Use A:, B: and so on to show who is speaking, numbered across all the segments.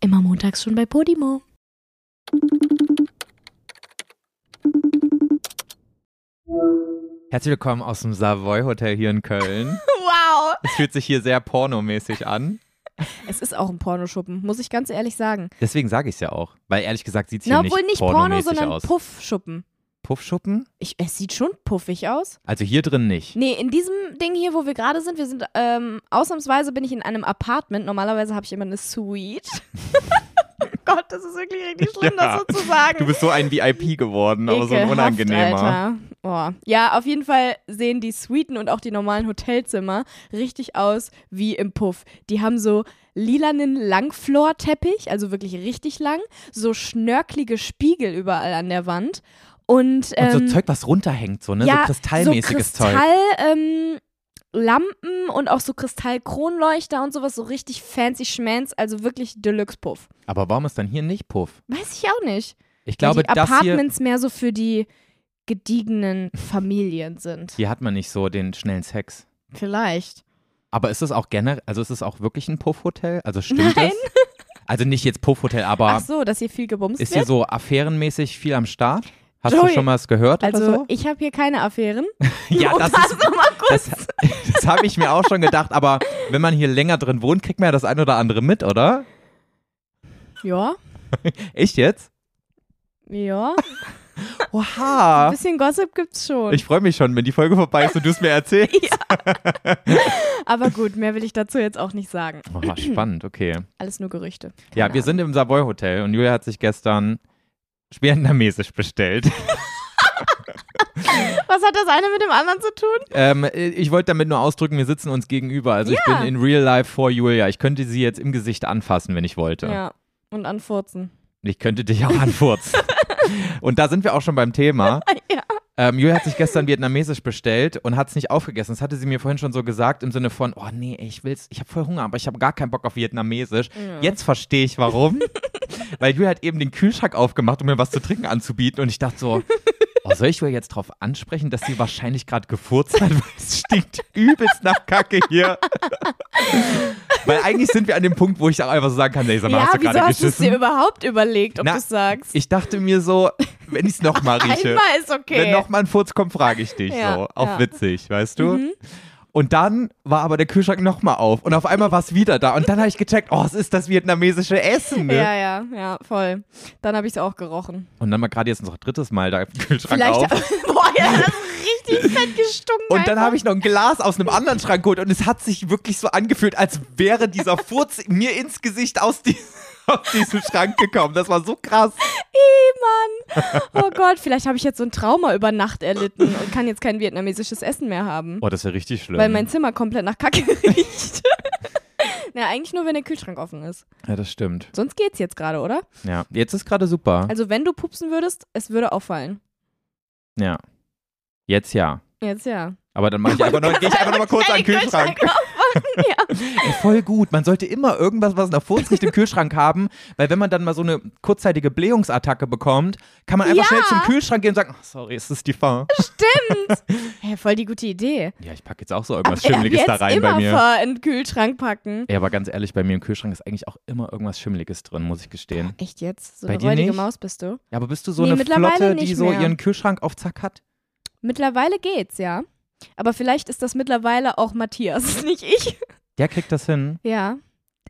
A: Immer montags schon bei Podimo.
B: Herzlich willkommen aus dem Savoy Hotel hier in Köln.
A: Wow!
B: Es fühlt sich hier sehr pornomäßig an.
A: Es ist auch ein Pornoschuppen, muss ich ganz ehrlich sagen.
B: Deswegen sage ich es ja auch. Weil ehrlich gesagt sieht es hier
A: Na,
B: nicht,
A: obwohl nicht Porno,
B: pornomäßig
A: sondern
B: aus.
A: Puffschuppen.
B: Puffschuppen?
A: Ich, es sieht schon puffig aus.
B: Also hier drin nicht.
A: Nee, in diesem Ding hier, wo wir gerade sind, wir sind, ähm, ausnahmsweise bin ich in einem Apartment. Normalerweise habe ich immer eine Suite. oh Gott, das ist wirklich richtig schlimm,
B: Ja.
A: das so zu sagen.
B: Du bist so ein VIP geworden, aber so ein
A: Ekelhaft,
B: unangenehmer.
A: Alter. Oh. Ja, auf jeden Fall sehen die Suiten und auch die normalen Hotelzimmer richtig aus wie im Puff. Die haben so lilanen Langflorteppich, also wirklich richtig lang, so schnörkelige Spiegel überall an der Wand und, ähm,
B: Und so Zeug, was runterhängt, so, ne?
A: ja,
B: so kristallmäßiges
A: so
B: Zeug.
A: Kristall, Ähm, Lampen und auch so Kristallkronleuchter und sowas, so richtig fancy Schmanz, also wirklich Deluxe-Puff.
B: Aber warum ist dann hier nicht Puff?
A: Weiß ich auch nicht.
B: Ich glaube,
A: Weil die
B: das hier,
A: Apartments mehr so für die gediegenen Familien sind.
B: hier hat man nicht so den schnellen Sex.
A: Vielleicht.
B: Aber ist es auch generell, also ist es auch wirklich ein Puffhotel? Also stimmt
A: Nein.
B: es? Also nicht jetzt Puffhotel, aber
A: Ach so, dass hier viel gebumst
B: ist hier
A: wird.
B: so affärenmäßig viel am Start? Hast du
A: Joey,
B: schon mal was gehört
A: also,
B: oder so?
A: ich habe hier keine Affären.
B: Ja,
A: Um
B: das
A: das
B: ist,
A: nochmal kurz.
B: das, das habe ich mir auch schon gedacht, aber wenn man hier länger drin wohnt, kriegt man ja das ein oder andere mit, oder?
A: Ja,
B: Ich jetzt?
A: ja. Ein
B: Oha!
A: bisschen Gossip gibt's schon.
B: Ich freue mich schon, wenn die Folge vorbei ist und du es mir erzählst.
A: Aber gut, mehr will ich dazu jetzt auch nicht sagen.
B: Oha, spannend, okay.
A: Alles nur Gerüchte. Keine
B: Ja, wir
A: Ahnung.
B: sind im Savoy Hotel und Julia hat sich gestern spendermäßig bestellt.
A: Was hat das eine mit dem anderen zu tun?
B: Ähm, ich wollte damit nur ausdrücken, wir sitzen uns gegenüber. Also ich
A: Ja.
B: bin in real life vor Julia. Ich könnte sie jetzt im Gesicht anfassen, wenn ich wollte.
A: Ja. Und anfurzen.
B: Und Ich könnte dich auch anfurzen. und da sind wir auch schon beim Thema.
A: Ja.
B: Ähm, Julia hat sich gestern vietnamesisch bestellt und hat es nicht aufgegessen. Das hatte sie mir vorhin schon so gesagt im Sinne von, oh nee, ey, ich will's, ich habe voll Hunger, aber ich habe gar keinen Bock auf vietnamesisch. Jetzt verstehe ich warum. Weil Julia hat eben den Kühlschrank aufgemacht, um mir was zu trinken anzubieten und ich dachte so, oh, soll ich Julia jetzt drauf ansprechen, dass sie wahrscheinlich gerade gefurzt hat, weil es stinkt übelst nach Kacke hier. Weil eigentlich sind wir an dem Punkt, wo ich auch einfach so sagen kann, nee, sag mal,
A: ja,
B: hast du
A: wieso
B: gerade
A: hast du es
B: geschissen?
A: dir überhaupt überlegt, ob
B: Na,
A: du es sagst?
B: Ich dachte mir so, wenn ich es nochmal rieche,
A: Einmal ist okay.
B: wenn nochmal ein Furz kommt, frage ich dich.
A: Ja,
B: so, auch
A: ja. Mhm.
B: witzig, weißt du? Und dann war aber der Kühlschrank nochmal auf und auf einmal war es wieder da. Und dann habe ich gecheckt, oh, es ist das vietnamesische Essen. Ne?
A: Ja, ja, ja, voll. Dann habe ich es auch gerochen.
B: Und dann war gerade jetzt unser drittes Mal da im Kühlschrank
A: Vielleicht.
B: auf.
A: Boah, ja, das ist richtig fett gestunken.
B: Und dann
A: einfach.
B: habe ich noch ein Glas aus einem anderen Schrank geholt und es hat sich wirklich so angefühlt, als wäre dieser Furz mir ins Gesicht aus, die, aus diesem Schrank gekommen. Das war so krass.
A: Oh Gott, vielleicht habe ich jetzt so ein Trauma über Nacht erlitten und kann jetzt kein vietnamesisches Essen mehr haben.
B: Oh, das ist ja richtig schlimm.
A: Weil mein Zimmer komplett nach Kacke riecht. Na, eigentlich nur, wenn der Kühlschrank offen ist.
B: ja, das stimmt.
A: Sonst geht's jetzt gerade, oder?
B: Ja, jetzt ist gerade super.
A: Also, wenn du pupsen würdest, es würde auffallen.
B: Ja. Jetzt ja.
A: Jetzt ja.
B: Aber dann mache ich einfach noch, gehe ich einfach noch mal kurz an den Kühlschrank. Ey, voll gut. Man sollte immer irgendwas, was nach Furz riecht, im Kühlschrank haben, weil wenn man dann mal so eine kurzzeitige Blähungsattacke bekommt, kann man einfach
A: Ja.
B: schnell zum Kühlschrank gehen und sagen, "Ach, sorry, es ist die Fahr.
A: Hä, voll die gute Idee.
B: Ja, ich packe jetzt auch so irgendwas
A: Ab- ab
B: Schimmeliges
A: jetzt
B: da rein
A: immer
B: bei mir.
A: Fahr in den Kühlschrank packen.
B: Ja, aber ganz ehrlich, bei mir im Kühlschrank ist eigentlich auch immer irgendwas Schimmeliges drin, muss ich gestehen.
A: Echt jetzt? So
B: Bei
A: eine
B: dir
A: räudige
B: nicht?
A: Maus bist du?
B: Ja, aber bist du so
A: Nee,
B: eine
A: mittlerweile
B: Flotte, die
A: nicht
B: so
A: mehr.
B: ihren Kühlschrank auf Zack hat?
A: Mittlerweile geht's, ja. Aber vielleicht ist das mittlerweile auch Matthias, nicht ich.
B: Der kriegt das hin.
A: Ja.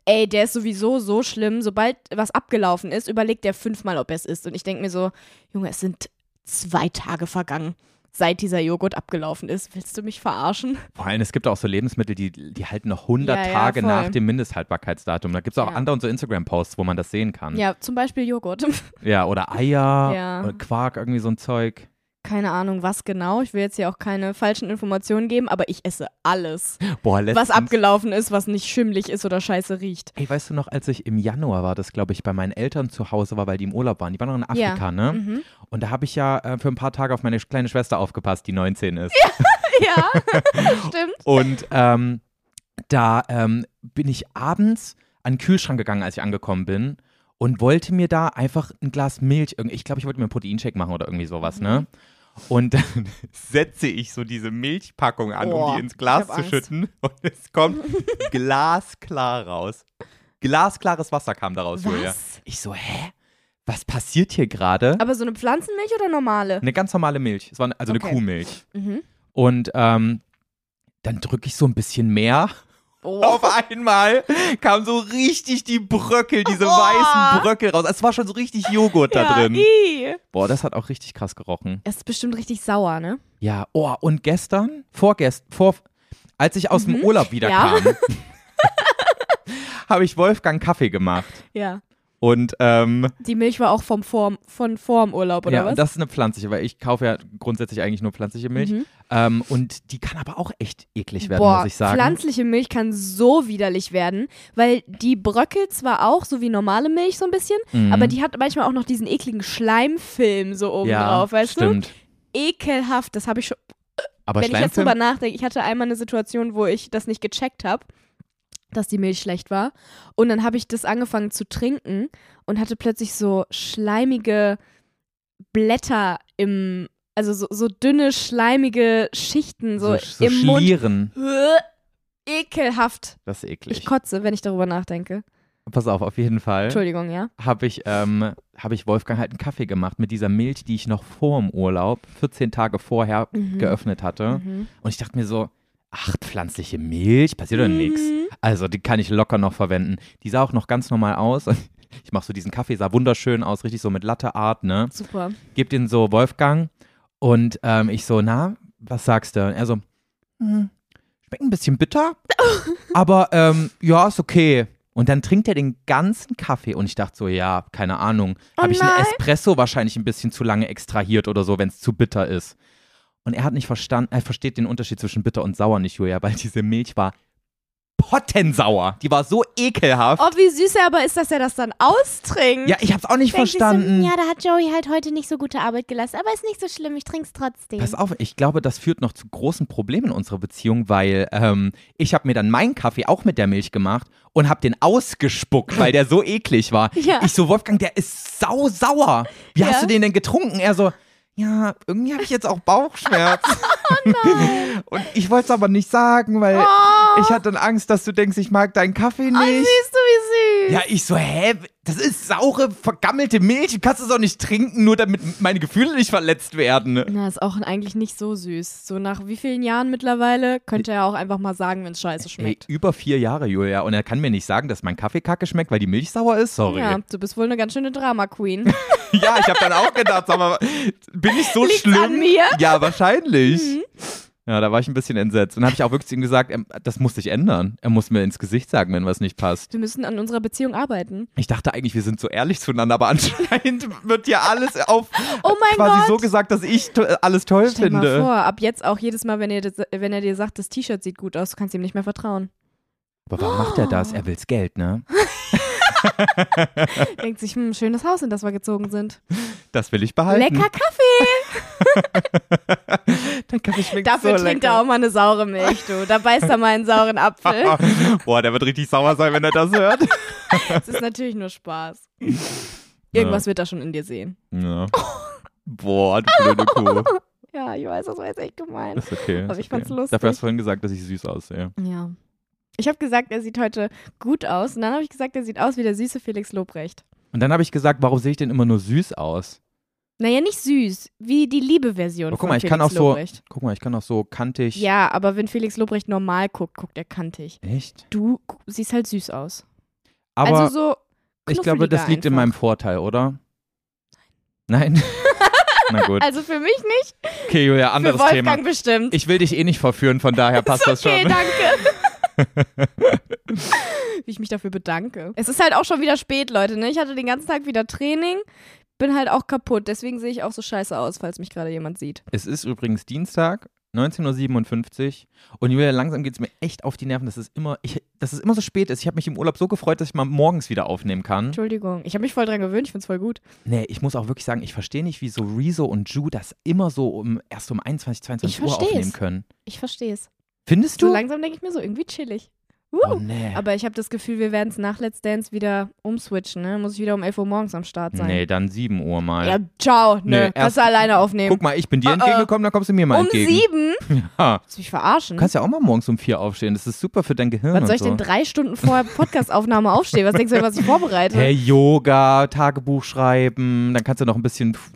A: Ey, der ist sowieso so schlimm. Sobald was abgelaufen ist, überlegt er fünfmal, ob er es isst. Und ich denke mir so, Junge, es sind zwei Tage vergangen, seit dieser Joghurt abgelaufen ist. Willst du mich verarschen?
B: Vor allem, es gibt auch so Lebensmittel, die, die halten noch 100
A: Ja, ja,
B: Tage
A: voll.
B: nach dem Mindesthaltbarkeitsdatum. Da gibt es auch
A: Ja.
B: andere und so Instagram-Posts, wo man das sehen kann.
A: Ja, zum Beispiel Joghurt.
B: Ja, oder Eier,
A: Ja.
B: oder Quark, irgendwie so ein Zeug.
A: Keine Ahnung, was genau. Ich will jetzt hier auch keine falschen Informationen geben, aber ich esse alles,
B: Boah,
A: was
B: letztens,
A: abgelaufen ist, was nicht schimmelig ist oder scheiße riecht.
B: Ey, weißt du noch, als ich im Januar war, das glaube ich, bei meinen Eltern zu Hause war, weil die im Urlaub waren. Die waren noch in
A: Ja.
B: Afrika, ne?
A: Mhm.
B: Und da habe ich ja äh, für ein paar Tage auf meine kleine Schwester aufgepasst, die 19 ist.
A: Ja, stimmt.
B: Und ähm, da ähm, bin ich abends an den Kühlschrank gegangen, als ich angekommen bin und wollte mir da einfach ein Glas Milch, irgend- ich glaube, ich wollte mir einen Proteinshake machen oder irgendwie sowas,
A: Mhm.
B: ne? Und dann setze ich so diese Milchpackung an,
A: Boah,
B: um die ins
A: ich hab
B: Glas zu
A: Angst.
B: schütten und es kommt glasklar raus. Glasklares Wasser kam daraus,
A: Was?
B: Julia. Ich so, hä? Was passiert hier gerade?
A: Aber so eine Pflanzenmilch oder normale?
B: Eine ganz normale Milch. Es war eine- also
A: Okay.
B: eine Kuhmilch.
A: Mhm.
B: Und ähm, dann drücke ich so ein bisschen mehr.
A: Oh.
B: Auf einmal kam so richtig die Bröckel, diese
A: Oh.
B: weißen Bröckel raus. Es war schon so richtig Joghurt da
A: ja,
B: drin.
A: ii.
B: Boah, das hat auch richtig krass gerochen.
A: Das ist bestimmt richtig sauer, ne?
B: Ja, oh, und gestern, vorgestern, vor, als ich aus
A: Mhm,
B: dem Urlaub wiederkam, habe ich Wolfgang Kaffee gemacht.
A: Ja.
B: Und ähm,
A: Die Milch war auch vom Vorm, von vorm Urlaub, oder
B: ja,
A: was?
B: und das ist eine pflanzliche, weil ich kaufe ja grundsätzlich eigentlich nur pflanzliche Milch.
A: Mhm.
B: Ähm, und die kann aber auch echt eklig werden,
A: Boah,
B: muss ich sagen.
A: pflanzliche Milch kann so widerlich werden, weil die bröckelt zwar auch, so wie normale Milch so ein bisschen,
B: Mhm.
A: aber die hat manchmal auch noch diesen ekligen Schleimfilm so oben
B: ja,
A: drauf, weißt
B: stimmt.
A: du? Ekelhaft, das habe ich schon,
B: Aber
A: wenn ich jetzt
B: Schleimfilm-
A: drüber nachdenke, ich hatte einmal eine Situation, wo ich das nicht gecheckt habe, dass die Milch schlecht war. Und dann habe ich das angefangen zu trinken und hatte plötzlich so schleimige Blätter im, also so, so dünne, schleimige Schichten so,
B: so, so
A: im Mund.
B: schlieren.
A: Äh, Ekelhaft.
B: Das ist eklig.
A: Ich kotze, wenn ich darüber nachdenke.
B: Pass auf, auf jeden Fall
A: Entschuldigung, ja.
B: habe ich, ähm, hab ich Wolfgang halt einen Kaffee gemacht mit dieser Milch, die ich noch vor dem Urlaub, 14 Tage vorher,
A: Mhm.
B: geöffnet hatte.
A: Mhm.
B: Und ich dachte mir so, ach, pflanzliche Milch, passiert doch nichts.
A: Mhm.
B: Also, die kann ich locker noch verwenden. Die sah auch noch ganz normal aus. Ich mache so diesen Kaffee, sah wunderschön aus, richtig so mit Latte-Art, ne?
A: Super.
B: Gib den so Wolfgang und ähm, ich so, na, was sagst du? Und er so, hm, schmeckt ein bisschen bitter, aber ähm, ja, ist okay. Und dann trinkt er den ganzen Kaffee und ich dachte so, ja, keine Ahnung,
A: Oh
B: habe ich einen
A: nein.
B: Espresso wahrscheinlich ein bisschen zu lange extrahiert oder so, wenn es zu bitter ist. Und er hat nicht verstanden, er versteht den Unterschied zwischen bitter und sauer nicht, Julia, weil diese Milch war pottensauer. Die war so ekelhaft.
A: Oh, wie süß er aber ist, dass er das dann austrinkt.
B: Ja, ich hab's auch nicht verstanden.
C: ja, da hat Joey halt heute nicht so gute Arbeit gelassen, aber ist nicht so schlimm, ich trink's trotzdem.
B: Pass auf, ich glaube, das führt noch zu großen Problemen in unserer Beziehung, weil ähm, ich habe mir dann meinen Kaffee auch mit der Milch gemacht und habe den ausgespuckt, weil der so eklig war.
A: Ja.
B: Ich so, Wolfgang, der ist sau sauer. Wie
A: Ja.
B: hast du den denn getrunken? Er so, ja, irgendwie habe ich jetzt auch Bauchschmerz.
A: Oh
B: und ich wollte es aber nicht sagen, weil
A: Oh.
B: ich hatte dann Angst, dass du denkst, ich mag deinen Kaffee nicht.
A: Siehst du, wie süß.
B: Ja, ich so, hä? Das ist saure, vergammelte Milch. Du kannst es auch nicht trinken, nur damit meine Gefühle nicht verletzt werden.
A: Na, ist auch eigentlich nicht so süß. So nach wie vielen Jahren mittlerweile könnte er auch einfach mal sagen, wenn es scheiße
B: Ey,
A: schmeckt.
B: über vier Jahre, Julia. Und er kann mir nicht sagen, dass mein Kaffee kacke schmeckt, weil die Milch sauer ist. Sorry.
A: ja,
B: Ja,
A: du bist wohl eine ganz schöne Drama-Queen.
B: ich habe dann auch gedacht, sag mal, bin ich so
A: Liegt's
B: schlimm?
A: an mir? Mhm.
B: Ja, wahrscheinlich. Ja, da war ich ein bisschen entsetzt. Und habe ich auch wirklich zu ihm gesagt, ähm, das muss sich ändern. Er muss mir ins Gesicht sagen, wenn was nicht passt.
A: Wir müssen an unserer Beziehung arbeiten.
B: Ich dachte eigentlich, wir sind so ehrlich zueinander, aber anscheinend wird ja alles auf
A: Oh mein
B: Äh, quasi
A: Gott.
B: so gesagt, dass ich to- äh, alles toll
A: Stell dir mal
B: finde.
A: vor, ab jetzt auch jedes Mal, wenn, ihr das, wenn er dir sagt, das T-Shirt sieht gut aus, du kannst ihm nicht mehr vertrauen.
B: Aber warum macht er das? Er will's Geld, ne?
A: Denkt sich, hm, schönes Haus, in das wir gezogen sind.
B: Das will ich behalten.
A: Lecker Kaffee.
B: Dein Kaffee schmeckt
A: Dafür
B: so
A: trinkt
B: lecker.
A: er auch mal eine saure Milch, du. Da beißt er mal einen sauren Apfel.
B: Boah, der wird richtig sauer sein, wenn er das hört.
A: Es ist natürlich nur Spaß. Irgendwas wird er schon in dir sehen.
B: Ja. Boah, du blöde Kuh.
A: Ja, ich weiß, das war jetzt echt gemein.
B: Ist okay.
A: Aber
B: ist
A: ich
B: okay.
A: fand's lustig.
B: Dafür hast du vorhin gesagt, dass ich süß aussehe.
A: Ja. Ich habe gesagt, er sieht heute gut aus. Und dann habe ich gesagt, er sieht aus wie der süße Felix Lobrecht.
B: Und dann habe ich gesagt, warum sehe ich denn immer nur süß aus?
A: Naja, nicht süß, wie die Liebe-Version.
B: Aber guck
A: von
B: mal, ich
A: Felix
B: kann auch so,
A: Lobrecht.
B: guck mal, ich kann auch so kantig.
A: Ja, aber wenn Felix Lobrecht normal guckt, guckt er kantig.
B: Echt?
A: Du gu- siehst halt süß aus.
B: Aber
A: also so.
B: ich glaube, das liegt in
A: knuffeliger
B: meinem Vorteil, oder? Nein. Na gut.
A: Also für mich nicht,
B: Okay, Julia,
A: für
B: anderes
A: Wolfgang
B: Thema.
A: bestimmt.
B: Ich will dich eh nicht verführen, von daher passt das
A: okay,
B: schon.
A: danke. wie ich mich dafür bedanke. Es ist halt auch schon wieder spät, Leute. Ne? Ich hatte den ganzen Tag wieder Training, bin halt auch kaputt. Deswegen sehe ich auch so scheiße aus, falls mich gerade jemand sieht.
B: Es ist übrigens Dienstag, 19.57 Uhr. Und Julia, langsam geht es mir echt auf die Nerven, dass es immer, ich, dass es immer so spät ist. Ich habe mich im Urlaub so gefreut, dass ich mal morgens wieder aufnehmen kann.
A: Entschuldigung. Ich habe mich voll dran gewöhnt, ich find's voll gut.
B: Nee, ich muss auch wirklich sagen, ich verstehe nicht, wieso Rezo und Ju das immer so um erst um 21, 22
A: Ich
B: Uhr
A: versteh's.
B: aufnehmen können.
A: Ich verstehe es.
B: Findest
A: So
B: du?
A: langsam denke ich mir so, irgendwie chillig.
B: Oh nee.
A: Aber ich habe das Gefühl, wir werden es nach Let's Dance wieder umswitchen, ne? Muss ich wieder um 11 Uhr morgens am Start sein.
B: nee, dann 7 Uhr mal.
A: Ja, ciao. Nö,
B: Nee,
A: kannst
B: erst-
A: du alleine aufnehmen.
B: Guck mal, ich bin dir
A: Oh, oh.
B: entgegengekommen, dann kommst du mir mal
A: um
B: entgegen.
A: sieben?
B: Ja.
A: Willst du mich verarschen?
B: Du kannst ja auch mal morgens um 4 aufstehen. Das ist super für dein Gehirn.
A: was soll
B: und
A: ich
B: so.
A: denn drei Stunden vor Podcastaufnahme aufstehen? Was denkst du, was ich vorbereite?
B: Hey, Yoga, Tagebuch schreiben, dann kannst du noch ein bisschen.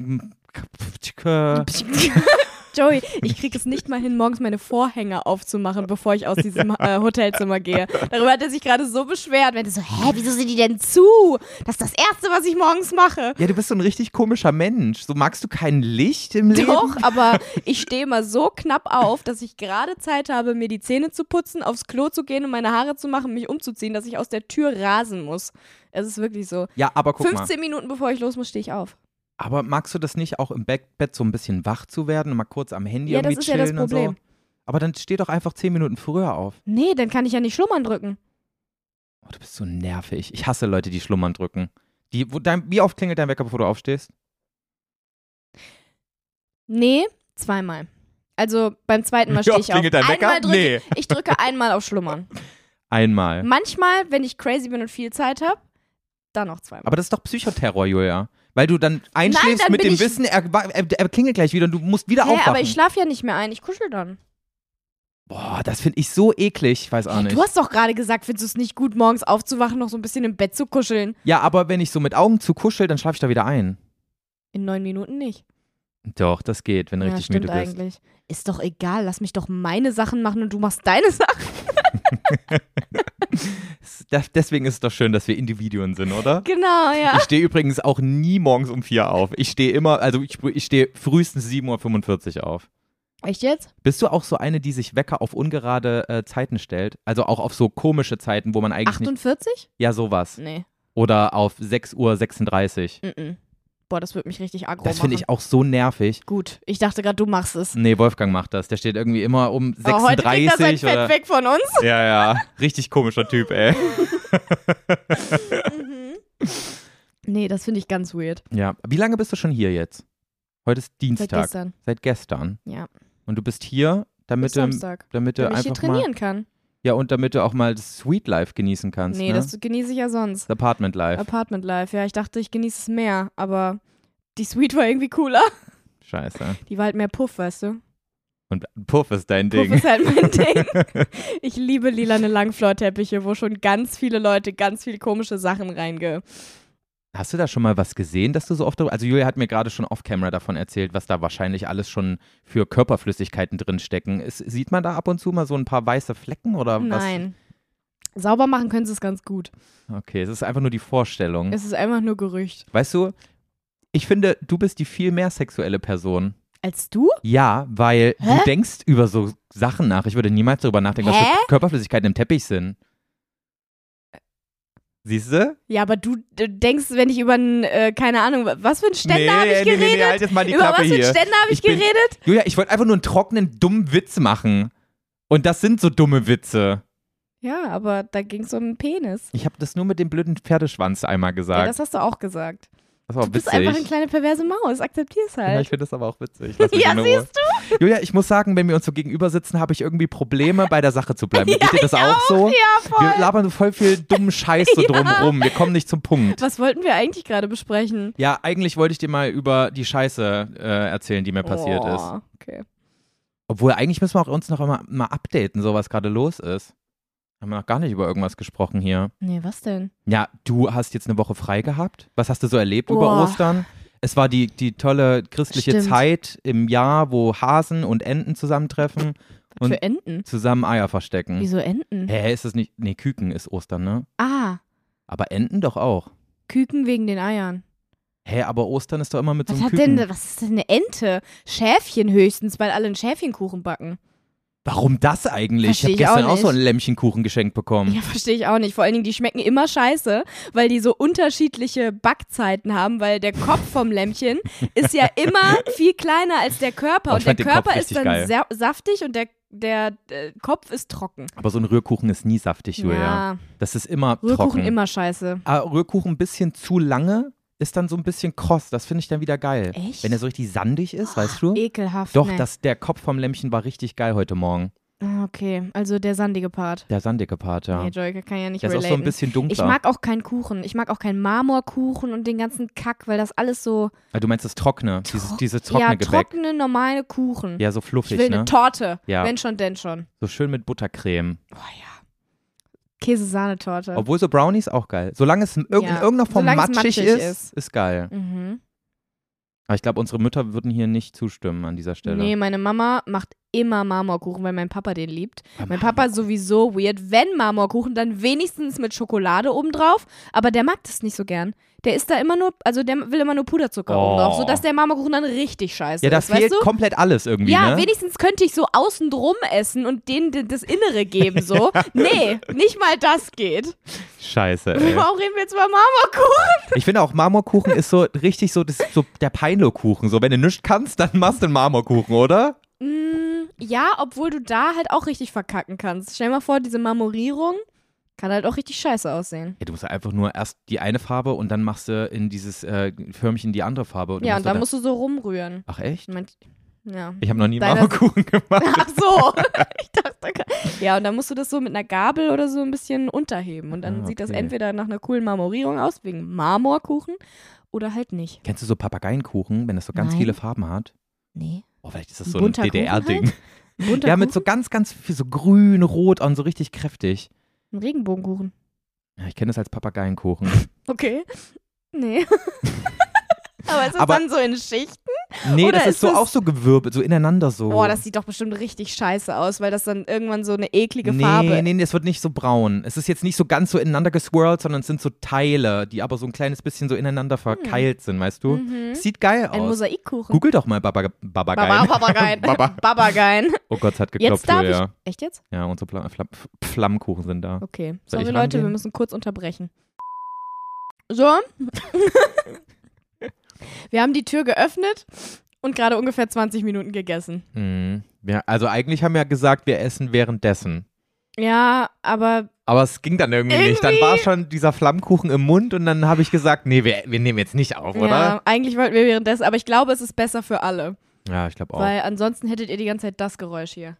A: Joey, ich krieg es nicht mal hin, morgens meine Vorhänge aufzumachen, bevor ich aus diesem äh, Hotelzimmer gehe. Darüber hat er sich gerade so beschwert. Er meinte so, hä, wieso sind die denn zu? Das ist das Erste, was ich morgens mache.
B: Ja, du bist so ein richtig komischer Mensch. So magst du kein Licht im Leben?
A: Doch, aber ich stehe immer so knapp auf, dass ich gerade Zeit habe, mir die Zähne zu putzen, aufs Klo zu gehen und meine Haare zu machen, mich umzuziehen, dass ich aus der Tür rasen muss. Es ist wirklich so.
B: Ja, aber guck mal.
A: 15 Minuten bevor ich los muss, stehe ich auf.
B: Aber magst du das nicht, auch im Back- Bett so ein bisschen wach zu werden und mal kurz am Handy
A: Ja, das
B: irgendwie
A: ist ja das
B: chillen und so?
A: Problem.
B: Aber dann steh doch einfach 10 Minuten früher auf.
A: Nee, dann kann ich ja nicht schlummern drücken.
B: Oh, du bist so nervig. Ich hasse Leute, die schlummern drücken. Die, wo dein, wie oft klingelt dein Wecker, bevor du aufstehst?
A: Nee, zweimal. Also beim zweiten Mal
B: Wie
A: stehe
B: oft
A: ich auf.
B: klingelt dein Wecker?
A: Einmal drücke,
B: Nee.
A: Ich drücke einmal auf Schlummern.
B: Einmal.
A: Manchmal, wenn ich crazy bin und viel Zeit habe, dann noch zweimal.
B: Aber das ist doch Psychoterror, Julia. Weil du dann einschläfst
A: dann
B: mit
A: bin
B: dem
A: ich-
B: Wissen, er, wa- er, er klingelt gleich wieder und du musst wieder
A: Hä,
B: aufwachen.
A: aber ich schlafe ja nicht mehr ein, ich kuschel dann.
B: Boah, das finde ich so eklig. Ich weiß auch nicht.
A: Du hast doch gerade gesagt, findest du es nicht gut, morgens aufzuwachen, noch so ein bisschen im Bett zu kuscheln.
B: Ja, aber wenn ich so mit Augen zu kuschel, dann schlafe ich da wieder ein.
A: In neun Minuten nicht.
B: Doch, das geht, wenn du
A: ja,
B: richtig
A: stimmt
B: müde bist.
A: eigentlich. Ist doch egal, lass mich doch meine Sachen machen und du machst deine Sachen.
B: Das, deswegen ist es doch schön, dass wir Individuen sind, oder?
A: Genau, ja.
B: Ich stehe übrigens auch nie morgens um vier auf. Ich stehe immer, also ich, ich stehe frühestens 7.45 Uhr auf.
A: Echt jetzt?
B: Bist du auch so eine, die sich Wecker auf ungerade äh, Zeiten stellt? Also auch auf so komische Zeiten, wo man eigentlich nicht.
A: 48?
B: Ja, sowas.
A: Nee.
B: Oder auf 6.36 Uhr.
A: Mhm. Boah, das wird mich richtig aggro
B: Das
A: machen.
B: finde ich auch so nervig.
A: Gut, ich dachte gerade, du machst es.
B: Nee, Wolfgang macht das. Der steht irgendwie immer um
A: Aber
B: 36
A: heute kriegt er sein
B: oder.
A: Fett weg von uns.
B: Ja, ja. Richtig komischer Typ, ey.
A: Mhm. Nee, das finde ich ganz weird.
B: Ja. Wie lange bist du schon hier jetzt? Heute ist Dienstag.
A: Seit gestern.
B: Seit gestern.
A: Ja.
B: Und du bist hier,
A: Bis
B: damit, du,
A: Samstag.
B: damit du
A: Damit ich hier
B: einfach mal.
A: trainieren kann.
B: Ja, und damit du auch mal das Sweet Life genießen kannst.
A: Nee,
B: ne?
A: das genieße ich ja sonst.
B: das Apartment Life.
A: Apartment Life. Ja, ich dachte, ich genieße es mehr, aber die Suite war irgendwie cooler.
B: Scheiße.
A: Die war halt mehr Puff, weißt du?
B: Und Puff ist dein Ding.
A: Puff ist halt mein Ding. Ich liebe lilane Langflorteppiche, wo schon ganz viele Leute ganz viele komische Sachen reinge.
B: Hast du da schon mal was gesehen, dass du so oft darüber. Also, Julia hat mir gerade schon off-camera davon erzählt, was da wahrscheinlich alles schon für Körperflüssigkeiten drinstecken. Ist, sieht man da ab und zu mal so ein paar weiße Flecken oder
A: Nein. Sauber machen können sie es ganz gut.
B: was? Okay, es ist einfach nur die Vorstellung.
A: Es ist einfach nur Gerücht.
B: Weißt du, ich finde, du bist die viel mehr sexuelle Person.
A: Als du?
B: Ja, weil du denkst über so Sachen nach. Ich würde niemals darüber nachdenken, was
A: Hä?
B: für Körperflüssigkeiten im Teppich sind. Siehst du?
A: Ja, aber du äh, denkst, wenn ich über einen, äh, keine Ahnung, wa- was für einen Ständer habe ich geredet?
B: halt jetzt mal die
A: über
B: Klappe
A: was für einen
B: hier.
A: Ständer habe ich,
B: Ich bin-
A: geredet?
B: Julia, ich wollte einfach nur einen trockenen, dummen Witz machen. Und das sind so dumme Witze.
A: Ja, aber da ging es um einen Penis.
B: Ich habe das nur mit dem blöden Pferdeschwanz einmal
A: Ja,
B: gesagt.
A: das hast du auch gesagt.
B: das war
A: Du bist
B: witzig.
A: einfach eine kleine perverse Maus. Akzeptier's
B: ja, ich
A: halt.
B: finde das aber auch witzig.
A: Ja,
B: siehst du? Julia, ich muss sagen, wenn wir uns so gegenüber sitzen, habe ich irgendwie Probleme, bei der Sache zu bleiben. Geht dir das auch, so?
A: Ja,
B: Wir
A: voll.
B: labern so voll viel dummen Scheiß so drum rum. Wir kommen nicht zum Punkt.
A: Was wollten wir eigentlich gerade besprechen?
B: Ja, eigentlich wollte ich dir mal über die Scheiße äh, erzählen, die mir passiert
A: oh,
B: ist.
A: Okay.
B: Obwohl, eigentlich müssen wir auch uns noch immer mal updaten, so was gerade los ist. Haben wir noch gar nicht über irgendwas gesprochen hier.
A: Nee, was denn?
B: Ja, du hast jetzt eine Woche frei gehabt. Was hast du so erlebt
A: Boah.
B: über Ostern? Es war die, die tolle christliche
A: Stimmt.
B: Zeit im Jahr, wo Hasen und Enten zusammentreffen,
A: Was
B: Und-
A: für Enten?
B: zusammen Eier verstecken.
A: Wieso Enten?
B: Hä, ist das nicht. Nee, Küken ist Ostern, ne?
A: Ah,
B: Aber Enten doch auch.
A: Küken wegen den Eiern.
B: Hä, aber Ostern ist doch immer mit so
A: Was
B: einem
A: hat
B: Küken.
A: denn, was ist denn eine Ente? Schäfchen höchstens, weil alle einen Schäfchenkuchen backen.
B: Warum das eigentlich? Ich
A: Versteh
B: habe
A: ich auch
B: gestern auch,
A: nicht.
B: so einen Lämmchenkuchen geschenkt bekommen.
A: Ja, verstehe ich auch nicht. Vor allen Dingen, die schmecken immer scheiße, weil die so unterschiedliche Backzeiten haben, weil der Kopf vom Lämmchen ist ja immer viel kleiner als der Körper.
B: Oh,
A: und
B: ich
A: der
B: fand den Kopf
A: Körper ist
B: richtig
A: dann
B: geil.
A: sa saftig und der, der äh, Kopf ist trocken.
B: Aber so ein Rührkuchen ist nie saftig, Julia.
A: ja.
B: Das ist immer
A: Rührkuchen
B: trocken.
A: immer scheiße.
B: Aber Rührkuchen ein bisschen zu lange ist dann so ein bisschen kross. Das finde ich dann wieder geil.
A: Echt? Ah,
B: Wenn er so richtig sandig ist, weißt du?
A: Ekelhaft.
B: Hm? Doch,
A: nee.
B: das, der Kopf vom Lämmchen war richtig geil heute Morgen.
A: Ah, Okay, also der sandige Part.
B: Der sandige Part, ja.
A: Nee, Joyka kann ja nicht
B: der ist auch so ein
A: relaten.
B: bisschen dunkler.
A: ich mag auch keinen Kuchen. Ich mag auch keinen Marmorkuchen und den ganzen Kack, weil das alles so.
B: Ah, du meinst das trockene, dieses, dieses trockene
A: ja,
B: Gebäck.
A: trockene, normale Kuchen.
B: Ja, so
A: ich
B: fluffig,
A: will
B: ne?
A: eine Torte.
B: Ja.
A: Wenn schon, denn schon.
B: So schön mit Buttercreme.
A: Boah, ja. Käse-Sahnetorte.
B: Obwohl so Brownies auch geil. Solange es in, irg in
A: Ja.
B: irgendeiner Form
A: Solange es
B: matschig,
A: matschig
B: ist, ist,
A: ist.
B: geil.
A: Mhm.
B: Aber ich glaube, unsere Mütter würden hier nicht zustimmen an dieser Stelle.
A: Nee, meine Mama macht immer Marmorkuchen, weil mein Papa den liebt.
B: Aber
A: Mein Papa ist sowieso weird. Wenn Marmorkuchen, dann wenigstens mit Schokolade obendrauf. Aber der mag das nicht so gern. Der ist da immer nur, also der will immer nur Puderzucker
B: Oh.
A: obendrauf, sodass der Marmorkuchen dann richtig scheiße
B: Ja, da
A: ist. Weißt
B: fehlt
A: du?
B: komplett alles irgendwie,
A: Ja,
B: ne?
A: wenigstens könnte ich so außen drum essen und denen d- das Innere geben, so. nee, nicht mal das geht.
B: Scheiße, ey.
A: Warum reden wir jetzt über Marmorkuchen?
B: Ich finde auch, Marmorkuchen ist so richtig so, das, so der Peinlokuchen. So, wenn du nichts kannst, dann machst du einen Marmorkuchen, oder?
A: Mm, ja, obwohl du da halt auch richtig verkacken kannst. Stell dir mal vor, diese Marmorierung kann halt auch richtig scheiße aussehen.
B: Ja, du musst einfach nur erst die eine Farbe und dann machst du in dieses äh, Förmchen die andere Farbe. Du
A: ja, und dann
B: da-
A: musst du so rumrühren.
B: Ach echt?
A: Ich mein, ja.
B: Ich habe noch nie
A: Deiner-
B: Marmorkuchen gemacht.
A: Ach so. Ich dachte, ja, und dann musst du das so mit einer Gabel oder so ein bisschen unterheben. Und dann
B: Ah,
A: sieht das
B: okay.
A: entweder nach einer coolen Marmorierung aus, wegen Marmorkuchen, oder halt nicht.
B: Kennst du so Papageienkuchen, wenn das so ganz
A: Nein.
B: viele Farben hat?
A: Nee.
B: Oh, vielleicht ist das
A: Ein
B: so ein
A: bunter Kuchen halt?
B: DDR-Ding.
A: Bunter
B: Ja,
A: ja,
B: mit so ganz, ganz viel, so grün, rot und so richtig kräftig.
A: Ein Regenbogenkuchen.
B: Ja, ich kenne das als Papageienkuchen.
A: Okay. Nee. Aber ist das
B: Aber-
A: dann so in Schichten?
B: Nee,
A: Oder
B: das ist,
A: ist
B: so
A: das-
B: auch so gewirbelt, so ineinander so.
A: Boah, das sieht doch bestimmt richtig scheiße aus, weil das dann irgendwann so eine eklige
B: nee,
A: Farbe.
B: Nee, nee, es wird nicht so braun. Es ist jetzt nicht so ganz so ineinander geswirlt, sondern es sind so Teile, die aber so ein kleines bisschen so ineinander verkeilt sind, weißt du?
A: Hm. Mhm.
B: Sieht geil
A: Ein
B: aus.
A: Mosaikkuchen.
B: Google doch mal Baba- Babageien.
A: Babagein.
B: Baba.
A: Babagein.
B: Oh Gott, es hat geklopft.
A: Jetzt darf
B: ja.
A: ich. Echt jetzt?
B: ja, unsere Flam Flam Flammkuchen sind da.
A: Okay.
B: Soll
A: Sorry,
B: ich
A: Leute, wir
B: rangehen?
A: müssen kurz unterbrechen. So. wir haben die Tür geöffnet und gerade ungefähr 20 Minuten gegessen.
B: Mhm. Ja, also eigentlich haben wir ja gesagt, wir essen währenddessen.
A: Ja, aber
B: Aber es ging dann irgendwie, nicht. Dann war schon dieser Flammkuchen im Mund und dann habe ich gesagt, nee, wir, wir nehmen jetzt nicht auf,
A: ja,
B: oder?
A: eigentlich wollten wir währenddessen, aber ich glaube, es ist besser für alle.
B: Ja, ich glaube auch.
A: Weil ansonsten hättet ihr die ganze Zeit das Geräusch hier.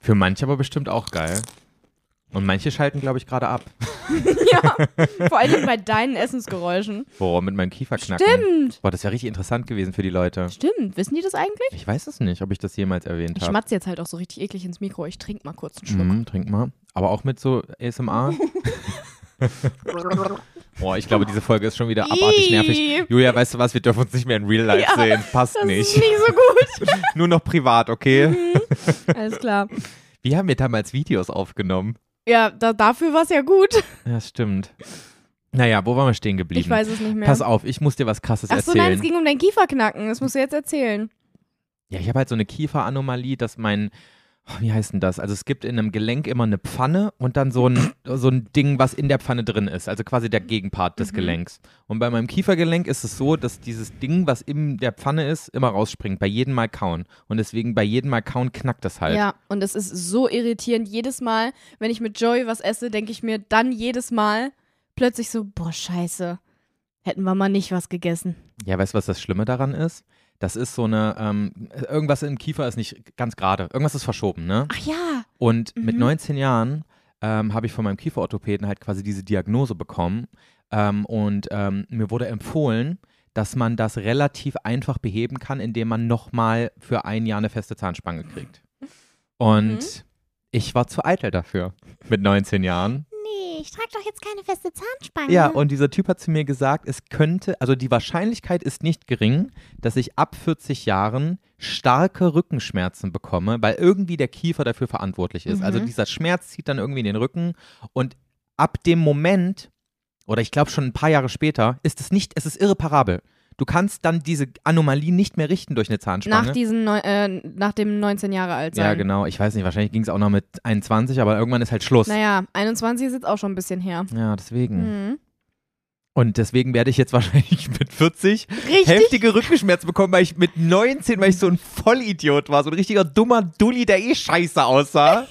B: Für manche aber bestimmt auch geil. Und manche schalten, glaube ich, gerade ab.
A: Vor allen Dingen bei deinen Essensgeräuschen.
B: Boah, mit meinem Kieferknacken.
A: Stimmt.
B: Boah, das wäre richtig interessant gewesen für die Leute.
A: Stimmt. Wissen die das eigentlich?
B: Ich weiß es nicht, ob ich das jemals erwähnt
A: Ich
B: habe.
A: schmatze jetzt halt auch so richtig eklig ins Mikro. Ich trinke mal kurz einen Schluck.
B: Mhm, trink mal. Aber auch mit so ASMR. Boah, ich glaube, diese Folge ist schon wieder abartig
A: Ii.
B: nervig. Julia, weißt du was? Wir dürfen uns nicht mehr in Real Life
A: Ja,
B: sehen. Passt
A: Das ist Mhm.
B: nicht.
A: nicht so gut.
B: Nur noch privat, okay?
A: Alles klar.
B: Wir haben ja damals Videos aufgenommen.
A: Ja, da, dafür war es ja gut.
B: Ja, das stimmt. Naja, wo waren wir stehen geblieben?
A: Ich weiß es nicht mehr.
B: Pass auf, ich muss dir was Krasses
A: Ach so,
B: erzählen.
A: nein, es ging um dein Kieferknacken. Das musst du jetzt erzählen.
B: Ja, ich habe halt so eine Kieferanomalie, dass mein, oh, wie heißt denn das? Also es gibt in einem Gelenk immer eine Pfanne und dann so ein, so ein Ding, was in der Pfanne drin ist. Also quasi der Gegenpart
A: Mhm.
B: des Gelenks. Und bei meinem Kiefergelenk ist es so, dass dieses Ding, was in der Pfanne ist, immer rausspringt, bei jedem Mal kauen. Und deswegen bei jedem Mal kauen knackt das halt.
A: Ja, und es ist so irritierend. Jedes Mal, wenn ich mit Joey was esse, denke ich mir dann jedes Mal plötzlich so, boah, scheiße. Hätten wir mal nicht was gegessen.
B: Ja, weißt du, was das Schlimme daran ist? Das ist so eine, ähm, irgendwas im Kiefer ist nicht ganz gerade. Irgendwas ist verschoben, ne?
A: Ach ja.
B: Und mit
A: Mhm.
B: 19 Jahren ähm, habe ich von meinem Kieferorthopäden halt quasi diese Diagnose bekommen. Ähm, und ähm, mir wurde empfohlen, dass man das relativ einfach beheben kann, indem man nochmal für ein Jahr eine feste Zahnspange kriegt.
C: Mhm.
B: Und ich war zu eitel dafür mit 19 Jahren.
C: Nee, ich trage doch jetzt keine feste Zahnspange.
B: Ja, und dieser Typ hat zu mir gesagt, es könnte, also die Wahrscheinlichkeit ist nicht gering, dass ich ab 40 Jahren starke Rückenschmerzen bekomme, weil irgendwie der Kiefer dafür verantwortlich ist. Also
A: Mhm.
B: dieser Schmerz zieht dann irgendwie in den Rücken und ab dem Moment, oder ich glaube schon ein paar Jahre später, ist es nicht, es ist irreparabel. Du kannst dann diese Anomalie nicht mehr richten durch eine Zahnspange.
A: Nach, diesen Neu äh, nach dem 19 Jahre alt sein.
B: ne? ja, genau. Ich weiß nicht, wahrscheinlich ging es auch noch mit 21, aber irgendwann ist halt Schluss.
A: Naja, 21 ist jetzt auch schon ein bisschen her.
B: Ja, deswegen.
A: Mhm.
B: Und deswegen werde ich jetzt wahrscheinlich mit 40
A: Richtig.
B: heftige Rückenschmerzen bekommen, weil ich mit 19, weil ich so ein Vollidiot war, so ein richtiger dummer Dulli, der eh scheiße aussah.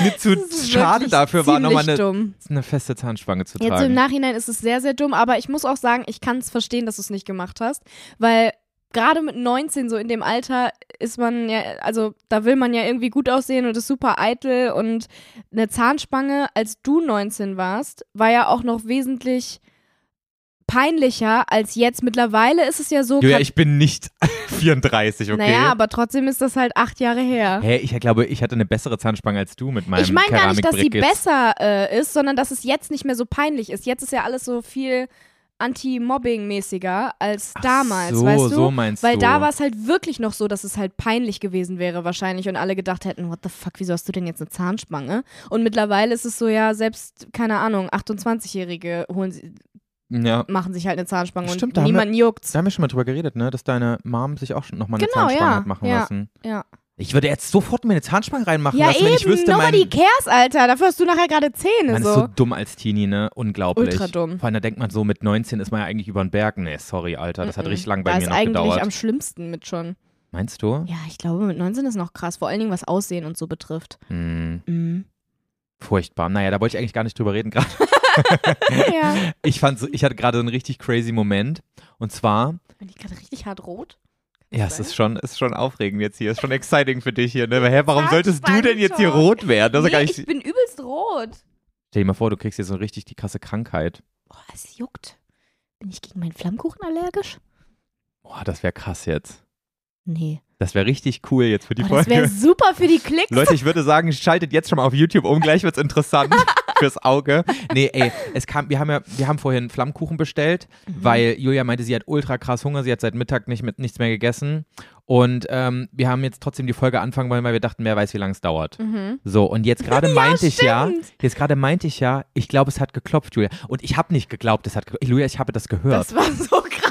B: Mir zu
A: Das ist
B: schade
A: wirklich
B: dafür war, nochmal
A: ziemlich
B: eine,
A: dumm.
B: eine feste Zahnspange zu
A: Jetzt so im
B: tragen.
A: Nachhinein ist es sehr, sehr dumm, aber ich muss auch sagen, ich kann es verstehen, dass du es nicht gemacht hast, weil gerade mit 19, so in dem Alter, ist man ja, also da will man ja irgendwie gut aussehen und ist super eitel und eine Zahnspange, als du 19 warst, war ja auch noch wesentlich peinlicher als jetzt. Mittlerweile ist es ja so,
B: Julia,
A: kann-
B: ich bin nicht 34, okay?
A: naja, aber trotzdem ist das halt acht Jahre her.
B: Hä, ich glaube, ich hatte eine bessere Zahnspange als du mit meinem
A: Ich meine gar nicht, dass sie
B: Keramikbrickets.
A: besser äh, ist, sondern dass es jetzt nicht mehr so peinlich ist. Jetzt ist ja alles so viel anti-Mobbing-mäßiger als
B: Ach
A: damals,
B: so,
A: weißt du?
B: so meinst
A: Weil
B: du.
A: da war es halt wirklich noch so, dass es halt peinlich gewesen wäre wahrscheinlich und alle gedacht hätten, what the fuck, wieso hast du denn jetzt eine Zahnspange? Und mittlerweile ist es so, ja, selbst, keine Ahnung, 28-Jährige holen sie,
B: Ja.
A: machen sich halt eine Zahnspange
B: Stimmt, da
A: und
B: haben wir-
A: niemand juckt's.
B: Da haben wir schon mal drüber geredet, ne? Dass deine Mom sich auch schon nochmal eine
A: Genau,
B: Zahnspange
A: ja,
B: hat machen
A: ja,
B: lassen.
A: ja.
B: Ich würde jetzt sofort mir eine Zahnspange reinmachen
A: Ja
B: lassen, wenn ich
A: eben,
B: wüsste, mein,
A: nobody cares, Alter, dafür hast du nachher gerade Zähne,
B: man
A: so.
B: ist so dumm als Teenie, ne? Unglaublich.
A: Ultra dumm.
B: Vor allem, da denkt man so, mit 19 ist man ja eigentlich über den Berg. Nee, sorry, Alter, das hat
A: Mhm.
B: richtig lang
A: da
B: bei
A: ist
B: mir noch
A: eigentlich
B: gedauert.
A: am schlimmsten mit schon.
B: Meinst du?
A: Ja, ich glaube, mit 19 ist noch krass, vor allen Dingen was Aussehen und so betrifft.
B: Hm, furchtbar. Naja, da wollte ich eigentlich gar nicht drüber reden gerade.
A: Ah, ja.
B: Ich fand, so- ich hatte gerade so einen richtig crazy Moment. Und zwar,
A: Bin ich gerade richtig hart rot?
B: ja, es ist schon, ist schon aufregend jetzt hier. Ist schon exciting für dich hier, ne? Hä, warum
A: Zack,
B: solltest du
A: Spanish
B: denn jetzt hier
A: Talk.
B: rot werden? Das ist ja gar nicht,
A: ich bin übelst rot.
B: Stell dir mal vor, du kriegst jetzt so richtig die krasse Krankheit.
A: Boah, es juckt. Bin ich gegen meinen Flammkuchen allergisch?
B: Boah, das wäre krass jetzt.
A: Nee.
B: Das wäre richtig cool jetzt für die
A: Boah, das wäre
B: Folge.
A: super für die Klicks.
B: Leute, ich würde sagen, schaltet jetzt schon mal auf YouTube um, gleich wird's interessant fürs Auge. Nee, ey, es kam, wir haben ja, wir haben vorhin Flammkuchen bestellt,
A: Mhm.
B: weil Julia meinte, sie hat ultra krass Hunger, sie hat seit Mittag nicht mit, nichts mehr gegessen. Und ähm, wir haben jetzt trotzdem die Folge anfangen wollen, weil wir dachten, wer weiß, wie lange es dauert.
A: Mhm.
B: So, und jetzt gerade meinte ich ja,
A: stimmt.
B: jetzt gerade meinte ich ja, ich glaube, es hat geklopft, Julia. Und ich habe nicht geglaubt, es hat geklopft. Julia, ich habe das gehört.
A: Das war so krass.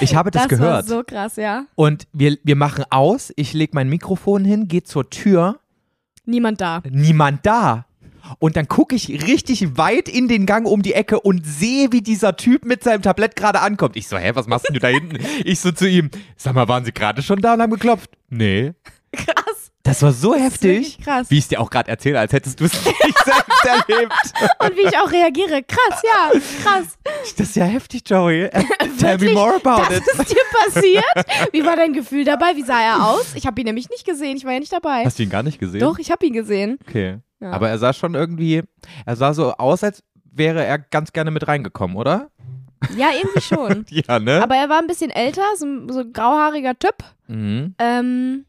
B: ich habe das,
A: das war
B: gehört.
A: so krass, ja.
B: Und wir, wir machen aus, ich lege mein Mikrofon hin, gehe zur Tür,
A: Niemand da.
B: niemand da. Und dann gucke ich richtig weit in den Gang um die Ecke und sehe, wie dieser Typ mit seinem Tablett gerade ankommt. Ich so, hä, was machst denn du da hinten? Ich so zu ihm, sag mal, waren Sie gerade schon da und haben geklopft? Nee.
A: Krass.
B: Das war so
A: Das ist wirklich
B: heftig,
A: krass.
B: wie ich es dir auch gerade erzähle, als hättest du es nicht selbst erlebt.
A: Und wie ich auch reagiere. Krass, ja. Krass.
B: Das ist ja heftig, Joey. Tell me
A: Wirklich?
B: more about
A: das
B: it.
A: ist dir passiert? Wie war dein Gefühl dabei? Wie sah er aus? Ich habe ihn nämlich nicht gesehen. Ich war ja nicht dabei.
B: Hast du ihn gar nicht gesehen?
A: Doch, ich habe ihn gesehen.
B: Okay.
A: Ja.
B: Aber er sah schon irgendwie, er sah so aus, als wäre er ganz gerne mit reingekommen, oder?
A: Ja, irgendwie schon.
B: Ja, ne?
A: Aber er war ein bisschen älter, so ein, so ein grauhaariger Typ.
B: mhm.
A: Ähm,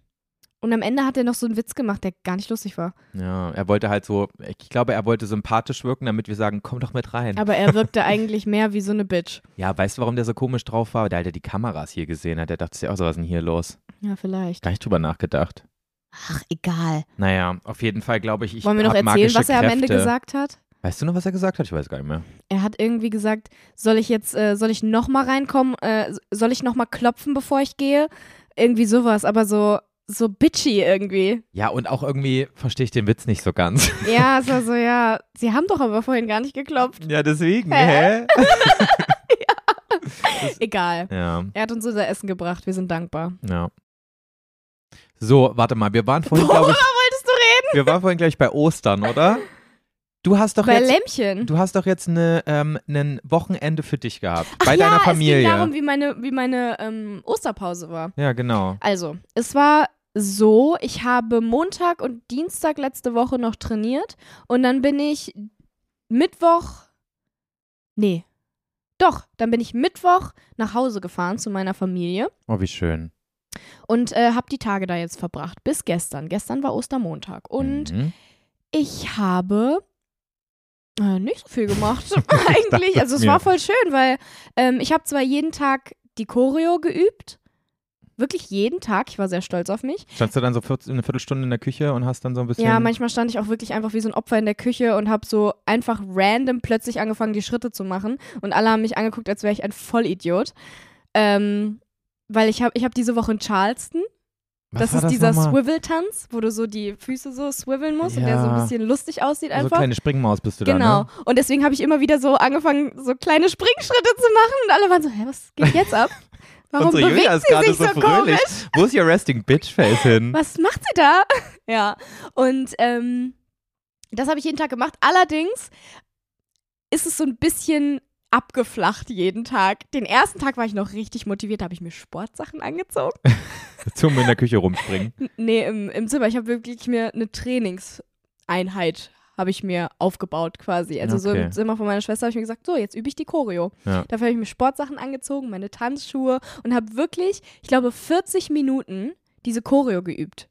A: und am Ende hat er noch so einen Witz gemacht, der gar nicht lustig war.
B: Ja, er wollte halt so, ich glaube, er wollte sympathisch wirken, damit wir sagen, komm doch mit rein.
A: Aber er wirkte eigentlich mehr wie so eine Bitch.
B: Ja, weißt du, warum der so komisch drauf war? Der hat ja die Kameras hier gesehen, hat er dachte sich auch so, was ist denn hier los?
A: Ja, vielleicht.
B: Gar nicht drüber nachgedacht.
C: Ach, egal.
B: Naja, auf jeden Fall glaube ich, ich
A: Wollen wir noch
B: hab
A: erzählen,
B: magische
A: was er am Ende
B: Kräfte.
A: gesagt hat?
B: Weißt du noch, was er gesagt hat? Ich weiß gar nicht mehr.
A: Er hat irgendwie gesagt, soll ich jetzt, äh, soll ich nochmal reinkommen, äh, soll ich nochmal klopfen, bevor ich gehe? Irgendwie sowas, aber so, so bitchy irgendwie.
B: Ja, und auch irgendwie verstehe ich den Witz nicht so ganz.
A: Ja, es war so, ja, sie haben doch aber vorhin gar nicht geklopft.
B: Ja, deswegen,
A: Hä?
B: hä?
A: Egal.
B: Ja,
A: Er hat uns unser Essen gebracht, wir sind dankbar.
B: ja. So, warte mal, wir waren vorhin,
A: Worüber
B: glaube ich,
A: wolltest du reden?
B: Wir waren vorhin gleich bei Ostern, oder? Du hast doch
A: Bei
B: jetzt,
A: Lämmchen.
B: du hast doch jetzt eine, ähm, ein Wochenende für dich gehabt. bei
A: ja,
B: deiner
A: Es ging
B: Familie.
A: darum, wie meine, wie meine ähm, Osterpause war.
B: ja, genau.
A: Also, es war so, ich habe Montag und Dienstag letzte Woche noch trainiert und dann bin ich Mittwoch. Nee. Doch, dann bin ich Mittwoch nach Hause gefahren zu meiner Familie
B: Oh, wie schön.
A: und äh, habe die Tage da jetzt verbracht. Bis gestern. Gestern war Ostermontag. Und
B: Mhm.
A: ich habe äh, nicht so viel gemacht eigentlich.
B: dachte
A: Also es
B: mir.
A: war voll schön, weil ähm, ich habe zwar jeden Tag die Choreo geübt, wirklich jeden Tag. Ich war sehr stolz auf mich.
B: Standst du dann so 14, eine Viertelstunde in der Küche und hast dann so ein bisschen.
A: Ja, manchmal stand ich auch wirklich einfach wie so ein Opfer in der Küche und habe so einfach random plötzlich angefangen, die Schritte zu machen. Und alle haben mich angeguckt, als wäre ich ein Vollidiot. Ähm, weil ich habe ich hab diese Woche in Charleston.
B: Was
A: das
B: war
A: ist dieser
B: nochmal?
A: Swivel-Tanz, wo du so die Füße so swiveln musst und der
B: Ja. Also
A: so ein bisschen lustig aussieht
B: So
A: einfach.
B: kleine Springmaus bist du
A: Genau.
B: da, ne?
A: Und deswegen habe ich immer wieder so angefangen, so kleine Springschritte zu machen. Und alle waren so, hä, was geht jetzt ab? Warum
B: Unsere
A: bewegt
B: Julia ist
A: sie
B: gerade
A: sich so,
B: so
A: komisch?
B: fröhlich. Wo ist your resting bitch face hin?
A: Was macht sie da? ja. Und ähm, das habe ich jeden Tag gemacht. Allerdings ist es so ein bisschen abgeflacht jeden Tag. Den ersten Tag war ich noch richtig motiviert, da habe ich mir Sportsachen angezogen.
B: Zum in der Küche rumspringen.
A: N- Nee, im, im Zimmer. Ich habe wirklich mir eine Trainingseinheit habe ich mir aufgebaut quasi. Also so
B: Okay.
A: im Zimmer von meiner Schwester habe ich mir gesagt, so, jetzt übe ich die Choreo.
B: Ja.
A: Dafür habe ich mir Sportsachen angezogen, meine Tanzschuhe und habe wirklich, ich glaube, 40 Minuten diese Choreo geübt.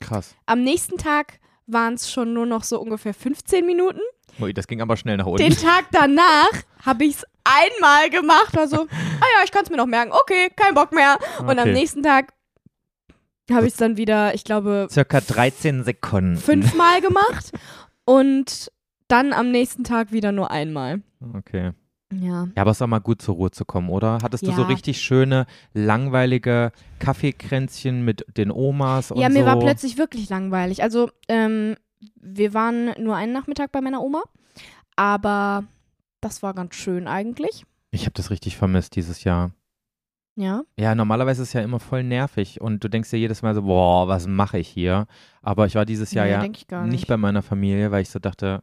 B: Krass.
A: Am nächsten Tag waren es schon nur noch so ungefähr 15 Minuten.
B: Ui, das ging aber schnell nach unten.
A: Den Tag danach habe ich es einmal gemacht, war so, ah ja, ich kann es mir noch merken, okay, kein Bock mehr. Und am
B: Okay.
A: nächsten Tag habe ich es dann wieder, ich glaube,
B: Circa 13 Sekunden.
A: fünfmal gemacht und dann am nächsten Tag wieder nur einmal.
B: Okay.
A: Ja.
B: Ja, aber es war mal gut zur Ruhe zu kommen, oder? Hattest du so
A: Ja.
B: richtig schöne, langweilige Kaffeekränzchen mit den Omas und
A: Ja, mir
B: so?
A: war plötzlich wirklich langweilig. Also, ähm, wir waren nur einen Nachmittag bei meiner Oma, aber das war ganz schön eigentlich.
B: Ich habe das richtig vermisst dieses Jahr.
A: Ja.
B: Ja, normalerweise ist es ja immer voll nervig und du denkst dir jedes Mal so, boah, was mache ich hier? Aber ich war dieses Jahr
A: Nee,
B: ja
A: denk ich gar
B: nicht
A: nicht. Mhm.
B: bei meiner Familie, weil ich so dachte,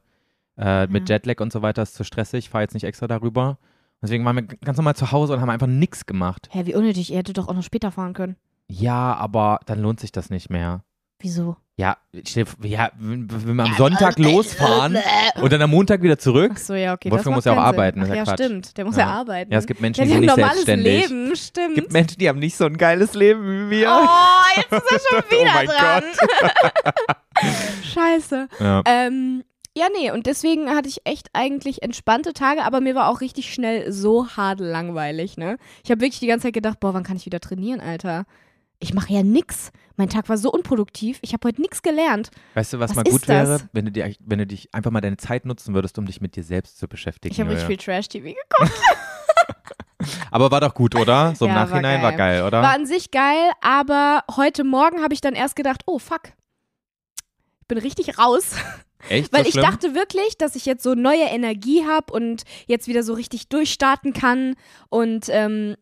B: äh, mit
A: Ja.
B: Jetlag und so weiter ist zu stressig, ich fahre jetzt nicht extra darüber. Deswegen waren wir g- ganz normal zu Hause und haben einfach nichts gemacht.
A: Hä, wie unnötig, ihr hättet doch auch noch später fahren können.
B: Ja, aber dann lohnt sich das nicht mehr.
A: Wieso?
B: Ja, stell dir vor, ja wenn wenn wir am Sonntag
A: also,
B: losfahren
A: äh,
B: und dann am Montag wieder zurück.
A: Ach so, ja, okay. das
B: Wolfgang
A: macht
B: muss ja auch
A: keinen
B: arbeiten,
A: Sinn.
B: ist
A: Ach,
B: ja
A: ja,
B: Quatsch.
A: stimmt. Der muss
B: Ja.
A: ja, arbeiten.
B: Ja, es gibt Menschen,
A: der
B: die
A: hat
B: sind
A: ein
B: nicht
A: normales
B: selbstständig.
A: Leben, stimmt.
B: Es gibt Menschen, die haben nicht so ein geiles Leben wie wir.
A: Oh, jetzt ist er schon wieder
B: Oh mein
A: dran. Scheiße.
B: Ja.
A: Ähm, ja, nee, und deswegen hatte ich echt eigentlich entspannte Tage, aber mir war auch richtig schnell so hart langweilig, ne? Ich habe wirklich die ganze Zeit gedacht, boah, wann kann ich wieder trainieren, Alter? Ich mache ja nix. Mein Tag war so unproduktiv. Ich habe heute nix gelernt.
B: Weißt du, was,
A: Was
B: mal gut
A: ist das?
B: wäre, wenn du, dir, wenn du dich einfach mal deine Zeit nutzen würdest, um dich mit dir selbst zu beschäftigen?
A: Ich habe richtig
B: Julia.
A: viel Trash-TV geguckt.
B: Aber war doch gut, oder? So im
A: Ja, war
B: Nachhinein war geil,
A: geil.
B: oder?
A: War an sich geil, aber heute Morgen habe ich dann erst gedacht, oh fuck. Ich bin richtig raus.
B: Echt?
A: Weil
B: so
A: ich
B: schlimm?
A: dachte wirklich, dass ich jetzt so neue Energie habe und jetzt wieder so richtig durchstarten kann und ähm,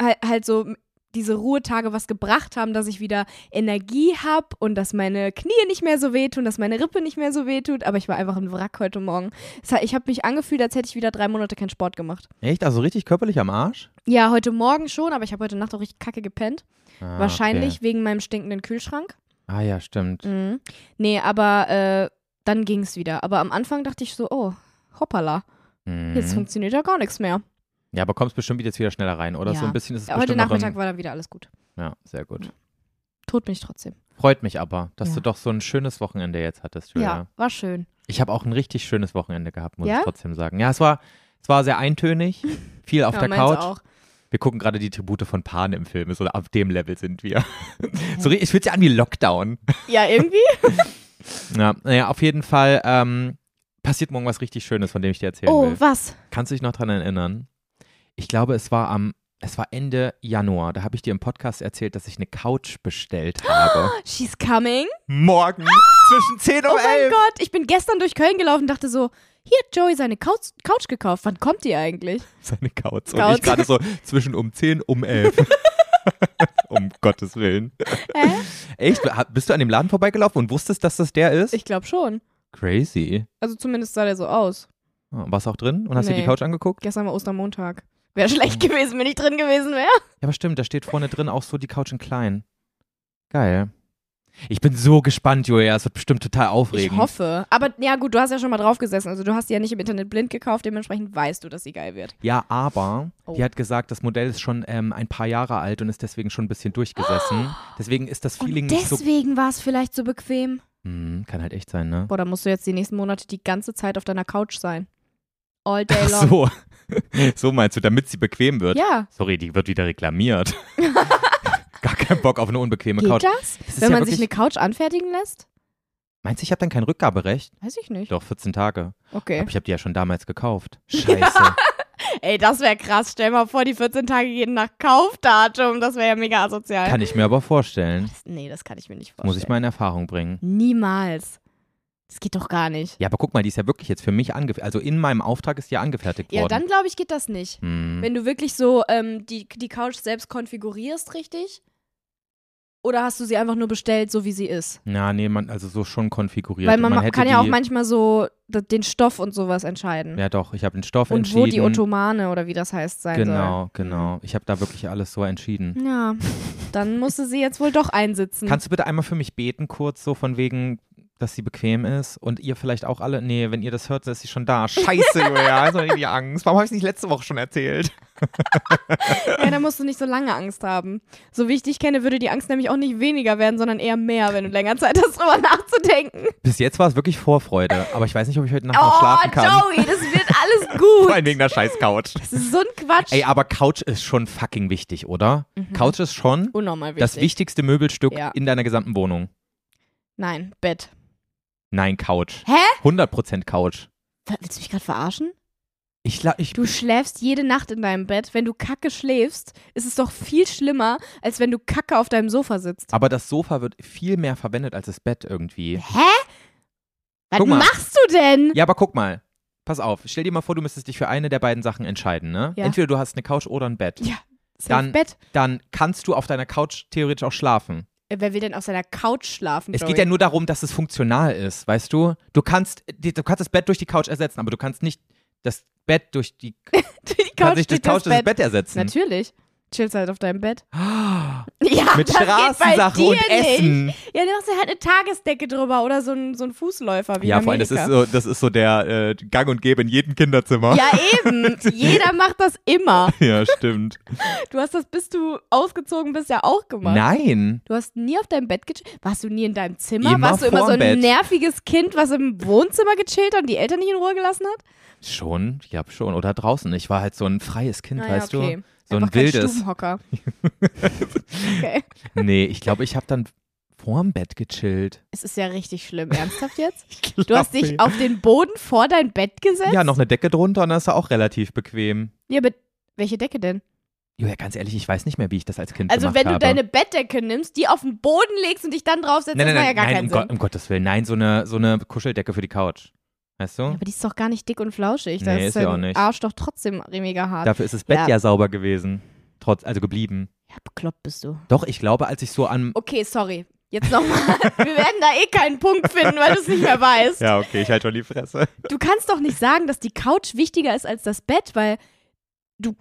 A: halt, halt so m- diese Ruhetage was gebracht haben, dass ich wieder Energie habe und dass meine Knie nicht mehr so wehtun, dass meine Rippe nicht mehr so wehtut. Aber ich war einfach ein Wrack heute Morgen. Es hat- Ich habe mich angefühlt, als hätte ich wieder drei Monate keinen Sport gemacht.
B: Echt? Also richtig körperlich am Arsch?
A: Ja, heute Morgen schon, aber ich habe heute Nacht auch richtig kacke gepennt.
B: Ah,
A: Wahrscheinlich
B: Okay.
A: wegen meinem stinkenden Kühlschrank.
B: Ah ja, stimmt.
A: Mhm. Nee, aber äh, dann ging es wieder. Aber am Anfang dachte ich so, oh, hoppala. Jetzt
B: Mhm.
A: funktioniert ja gar nichts mehr.
B: Ja, aber kommst bestimmt wieder jetzt wieder schneller rein, oder?
A: Ja.
B: So ein bisschen ist es
A: Ja, heute
B: bestimmt noch
A: Nachmittag
B: ein...
A: war dann wieder alles gut.
B: Ja, sehr gut.
A: Tot bin ich trotzdem.
B: Freut mich aber, dass
A: Ja.
B: du doch so ein schönes Wochenende jetzt hattest,
A: Ja,
B: Julia.
A: war schön.
B: Ich habe auch ein richtig schönes Wochenende gehabt, muss
A: Ja?
B: ich trotzdem sagen. Ja, es war, es war sehr eintönig, viel auf
A: ja,
B: der
A: meins
B: Couch.
A: auch.
B: Wir gucken gerade die Tribute von Pan im Film, so auf dem Level sind wir.
A: Mhm.
B: so, ri- ich fühle sich an wie Lockdown.
A: Ja, irgendwie.
B: Ja, naja, auf jeden Fall ähm, passiert morgen was richtig Schönes, von dem ich dir erzählen
A: oh,
B: will.
A: was?
B: Kannst du dich noch dran erinnern? Ich glaube, es war am, es war Ende Januar. Da habe ich dir im Podcast erzählt, dass ich eine Couch bestellt habe.
A: She's coming.
B: Morgen zwischen 10 und
A: Oh mein
B: 11.
A: Gott, ich bin gestern durch Köln gelaufen und dachte so, hier hat Joey seine Couch, Couch gekauft. Wann kommt die eigentlich?
B: Seine Couch. Und
A: Couch.
B: ich gerade so zwischen um 10, um 11. um Gottes Willen.
A: Hä?
B: Echt? Ha- Bist du an dem Laden vorbeigelaufen und wusstest, dass das der ist?
A: Ich glaube schon.
B: Crazy.
A: Also zumindest sah der so aus.
B: Oh, Warst du auch drin und hast dir die
A: Nee.
B: Couch angeguckt?
A: Gestern war Ostermontag.
B: Mhm.
A: Wäre schlecht gewesen, wenn ich drin gewesen wäre.
B: Ja, aber stimmt, da steht vorne drin auch so die Couch in klein. Geil. Ich bin so gespannt, Julia. Es wird bestimmt total
A: Ich
B: aufregend.
A: hoffe. Aber ja gut, du hast ja schon mal drauf gesessen. Also du hast die ja nicht im Internet blind gekauft. Dementsprechend weißt du, dass sie geil wird.
B: Ja, aber die
A: Oh.
B: hat gesagt, das Modell ist schon ähm, ein paar Jahre alt und ist deswegen schon ein bisschen durchgesessen. Deswegen ist das Feeling
A: Und
B: nicht so.
A: deswegen war es vielleicht so bequem.
B: Hm, kann halt echt sein, ne?
A: Boah, da musst du jetzt die nächsten Monate die ganze Zeit auf deiner Couch sein. All day
B: Ach
A: long.
B: so. so meinst du, damit sie bequem wird.
A: Ja,
B: Sorry, die wird wieder reklamiert. Gar keinen Bock auf eine unbequeme
A: geht
B: Couch.
A: das?
B: Das ist
A: Wenn
B: ja
A: man sich eine
B: wirklich-
A: Couch anfertigen lässt?
B: Meinst du, ich habe dann kein Rückgaberecht?
A: Weiß ich nicht.
B: Doch, 14 Tage.
A: Okay.
B: Aber ich habe die ja schon damals gekauft. Scheiße.
A: Ey, das wäre krass. Stell mal vor, die 14 Tage gehen nach Kaufdatum. Das wäre ja mega asozial.
B: Kann ich mir aber vorstellen.
A: das, nee, das kann ich mir nicht vorstellen.
B: Muss ich mal in Erfahrung bringen.
A: Niemals. Das geht doch gar nicht.
B: Ja, aber guck mal, die ist ja wirklich jetzt für mich angefertigt. Also in meinem Auftrag ist die ja angefertigt
A: Ja,
B: worden.
A: dann glaube ich, geht das nicht.
B: dann. Hm.
A: Wenn du wirklich so ähm, die, die Couch selbst konfigurierst, richtig? Oder hast du sie einfach nur bestellt, so wie sie ist?
B: Ja, nee, man, also so schon konfiguriert.
A: Weil
B: Und
A: man, ma-
B: hätte
A: kann ja auch
B: die-
A: manchmal so d- den Stoff und sowas entscheiden.
B: Ja, doch, ich habe den Stoff
A: und
B: entschieden.
A: wo die Ottomane oder wie das heißt sein Mhm.
B: Genau, genau. Ich habe da wirklich alles so entschieden.
A: soll. Ja, dann musste sie jetzt wohl doch einsitzen.
B: Kannst du bitte einmal für mich beten, kurz so von wegen, dass sie bequem ist und ihr vielleicht auch alle. Nee, wenn ihr das hört, dann ist sie schon da. Scheiße, Julia, also die Angst. Warum habe ich es nicht letzte Woche schon erzählt?
A: ja, dann musst du nicht so lange Angst haben. So wie ich dich kenne, würde die Angst nämlich auch nicht weniger werden, sondern eher mehr, wenn du länger Zeit hast, drüber nachzudenken.
B: Bis jetzt war es wirklich Vorfreude, aber ich weiß nicht, ob ich heute Nacht noch
A: oh,
B: schlafen kann.
A: Joey, das wird alles gut.
B: Vor allem wegen der scheiß Couch.
A: Das ist so ein Quatsch. Mhm.
B: Ey, aber Couch ist schon fucking wichtig, oder? Couch ist schon
A: Unnormal wichtig.
B: das wichtigste Möbelstück
A: Ja.
B: in deiner gesamten Wohnung.
A: Nein, Bett.
B: Nein, Couch.
A: Hä?
B: 100% Couch.
A: Wa- Willst du mich gerade verarschen?
B: Ich, la- ich,
A: Du schläfst jede Nacht in deinem Bett. Wenn du Kacke schläfst, ist es doch viel schlimmer, als wenn du Kacke auf deinem Sofa sitzt.
B: aber das Sofa wird viel mehr verwendet als das Bett irgendwie.
A: Hä? Was
B: Guck mal.
A: machst du denn?
B: Ja, aber guck mal. Pass auf, stell dir mal vor, du müsstest dich für eine der beiden Sachen entscheiden, ne?
A: Ja.
B: Entweder du hast eine Couch oder ein Bett.
A: Ja. Safe
B: Dann-
A: Bett.
B: Dann kannst du auf deiner Couch theoretisch auch schlafen.
A: Äh, Wer will denn auf seiner Couch schlafen?
B: Es
A: Joey?
B: geht ja nur darum, dass es funktional ist, weißt du? Du kannst, die- du kannst das Bett durch die Couch ersetzen, aber du kannst nicht das Bett durch die
A: die
B: kannst
A: Couch
B: nicht das
A: durch
B: Couch durch das Bett ersetzen.
A: Natürlich. Chillst halt auf deinem Bett. Ja,
B: Mit
A: das geht bei
B: Straßensache
A: dir
B: und
A: nicht.
B: Essen.
A: Ja, du machst ja halt eine Tagesdecke drüber oder so ein, so ein Fußläufer wie
B: Ja,
A: in
B: vor allem, das
A: Amerika.
B: ist so, das ist so der äh, Gang und Gäbe in jedem Kinderzimmer.
A: Ja, eben. Jeder macht das immer.
B: Ja, stimmt.
A: Du hast das, bis du ausgezogen bist, ja auch gemacht.
B: Nein.
A: Du hast nie auf deinem Bett gechillt? Warst du nie in deinem Zimmer?
B: Immer
A: Warst du immer so
B: vorm
A: ein
B: Bett.
A: nerviges Kind, was im Wohnzimmer gechillt hat und die Eltern nicht in Ruhe gelassen hat?
B: Schon, ich hab schon. Oder draußen. Ich war halt so ein freies Kind,
A: Ah ja,
B: weißt
A: okay.
B: du? So
A: Einfach
B: ein
A: Kein
B: wildes.
A: Stubenhocker. okay.
B: Nee, ich glaube, ich habe dann vorm Bett gechillt.
A: Es ist ja richtig schlimm. Ernsthaft jetzt?
B: glaub,
A: Du hast dich auf den Boden vor dein Bett gesetzt?
B: Ja, noch eine Decke drunter und das ist ja auch relativ bequem.
A: Ja, aber welche Decke denn?
B: Julia, ganz ehrlich, ich weiß nicht mehr, wie ich das als Kind
A: Also,
B: gemacht
A: wenn du
B: habe.
A: deine Bettdecke nimmst, die auf den Boden legst und dich dann draufsetzt,
B: nein,
A: das
B: nein,
A: macht ja
B: nein,
A: gar
B: nein
A: keinen
B: um,
A: Sinn.
B: Gott, um Gottes Willen. Nein, so eine, so eine Kuscheldecke für die Couch. Weißt du?
A: Aber die ist doch gar nicht dick und flauschig. Da
B: Nee,
A: ist
B: ist ja auch
A: dein
B: nicht.
A: Arsch doch trotzdem mega hart.
B: Dafür ist das Bett
A: Ja.
B: ja, sauber gewesen. Trotz, also geblieben.
A: ja, bekloppt bist du.
B: Doch, ich glaube, als ich so an.
A: Okay, sorry. Jetzt nochmal. Wir werden da eh keinen Punkt finden, weil du es nicht mehr weißt.
B: Ja, okay, ich halte schon die Fresse.
A: Du kannst doch nicht sagen, dass die Couch wichtiger ist als das Bett, weil du,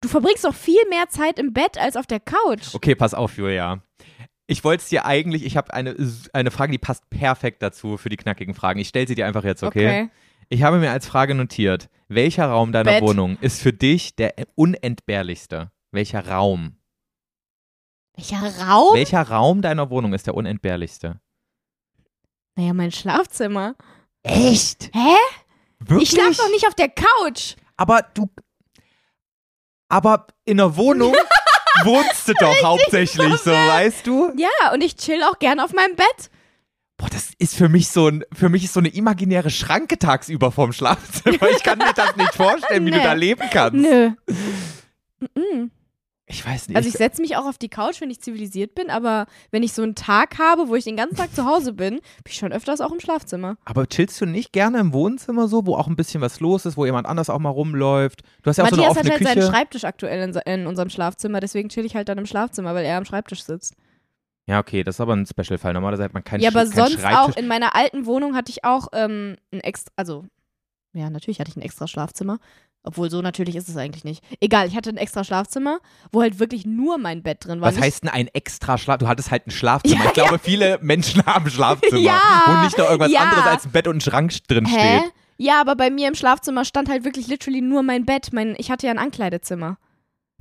A: du verbringst doch viel mehr Zeit im Bett als auf der Couch.
B: Okay, pass auf, Julia. Ich wollte es dir eigentlich, ich habe eine, eine Frage, die passt perfekt dazu für die knackigen Fragen. Ich stelle sie dir einfach jetzt, Ich habe mir als Frage notiert, welcher Raum deiner
A: Bett.
B: Wohnung ist für dich der unentbehrlichste? Welcher Raum?
A: Welcher Raum?
B: Welcher Raum deiner Wohnung ist der unentbehrlichste?
A: naja, mein Schlafzimmer.
B: Echt?
A: Hä?
B: Wirklich?
A: Ich schlafe doch nicht auf der Couch.
B: Aber du. Aber in der Wohnung wohnst du doch hauptsächlich so, weißt du?
A: Ja, und ich chill auch gern auf meinem Bett.
B: Boah, das ist für mich so ein, für mich ist so eine imaginäre Schranke tagsüber vorm Schlafzimmer. Ich kann mir das nicht vorstellen, wie
A: Nee.
B: du da leben kannst.
A: Nö. Mhm.
B: Ich weiß nicht.
A: Also ich setze mich auch auf die Couch, wenn ich zivilisiert bin, aber wenn ich so einen Tag habe, wo ich den ganzen Tag zu Hause bin, bin ich schon öfters auch im Schlafzimmer.
B: aber chillst du nicht gerne im Wohnzimmer so, wo auch ein bisschen was los ist, wo jemand anders auch mal rumläuft? Du hast ja auch
A: Matthias
B: so
A: hat
B: eine
A: halt
B: offene
A: seinen
B: Küche.
A: Schreibtisch aktuell in, se- in unserem Schlafzimmer, deswegen chill ich halt dann im Schlafzimmer, weil er am Schreibtisch sitzt.
B: Ja, okay, das ist aber ein Special-Fall. Normalerweise hat man keinen
A: ja, aber
B: Sch- keinen
A: sonst auch
B: Schreibtisch.
A: in meiner alten Wohnung hatte ich auch ähm, ein extra, also ja, natürlich hatte ich ein extra Schlafzimmer. Obwohl, so natürlich ist es eigentlich nicht. Egal, ich hatte ein extra Schlafzimmer, wo halt wirklich nur mein Bett drin war.
B: Was
A: Nicht-
B: heißt denn ein extra Schlaf? Du hattest halt ein Schlafzimmer.
A: Ja,
B: ich glaube, viele Menschen haben Schlafzimmer,
A: Ja,
B: wo nicht noch irgendwas
A: ja.
B: anderes als ein Bett und ein Schrank drin
A: Hä?
B: steht.
A: Ja, aber bei mir im Schlafzimmer stand halt wirklich literally nur mein Bett. Mein, ich hatte ja ein Ankleidezimmer.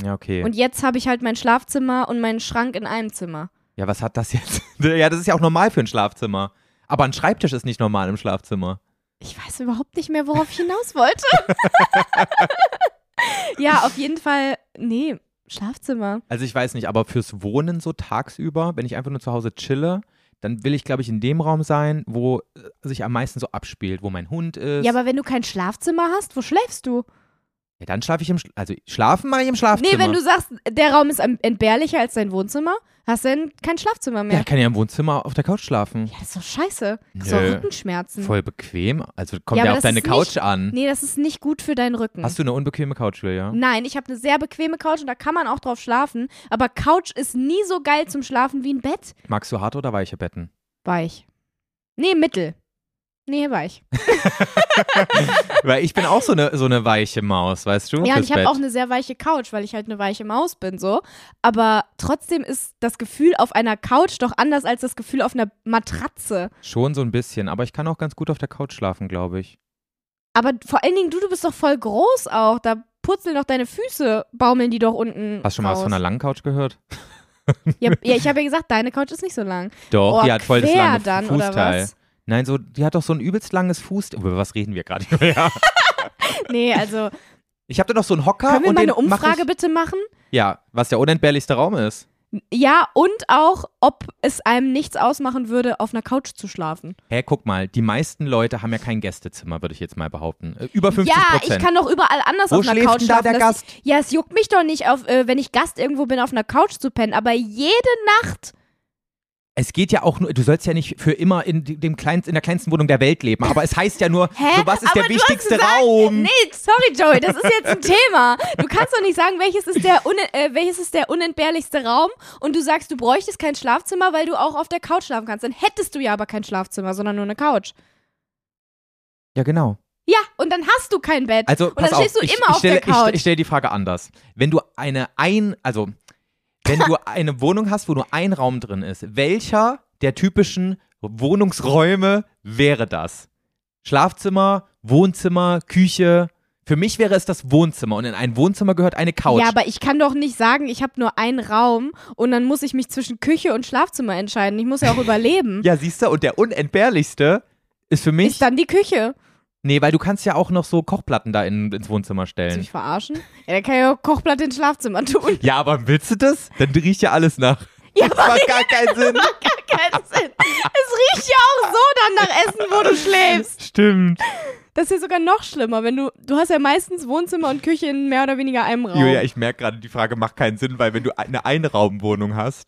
B: Ja, okay.
A: Und jetzt habe ich halt mein Schlafzimmer und meinen Schrank in einem Zimmer.
B: ja, was hat das jetzt? ja, das ist ja auch normal für ein Schlafzimmer. Aber ein Schreibtisch ist nicht normal im Schlafzimmer.
A: Ich weiß überhaupt nicht mehr, worauf ich hinaus wollte. ja, auf jeden Fall, nee, Schlafzimmer.
B: Also ich weiß nicht, aber fürs Wohnen so tagsüber, wenn ich einfach nur zu Hause chille, dann will ich, glaube ich, in dem Raum sein, wo äh, sich am meisten so abspielt, wo mein Hund ist.
A: Ja, aber wenn du kein Schlafzimmer hast, wo schläfst du?
B: Ja, dann schlafe ich im Sch Also schlafen mache ich im Schlafzimmer.
A: Nee, wenn du sagst, der Raum ist am- entbehrlicher als dein Wohnzimmer, hast du dann kein Schlafzimmer
B: Ja,
A: mehr.
B: kann ja im Wohnzimmer auf der Couch schlafen.
A: Ja, das ist doch scheiße. Kriegst
B: Nö.
A: du Rückenschmerzen.
B: Voll bequem. Also kommt
A: Hm. Ja, aber
B: ja, auf
A: das
B: deine
A: ist
B: Couch
A: nicht-
B: an.
A: Nee, das ist nicht gut für deinen Rücken.
B: Hast du eine unbequeme Couch, Julia?
A: Nein, ich habe eine sehr bequeme Couch und da kann man auch drauf schlafen, aber Couch ist nie so geil zum Schlafen wie ein Bett.
B: Magst du harte oder weiche Betten?
A: Weich. Nee, mittel. Nee, weich.
B: Weil ich bin auch so eine, so eine weiche Maus, weißt du?
A: Ja, und
B: fürs
A: ich habe
B: Bett.
A: auch eine sehr weiche Couch, weil ich halt eine weiche Maus bin, so. Aber trotzdem ist das Gefühl auf einer Couch doch anders als das Gefühl auf einer Matratze.
B: Schon so ein bisschen, aber ich kann auch ganz gut auf der Couch schlafen, glaube ich.
A: Aber vor allen Dingen, du, du bist doch voll groß auch. Da purzeln doch deine Füße, baumeln die doch unten.
B: Hast du schon mal was
A: raus.
B: von einer langen Couch gehört?
A: Ja, ja ich habe ja gesagt, deine Couch ist nicht so lang. Oh,
B: Doch, die hat voll das
A: quer
B: lange
A: dann, oder
B: Fußteil.
A: was?
B: Nein, so, die hat doch so ein übelst langes Fuß. oh, Über was reden wir gerade? Julia?
A: Nee, also.
B: Ich habe da noch so einen Hocker.
A: Können wir
B: und
A: mal
B: den
A: eine
B: mach
A: Umfrage
B: ich,
A: bitte machen?
B: Ja, was der unentbehrlichste Raum ist.
A: Ja, und auch, ob es einem nichts ausmachen würde, auf einer Couch zu schlafen.
B: Hä, guck mal, die meisten Leute haben ja kein Gästezimmer, würde ich jetzt mal behaupten. Äh, Über 50
A: Ja,
B: Prozent.
A: ich kann doch überall anders
B: Wo
A: auf einer
B: schläft
A: Couch
B: denn da
A: schlafen.
B: der
A: Das- ja, es juckt mich doch nicht, auf, äh, wenn ich Gast irgendwo bin, auf einer Couch zu pennen. Aber jede Nacht.
B: Es geht ja auch nur, du sollst ja nicht für immer in die- dem kleinst, in der kleinsten Wohnung der Welt leben, aber es heißt ja nur,
A: Hä?
B: so was ist
A: Aber
B: der
A: du hast
B: wichtigste
A: gesagt-
B: Raum?
A: Nee, sorry, Joey, das ist jetzt ein Thema. Du kannst doch nicht sagen, welches ist, der une- äh, welches ist der unentbehrlichste Raum und du sagst, du bräuchtest kein Schlafzimmer, weil du auch auf der Couch schlafen kannst. Dann hättest du ja aber kein Schlafzimmer, sondern nur eine Couch.
B: Ja, genau.
A: Ja, und dann hast du kein Bett.
B: Also,
A: und
B: pass
A: dann
B: auf,
A: stehst du
B: ich,
A: immer
B: ich
A: auf
B: stelle,
A: der Couch.
B: Ich, ich stelle die Frage anders. Wenn du eine ein, also, wenn du eine Wohnung hast, wo nur ein Raum drin ist, welcher der typischen Wohnungsräume wäre das? Schlafzimmer, Wohnzimmer, Küche. Für mich wäre es das Wohnzimmer und in ein Wohnzimmer gehört eine Couch.
A: Ja, aber ich kann doch nicht sagen, ich habe nur einen Raum und dann muss ich mich zwischen Küche und Schlafzimmer entscheiden. Ich muss ja auch überleben.
B: ja siehst du, und der unentbehrlichste ist für mich
A: Ist dann die Küche.
B: Nee, weil du kannst ja auch noch so Kochplatten da in, ins Wohnzimmer
A: Willst du
B: stellen.
A: mich verarschen? Ja, dann kann ich auch Kochblatt ins Schlafzimmer tun.
B: Ja, aber willst du das? Dann riecht ja alles nach.
A: Ja,
B: das macht gar keinen Sinn.
A: Keinen Sinn. Es riecht ja auch so dann nach Essen, wo du schläfst.
B: Stimmt.
A: Das ist ja sogar noch schlimmer, wenn du, du hast ja meistens Wohnzimmer und Küche in mehr oder weniger einem Raum.
B: Julia, ich merke gerade, die Frage macht keinen Sinn, weil wenn du eine Einraumwohnung hast,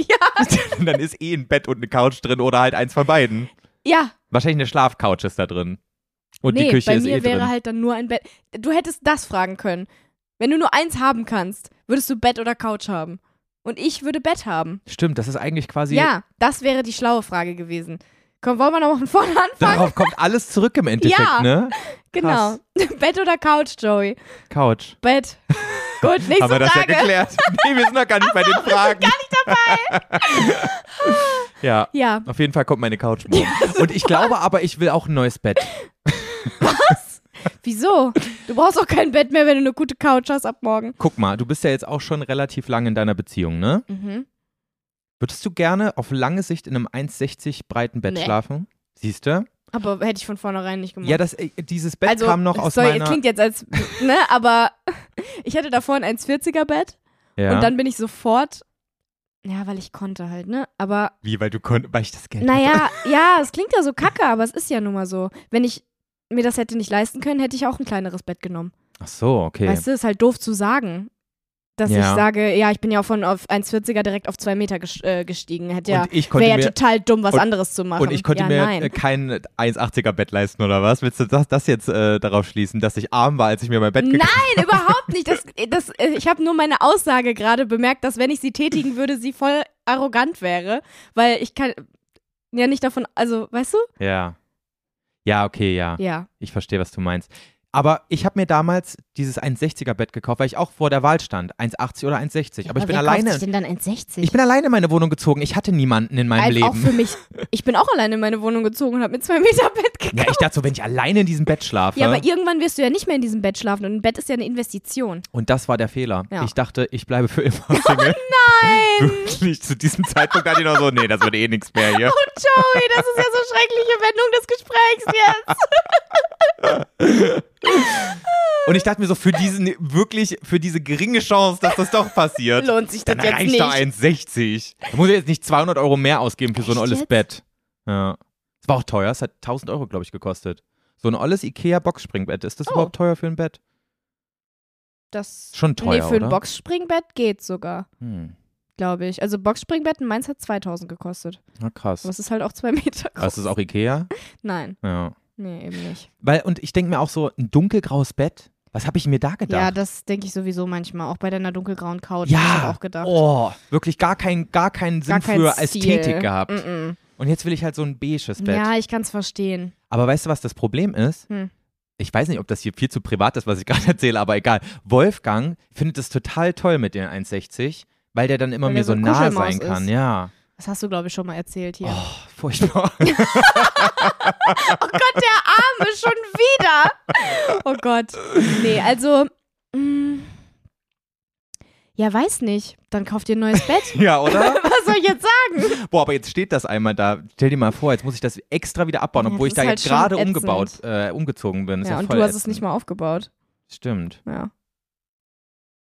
B: dann ist eh ein Bett und eine Couch drin oder halt eins von beiden.
A: ja,
B: Wahrscheinlich eine Schlafcouch ist da drin. Und
A: nee,
B: die Küche
A: bei
B: ist
A: mir
B: eh
A: wäre
B: drin.
A: halt dann nur ein Bett. Du hättest das fragen können. Wenn du nur eins haben kannst, würdest du Bett oder Couch haben. Und ich würde Bett haben.
B: Stimmt, das ist eigentlich quasi.
A: ja, das wäre die schlaue Frage gewesen. Komm, wollen wir noch mal von vorne anfangen?
B: Darauf kommt alles zurück im Endeffekt,
A: Ja.
B: ne?
A: Genau. Bett oder Couch, Joey?
B: Couch.
A: Bett. Gut, nächste
B: Haben wir das ja
A: Frage.
B: geklärt. Nee, wir sind noch gar nicht bei den Fragen. Wir sind gar nicht dabei. ja.
A: ja,
B: Auf jeden Fall kommt meine Couch morgen. und ich glaube aber, ich will auch ein neues Bett.
A: wieso? Du brauchst auch kein Bett mehr, wenn du eine gute Couch hast ab morgen.
B: Guck mal, du bist ja jetzt auch schon relativ lange in deiner Beziehung, ne?
A: Mhm.
B: Würdest du gerne auf lange Sicht in einem 1,60 breiten Bett
A: Nee.
B: schlafen? Siehst du?
A: Aber hätte ich von vornherein nicht gemacht.
B: Ja, das, äh, dieses Bett
A: also,
B: kam noch
A: es
B: aus
A: soll,
B: meiner.
A: klingt jetzt als, ne, aber ich hatte davor ein 1,40er Bett
B: ja.
A: und dann bin ich sofort, ja, weil ich konnte halt, ne, aber
B: Wie, weil du konntest, weil ich das Geld
A: naja, ja, es klingt ja so kacke, aber es ist ja nun mal so. Wenn ich mir das hätte nicht leisten können, hätte ich auch ein kleineres Bett genommen.
B: hatte. Ach so, okay.
A: Weißt du, ist halt doof zu sagen. Dass ich
B: Ja.
A: sage, ja, ich bin ja von auf 1,40er direkt auf 2 Meter ges- äh, gestiegen. Hätte ja,
B: und ich konnte
A: wäre ja
B: mir,
A: total dumm, was
B: und-
A: anderes zu machen.
B: und ich konnte
A: ja,
B: mir
A: nein.
B: äh, kein 1,80er Bett leisten oder was? Willst du das, das jetzt äh, darauf schließen, dass ich arm war, als ich mir mein Bett gekauft habe?
A: Nein, überhaupt nicht. Das, das, äh, ich habe nur meine Aussage gerade bemerkt, dass wenn ich sie tätigen würde, sie voll arrogant wäre, weil ich kann ja nicht davon, also weißt du?
B: Ja. Ja, okay, ja.
A: Ja.
B: Ich verstehe, was du meinst. Aber ich habe mir damals dieses 1,60er Bett gekauft, weil ich auch vor der Wahl stand. 1,80 oder 1,60. Aber ich bin
C: wer kauft
B: alleine.
C: sich denn dann 1,60?
B: Ich bin alleine in meine Wohnung gezogen. Ich hatte niemanden in meinem
A: Also auch
B: Leben.
A: für mich. Ich bin auch alleine in meine Wohnung gezogen und habe mir zwei Meter Bett gekauft.
B: Ja, ich dachte so, wenn ich alleine in diesem Bett schlafe.
A: Ja, aber irgendwann wirst du ja nicht mehr in diesem Bett schlafen und ein Bett ist ja eine Investition.
B: und das war der Fehler.
A: Ja.
B: Ich dachte, ich bleibe für immer Single. nein! Wirklich, zu diesem Zeitpunkt hatte ich noch so, nee, das wird eh nichts mehr hier.
A: Oh, Joey, das ist ja so schreckliche Wendung des Gesprächs jetzt.
B: Und ich dachte mir so, für diesen, wirklich, für diese geringe Chance, dass das doch passiert.
A: Lohnt sich das
B: Also, Dann
A: jetzt
B: reicht
A: nicht.
B: doch 1,60. Da muss ich jetzt nicht 200 Euro mehr ausgeben für so ein
C: Echt
B: olles
C: jetzt?
B: Bett. Ja. Es war auch teuer, es hat 1000 Euro, glaube ich, gekostet. So ein olles Ikea-Boxspringbett, ist das
A: Oh.
B: überhaupt teuer für ein Bett?
A: Das
B: Schon teuer,
A: nee, für
B: oder?
A: ein Boxspringbett geht sogar,
B: Hm.
A: glaube ich. Also Boxspringbett in Mainz hat 2000 gekostet.
B: Na krass.
A: Aber es ist halt auch zwei Meter groß.
B: Ah, ist das auch Ikea?
A: Nein,
B: Ja.
A: nee, eben nicht.
B: Weil, und ich denke mir auch so, ein dunkelgraues Bett, was habe ich mir da
A: Ja,
B: gedacht?
A: das denke ich sowieso manchmal. Auch bei deiner dunkelgrauen Couch.
B: Ja.
A: hab Ich auch gedacht.
B: oh, wirklich gar, kein, gar keinen Sinn
A: Gar kein
B: für
A: Stil.
B: Ästhetik gehabt.
A: Mm
B: Und jetzt will ich halt so ein beiges
A: -mm.
B: Bett.
A: Ja, ich kann es verstehen.
B: Aber weißt du, was das Problem ist?
A: Hm.
B: Ich weiß nicht, ob das hier viel zu privat ist, was ich gerade erzähle, aber egal. Wolfgang findet es total toll mit den 1,60, weil der dann immer
A: Weil
B: mir
A: der
B: so
A: so eine
B: nah
A: Kuschelmaus
B: sein kann.
A: ist.
B: Ja.
A: Das hast du, glaube ich, schon mal erzählt hier.
B: Oh, furchtbar.
A: Gott, der Arme schon wieder. Oh Gott. Nee, also. mm, ja, weiß nicht. Dann kauft ihr ein neues Bett.
B: ja, oder?
A: Was soll ich jetzt sagen?
B: Boah, aber jetzt steht das einmal da. Stell dir mal vor, jetzt muss ich das extra wieder abbauen,
A: Ja,
B: obwohl
A: das
B: ich da
A: ist
B: jetzt
A: halt schon
B: gerade
A: ätzend.
B: umgebaut, äh, umgezogen bin. Ist ja,
A: Ja, und
B: voll
A: du hast es
B: ätzend.
A: nicht mal aufgebaut.
B: Stimmt.
A: Ja.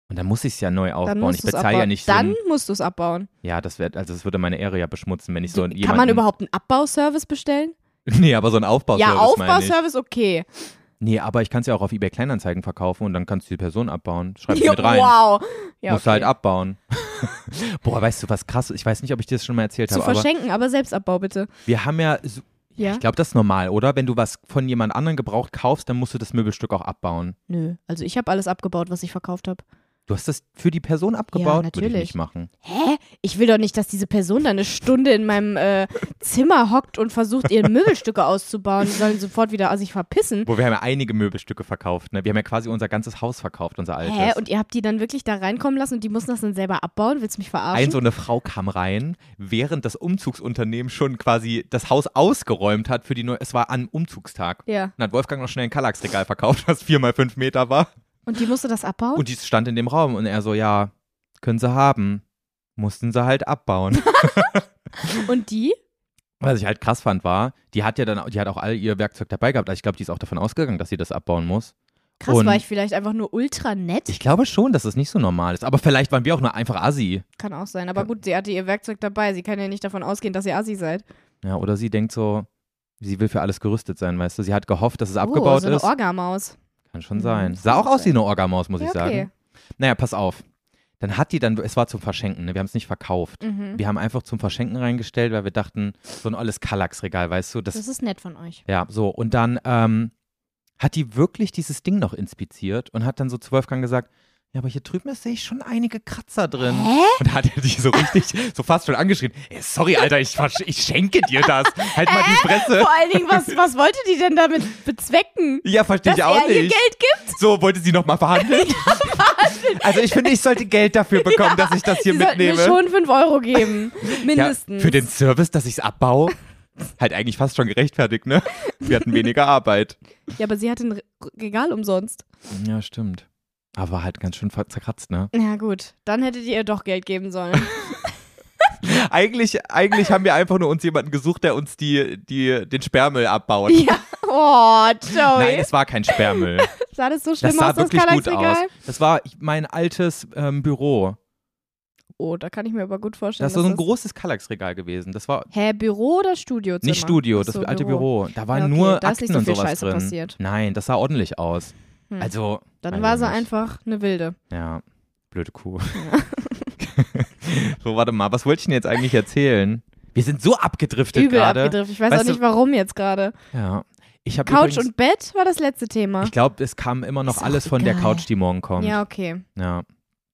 B: Und dann muss ich es ja neu
A: Dann
B: aufbauen.
A: musst
B: Ich
A: du's
B: bezahle
A: abbauen.
B: ja nicht so.
A: Dann
B: ein-
A: musst du es abbauen.
B: Ja, das wäre, also das würde meine Ehre ja beschmutzen, wenn ich so jemanden.
A: Kann man überhaupt einen Abbauservice bestellen?
B: Nee, aber so ein Aufbauservice
A: ja,
B: meine ich.
A: Aufbauservice, okay.
B: Nee, aber ich kann es ja auch auf eBay Kleinanzeigen verkaufen und dann kannst du die Person abbauen. Schreib ich mit rein.
A: wow. Ja,
B: Musst
A: okay.
B: du halt abbauen. Boah, weißt du, was krass ist? Ich weiß nicht, ob ich dir das schon mal erzählt
A: Zu
B: habe, aber
A: verschenken, aber Selbstabbau bitte.
B: wir haben ja, so,
A: Ja?
B: ich glaube, das ist normal, oder? Wenn du was von jemand anderem gebraucht kaufst, dann musst du das Möbelstück auch abbauen.
A: Nö. Also ich habe alles abgebaut, was ich verkauft habe.
B: Du hast das für die Person abgebaut? Würde ich
A: natürlich.
B: nicht machen.
A: Hä? Ich will doch nicht, dass diese Person da eine Stunde in meinem äh, Zimmer hockt und versucht, ihre Möbelstücke auszubauen. Die sollen sofort wieder sich verpissen.
B: Wo wir haben ja einige Möbelstücke verkauft, ne? Wir haben ja quasi unser ganzes Haus verkauft, unser altes.
A: Hä? Und ihr habt die dann wirklich da reinkommen lassen und die mussten das dann selber abbauen? Willst du mich verarschen?
B: ein so eine Frau kam rein, während das Umzugsunternehmen schon quasi das Haus ausgeräumt hat für die neue. Es war am Umzugstag.
A: ja.
B: Dann hat Wolfgang noch schnell ein Kallax-Regal verkauft, was 4 mal 5 Meter war.
A: Und die musste das abbauen?
B: Und die stand in dem Raum und er so, ja, können sie haben. Mussten sie halt abbauen.
A: und die?
B: Was ich halt krass fand war, die hat ja dann, die hat auch all ihr Werkzeug dabei gehabt. Also ich glaube, die ist auch davon ausgegangen, dass sie das abbauen muss.
A: Krass,
B: Und-
A: war ich vielleicht einfach nur ultra nett?
B: Ich glaube schon, dass es nicht so normal ist. Aber vielleicht waren wir auch nur einfach Assi.
A: kann auch sein. Aber gut, sie hatte ihr Werkzeug dabei. Sie kann ja nicht davon ausgehen, dass ihr Assi seid.
B: Ja, oder sie denkt so, sie will für alles gerüstet sein, weißt du. Sie hat gehofft, dass es
A: oh,
B: abgebaut
A: so eine
B: ist.
A: Orgamaus.
B: Kann schon
A: Mhm,
B: sein.
A: das
B: Sah
A: kann
B: auch aus wie
A: sein.
B: eine Orgamaus, muss
A: Ja,
B: ich
A: okay.
B: sagen. Naja, pass auf. Dann hat die dann, es war zum Verschenken, ne? wir haben es nicht verkauft.
A: Mhm.
B: Wir haben einfach zum Verschenken reingestellt, weil wir dachten, so ein olles Kallax-Regal, weißt du, das,
A: Das ist nett von euch.
B: ja, so. Und dann ähm, hat die wirklich dieses Ding noch inspiziert und hat dann so zu Wolfgang gesagt, ja, aber hier drüben sehe ich schon einige Kratzer drin.
C: Hä?
B: Und da hat er dich so richtig, so fast schon angeschrien, "Ey, sorry, Alter, ich, versch- ich schenke dir das. Halt mal die Fresse.
A: Vor allen Dingen, was, was wollte die denn damit bezwecken?
B: Ja, verstehe
A: Dass
B: ich auch
A: er ihr
B: nicht.
A: Geld gibt?
B: So, wollte sie nochmal verhandeln? also ich finde, ich sollte Geld dafür bekommen, dass ich das hier
A: Sie sollten mir
B: mitnehme.
A: schon 5 Euro geben.
B: ja,
A: Mindestens.
B: für den Service, dass ich es abbaue. halt eigentlich fast schon gerechtfertigt, ne? Wir hatten weniger Arbeit.
A: Ja, aber sie hatte ein Re- Regal umsonst.
B: Ja, stimmt. Aber halt ganz schön ver- zerkratzt, ne?
A: Na gut, dann hättet ihr ihr doch Geld geben sollen.
B: Eigentlich, eigentlich haben wir einfach nur uns jemanden gesucht, der uns die, die, den Sperrmüll abbaut.
A: ja. Oh,
B: Nein,
A: Joey.
B: es war kein Sperrmüll.
A: Sah das so schlimm
B: Das sah
A: aus, das
B: wirklich gut aus.
A: Kallax-Regal?
B: Das war mein altes ähm, Büro.
A: Oh, da kann ich mir aber gut vorstellen.
B: Das ist so ein
A: dass
B: großes Kallax-Regal gewesen. Das war
A: Hä, Büro oder Studio?
B: Nicht Studio, das
A: so,
B: alte Büro. Da waren
A: Ja, okay,
B: nur
A: da ist
B: Akten
A: nicht so
B: und
A: viel
B: sowas
A: Scheiße
B: drin.
A: passiert.
B: Nein, das sah ordentlich aus.
A: Hm.
B: Also,
A: Dann
B: Weiß
A: war
B: ich
A: sie
B: nicht.
A: einfach eine Wilde.
B: ja, blöde Kuh. so, warte mal, was wollte ich denn jetzt eigentlich erzählen? Wir sind so abgedriftet
A: Übel
B: gerade.
A: abgedriftet. Ich weiß
B: Weißt
A: auch
B: du-
A: nicht warum jetzt gerade.
B: Ja. Ich habe
A: Couch
B: übrigens,
A: und Bett war das letzte Thema.
B: ich glaube, es kam immer noch
A: Ist auch
B: alles von der
A: egal.
B: Couch, die morgen kommt.
A: Ja, okay.
B: ja.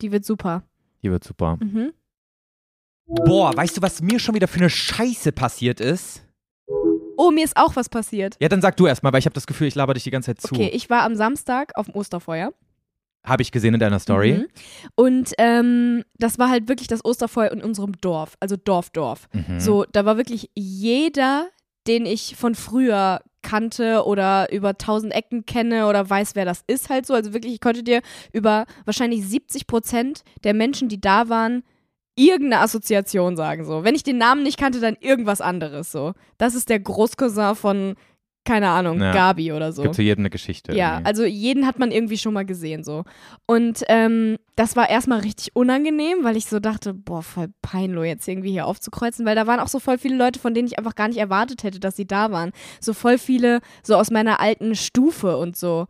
A: Die wird super.
B: Die wird super.
A: Mhm.
B: Boah, weißt du, was mir schon wieder für eine Scheiße passiert ist?
A: Oh, mir ist auch was passiert.
B: Ja, dann sag du erstmal, weil ich habe das Gefühl, ich laber dich die ganze Zeit zu.
A: Okay, ich war am Samstag auf dem Osterfeuer.
B: Habe ich gesehen in deiner Story.
A: Mhm. Und ähm, das war halt wirklich das Osterfeuer in unserem Dorf, also Dorf, Dorf.
B: Mhm.
A: So, da war wirklich jeder, den ich von früher kannte oder über tausend Ecken kenne oder weiß, wer das ist, halt so. Also wirklich, ich konnte dir über wahrscheinlich 70 Prozent der Menschen, die da waren, irgendeine Assoziation sagen, so. Wenn ich den Namen nicht kannte, dann irgendwas anderes, so. Das ist der Großcousin von, keine Ahnung,
B: Ja.
A: Gabi oder so.
B: Gibt zu jedem eine Geschichte.
A: Ja,
B: irgendwie.
A: also jeden hat man irgendwie schon mal gesehen so. Und ähm, das war erstmal richtig unangenehm, weil ich so dachte, boah, voll peinlich jetzt irgendwie hier aufzukreuzen, weil da waren auch so voll viele Leute, von denen ich einfach gar nicht erwartet hätte, dass sie da waren. So voll viele so aus meiner alten Stufe und so.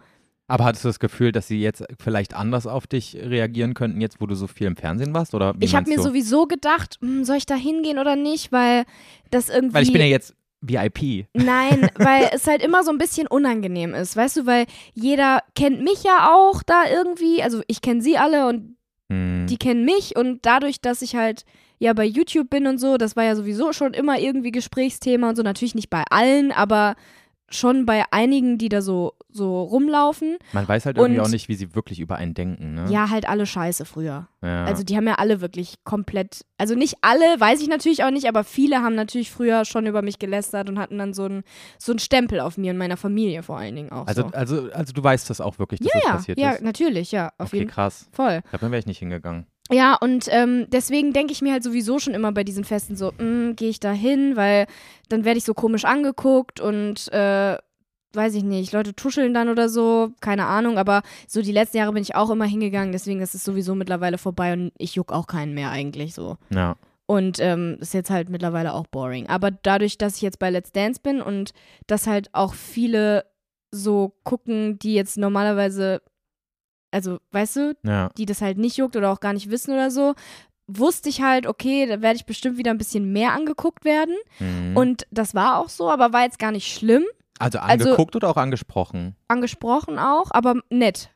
B: Aber hattest du das Gefühl, dass sie jetzt vielleicht anders auf dich reagieren könnten, jetzt wo du so viel im Fernsehen warst? Oder wie
A: ich habe
B: meinst
A: mir
B: du?
A: sowieso gedacht, hm, soll ich da hingehen oder nicht, weil das irgendwie.
B: Weil ich bin ja jetzt VIP.
A: Nein, weil es halt immer so ein bisschen unangenehm ist, weißt du, weil jeder kennt mich ja auch da irgendwie, also ich kenne sie alle und
B: Hm.
A: die kennen mich und dadurch, dass ich halt ja bei YouTube bin und so, das war ja sowieso schon immer irgendwie Gesprächsthema und so, natürlich nicht bei allen, aber schon bei einigen, die da so, so rumlaufen.
B: Man weiß halt irgendwie
A: Und-
B: auch nicht, wie sie wirklich über einen denken. Ne?
A: Ja, halt alle scheiße früher.
B: Ja.
A: Also die haben ja alle wirklich komplett, also nicht alle, weiß ich natürlich auch nicht, aber viele haben natürlich früher schon über mich gelästert und hatten dann so einen so einen Stempel auf mir und meiner Familie vor allen Dingen auch.
B: also,
A: so.
B: also, also du weißt das auch wirklich, dass das
A: ja,
B: passiert
A: ja,
B: ist.
A: natürlich, ja, auf
B: okay,
A: jeden
B: krass.
A: Fall.
B: Ich glaube, dann wäre ich nicht hingegangen.
A: Ja, und ähm, deswegen denke ich mir halt sowieso schon immer bei diesen Festen so, gehe ich da hin, weil dann werde ich so komisch angeguckt und äh, weiß ich nicht, Leute tuscheln dann oder so, keine Ahnung, aber so die letzten Jahre bin ich auch immer hingegangen, deswegen das ist sowieso mittlerweile vorbei und ich juck auch keinen mehr eigentlich so.
B: Ja.
A: Und ähm, ist jetzt halt mittlerweile auch boring. Aber dadurch, dass ich jetzt bei Let's Dance bin und dass halt auch viele so gucken, die jetzt normalerweise, also weißt du,
B: Ja.
A: die das halt nicht juckt oder auch gar nicht wissen oder so, wusste ich halt, okay, da werde ich bestimmt wieder ein bisschen mehr angeguckt werden.
B: Mhm.
A: Und das war auch so, aber war jetzt gar nicht schlimm.
B: also
A: also-
B: angeguckt oder auch angesprochen?
A: Angesprochen auch, aber nett.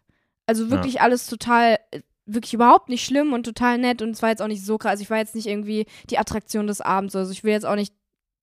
A: Also wirklich alles total, äh, wirklich überhaupt nicht schlimm und total nett und es war jetzt auch nicht so krass. Also ich war jetzt nicht irgendwie die Attraktion des Abends. Also ich will jetzt auch nicht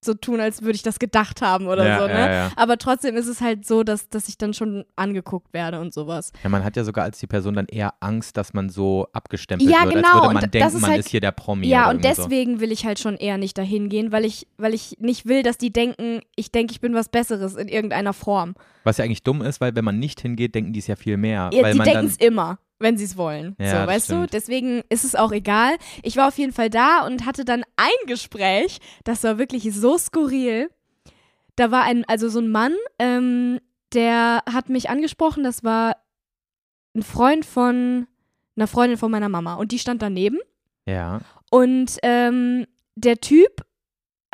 A: so tun, als würde ich das gedacht haben oder
B: ja,
A: so, ne?
B: ja, ja.
A: Aber trotzdem ist es halt so, dass, dass ich dann schon angeguckt werde und sowas.
B: ja, man hat ja sogar als die Person dann eher Angst, dass man so abgestempelt
A: Ja,
B: wird, als
A: genau,
B: würde
A: und
B: man
A: das
B: denken,
A: ist
B: man
A: halt-
B: ist hier der Promi.
A: Ja,
B: oder
A: und
B: irgendwie so.
A: deswegen will ich halt schon eher nicht dahin gehen, weil ich, weil ich nicht will, dass die denken, ich denke, ich bin was Besseres in irgendeiner Form.
B: Was ja eigentlich dumm ist, weil wenn man nicht hingeht, denken die es ja viel mehr.
A: Ja,
B: weil
A: die
B: man
A: denken
B: dann,
A: es immer, wenn sie es wollen.
B: Ja,
A: so,
B: das
A: weißt du?
B: stimmt.
A: Deswegen ist es auch egal. Ich war auf jeden Fall da und hatte dann ein Gespräch, das war wirklich so skurril. Da war ein, also so ein Mann, ähm, der hat mich angesprochen, das war ein Freund von einer Freundin von meiner Mama und die stand daneben.
B: ja.
A: Und ähm, der Typ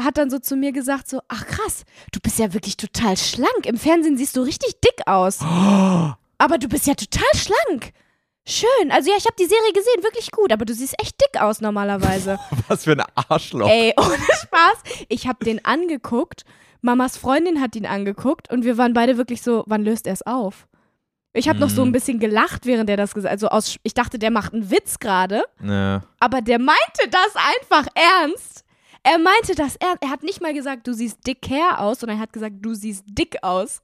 A: hat dann so zu mir gesagt: so, ach krass, du bist ja wirklich total schlank. Im Fernsehen siehst du richtig dick aus. Aber du bist ja total schlank. Schön. Also ja, ich habe die Serie gesehen, wirklich gut, aber du siehst echt dick aus normalerweise.
B: Was für ein Arschloch.
A: Ey, ohne Spaß. Ich habe den angeguckt. Mamas Freundin hat ihn angeguckt und wir waren beide wirklich so, wann löst er es auf? Ich habe noch so
B: Mhm.
A: ein bisschen gelacht, während er das gesagt hat. Also aus, ich dachte, der macht einen Witz gerade.
B: Ne.
A: Aber der meinte das einfach ernst. Er meinte das ernst. Er hat nicht mal gesagt, du siehst dick her aus, sondern er hat gesagt, du siehst dick aus.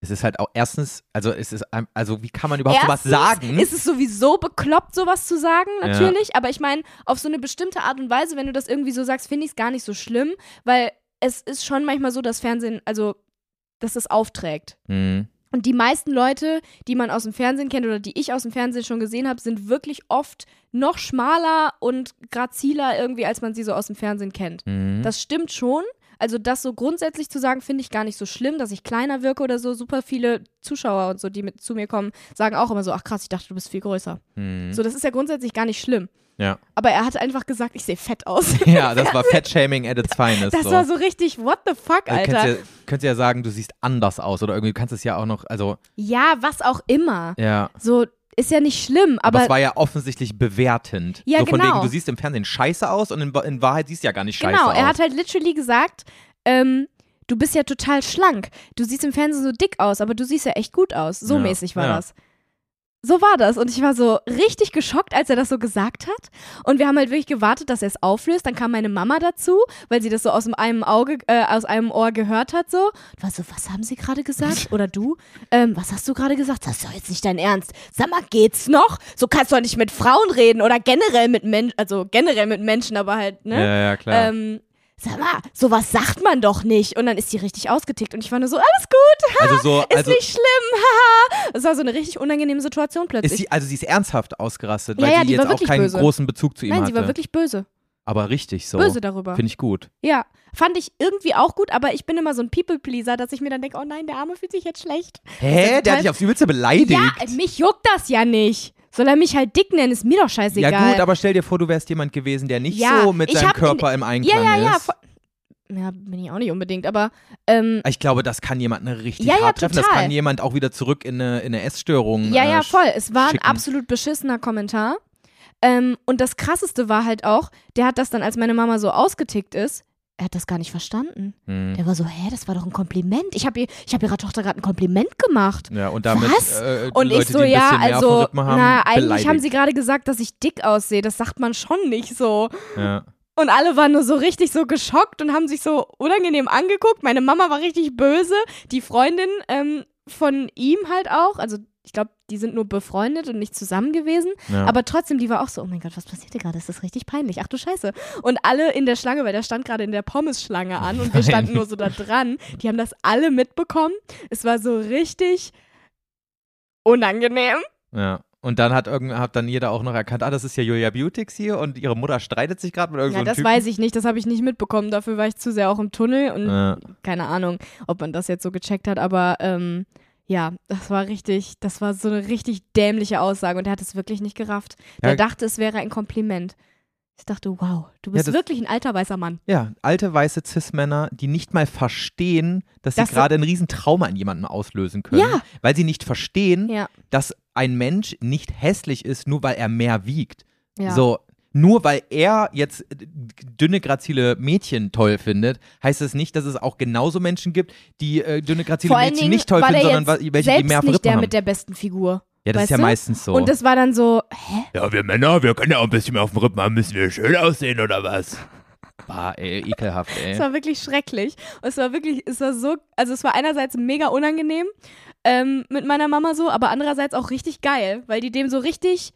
B: Es ist halt auch erstens, also es ist, ein- also wie kann man überhaupt sowas
A: Erstens
B: sagen?
A: Ist es sowieso bekloppt, sowas zu sagen,
B: Ja.
A: natürlich. Aber ich meine, auf so eine bestimmte Art und Weise, wenn du das irgendwie so sagst, finde ich es gar nicht so schlimm, weil es ist schon manchmal so, dass Fernsehen, also, dass es aufträgt.
B: Hm.
A: Und die meisten Leute, die man aus dem Fernsehen kennt oder die ich aus dem Fernsehen schon gesehen habe, sind wirklich oft noch schmaler und graziler irgendwie, als man sie so aus dem Fernsehen kennt.
B: Hm.
A: Das stimmt schon. Also das so grundsätzlich zu sagen, finde ich gar nicht so schlimm, dass ich kleiner wirke oder so. Super viele Zuschauer und so, die mit zu mir kommen, sagen auch immer so, ach krass, ich dachte, du bist viel größer.
B: Hm.
A: So, das ist ja grundsätzlich gar nicht schlimm.
B: Ja.
A: Aber er hat einfach gesagt, ich sehe fett aus.
B: ja, das war Fettshaming at its finest.
A: Das
B: so.
A: war so richtig, what the fuck,
B: Also könntest
A: Alter.
B: ja, könntest ja sagen, du siehst anders aus oder irgendwie du kannst es ja auch noch, also
A: Ja, was auch immer.
B: ja.
A: So, ist ja nicht schlimm,
B: Aber,
A: aber,
B: es war ja offensichtlich bewertend.
A: Ja,
B: so von
A: genau.
B: wegen, du siehst im Fernsehen scheiße aus und in, Wa- in Wahrheit siehst du ja gar nicht scheiße
A: genau,
B: aus.
A: er hat halt literally gesagt, ähm, du bist ja total schlank. Du siehst im Fernsehen so dick aus, aber du siehst ja echt gut aus. So
B: Ja,
A: mäßig war
B: ja.
A: das. So war das. Und ich war so richtig geschockt, als er das so gesagt hat. Und wir haben halt wirklich gewartet, dass er es auflöst. Dann kam meine Mama dazu, weil sie das so aus dem einem Auge, äh, aus einem Ohr gehört hat. So. Und war so, was haben sie gerade gesagt? Oder du? Ähm, was hast du gerade gesagt? Das ist doch jetzt nicht dein Ernst. Sag mal, geht's noch? So kannst du doch nicht mit Frauen reden oder generell mit Menschen, also generell mit Menschen, aber halt, ne?
B: Ja, ja, klar.
A: ähm, sag mal, sowas sagt man doch nicht. Und dann ist die richtig ausgetickt und ich war nur so, alles gut,
B: also so,
A: ist
B: also,
A: nicht schlimm, haha. Es war so eine richtig unangenehme Situation plötzlich.
B: ist sie, also sie ist ernsthaft ausgerastet,
A: Ja,
B: weil
A: ja,
B: sie
A: die war
B: jetzt auch
A: wirklich
B: keinen
A: böse.
B: großen Bezug zu ihm
A: Nein,
B: hatte.
A: sie war wirklich böse.
B: Aber richtig so.
A: Böse darüber.
B: Finde ich gut.
A: Ja. Fand ich irgendwie auch gut, aber ich bin immer so ein People-Pleaser, dass ich mir dann denke, oh nein, der Arme fühlt sich jetzt schlecht.
B: Hä?
A: total-
B: der hat dich aufs Übelste beleidigt.
A: Ja, mich juckt das ja nicht. Soll er mich halt dick nennen, ist mir doch
B: Ja,
A: scheißegal.
B: gut, aber stell dir vor, du wärst jemand gewesen, der nicht
A: Ja,
B: so mit
A: ich
B: seinem
A: hab in-
B: Körper im Einklang
A: ja, ja, ja,
B: ist.
A: vo- ja, bin ich auch nicht unbedingt, aber ähm,
B: Ich glaube, das kann jemanden richtig
A: Ja, ja,
B: hart treffen. Das
A: total.
B: kann jemand auch wieder zurück in eine, in eine Essstörung.
A: ja,
B: äh,
A: ja,
B: sch-
A: voll. Es war
B: schicken.
A: ein absolut beschissener Kommentar. Ähm, und das Krasseste war halt auch, der hat das dann, als meine Mama so ausgetickt ist, er hat das gar nicht verstanden.
B: Hm.
A: Der war so, hä, das war doch ein Kompliment. Ich habe ihr, ich hab ihrer Tochter gerade ein Kompliment gemacht.
B: Ja, und damit
A: Was?
B: Äh,
A: Und
B: Leute,
A: ich so,
B: die ein
A: ja,
B: bisschen
A: also,
B: Nervenrhythmen haben,
A: na, eigentlich
B: beleidigt.
A: haben sie gerade gesagt, dass ich dick aussehe. Das sagt man schon nicht so.
B: Ja.
A: Und alle waren nur so richtig so geschockt und haben sich so unangenehm angeguckt. Meine Mama war richtig böse. Die Freundin ähm, von ihm halt auch. Also ich glaube, die sind nur befreundet und nicht zusammen gewesen.
B: Ja.
A: Aber trotzdem, die war auch so, oh mein Gott, was passiert hier gerade? Ist das richtig peinlich? Ach du Scheiße. Und alle in der Schlange, weil der stand gerade in der Pommes-Schlange an und wir
B: Nein.
A: standen nur so da dran. Die haben das alle mitbekommen. Es war so richtig unangenehm.
B: ja. Und dann hat, irgend, hat dann jeder auch noch erkannt, ah, das ist ja Julia Beautix hier und ihre Mutter streitet sich gerade mit
A: Ja,
B: irgendeinem
A: das
B: Also Typen.
A: weiß ich nicht, das habe ich nicht mitbekommen. Dafür war ich zu sehr auch im Tunnel und
B: Ja.
A: keine Ahnung, ob man das jetzt so gecheckt hat, aber ähm, ja, das war richtig, das war so eine richtig dämliche Aussage und er hat es wirklich nicht gerafft.
B: Ja.
A: Er dachte, es wäre ein Kompliment. Ich dachte, wow, du bist
B: das-
A: wirklich ein alter weißer Mann.
B: Ja, alte weiße Cis-Männer, die nicht mal verstehen, dass
A: Dass
B: sie
A: sie-
B: gerade ein Riesentrauma in jemandem auslösen können,
A: Ja.
B: weil sie nicht verstehen,
A: Ja.
B: dass ein Mensch nicht hässlich ist, nur weil er mehr wiegt.
A: Ja.
B: So, nur weil er jetzt äh, dünne, grazile Mädchen toll findet, heißt es nicht, dass es auch genauso Menschen gibt, die äh, dünne, grazile
A: Vor allen
B: Mädchen
A: Dingen
B: nicht toll
A: war
B: finden,
A: der
B: sondern
A: jetzt
B: wa- welche, die
A: selbst
B: mehr
A: nicht
B: Rippen
A: der
B: haben.
A: mit der besten Figur.
B: ja, das ist
A: weißt
B: ja
A: du?
B: meistens so.
A: Und das war dann so, hä?
D: Ja, wir Männer, wir können ja auch ein bisschen mehr auf dem Rippen haben, müssen wir schön aussehen oder was?
B: bah, ey, ekelhaft,
A: Es
B: ey.
A: war wirklich schrecklich. Und es war wirklich, es war so, also es war einerseits mega unangenehm ähm, mit meiner Mama so, aber andererseits auch richtig geil, weil die dem so richtig,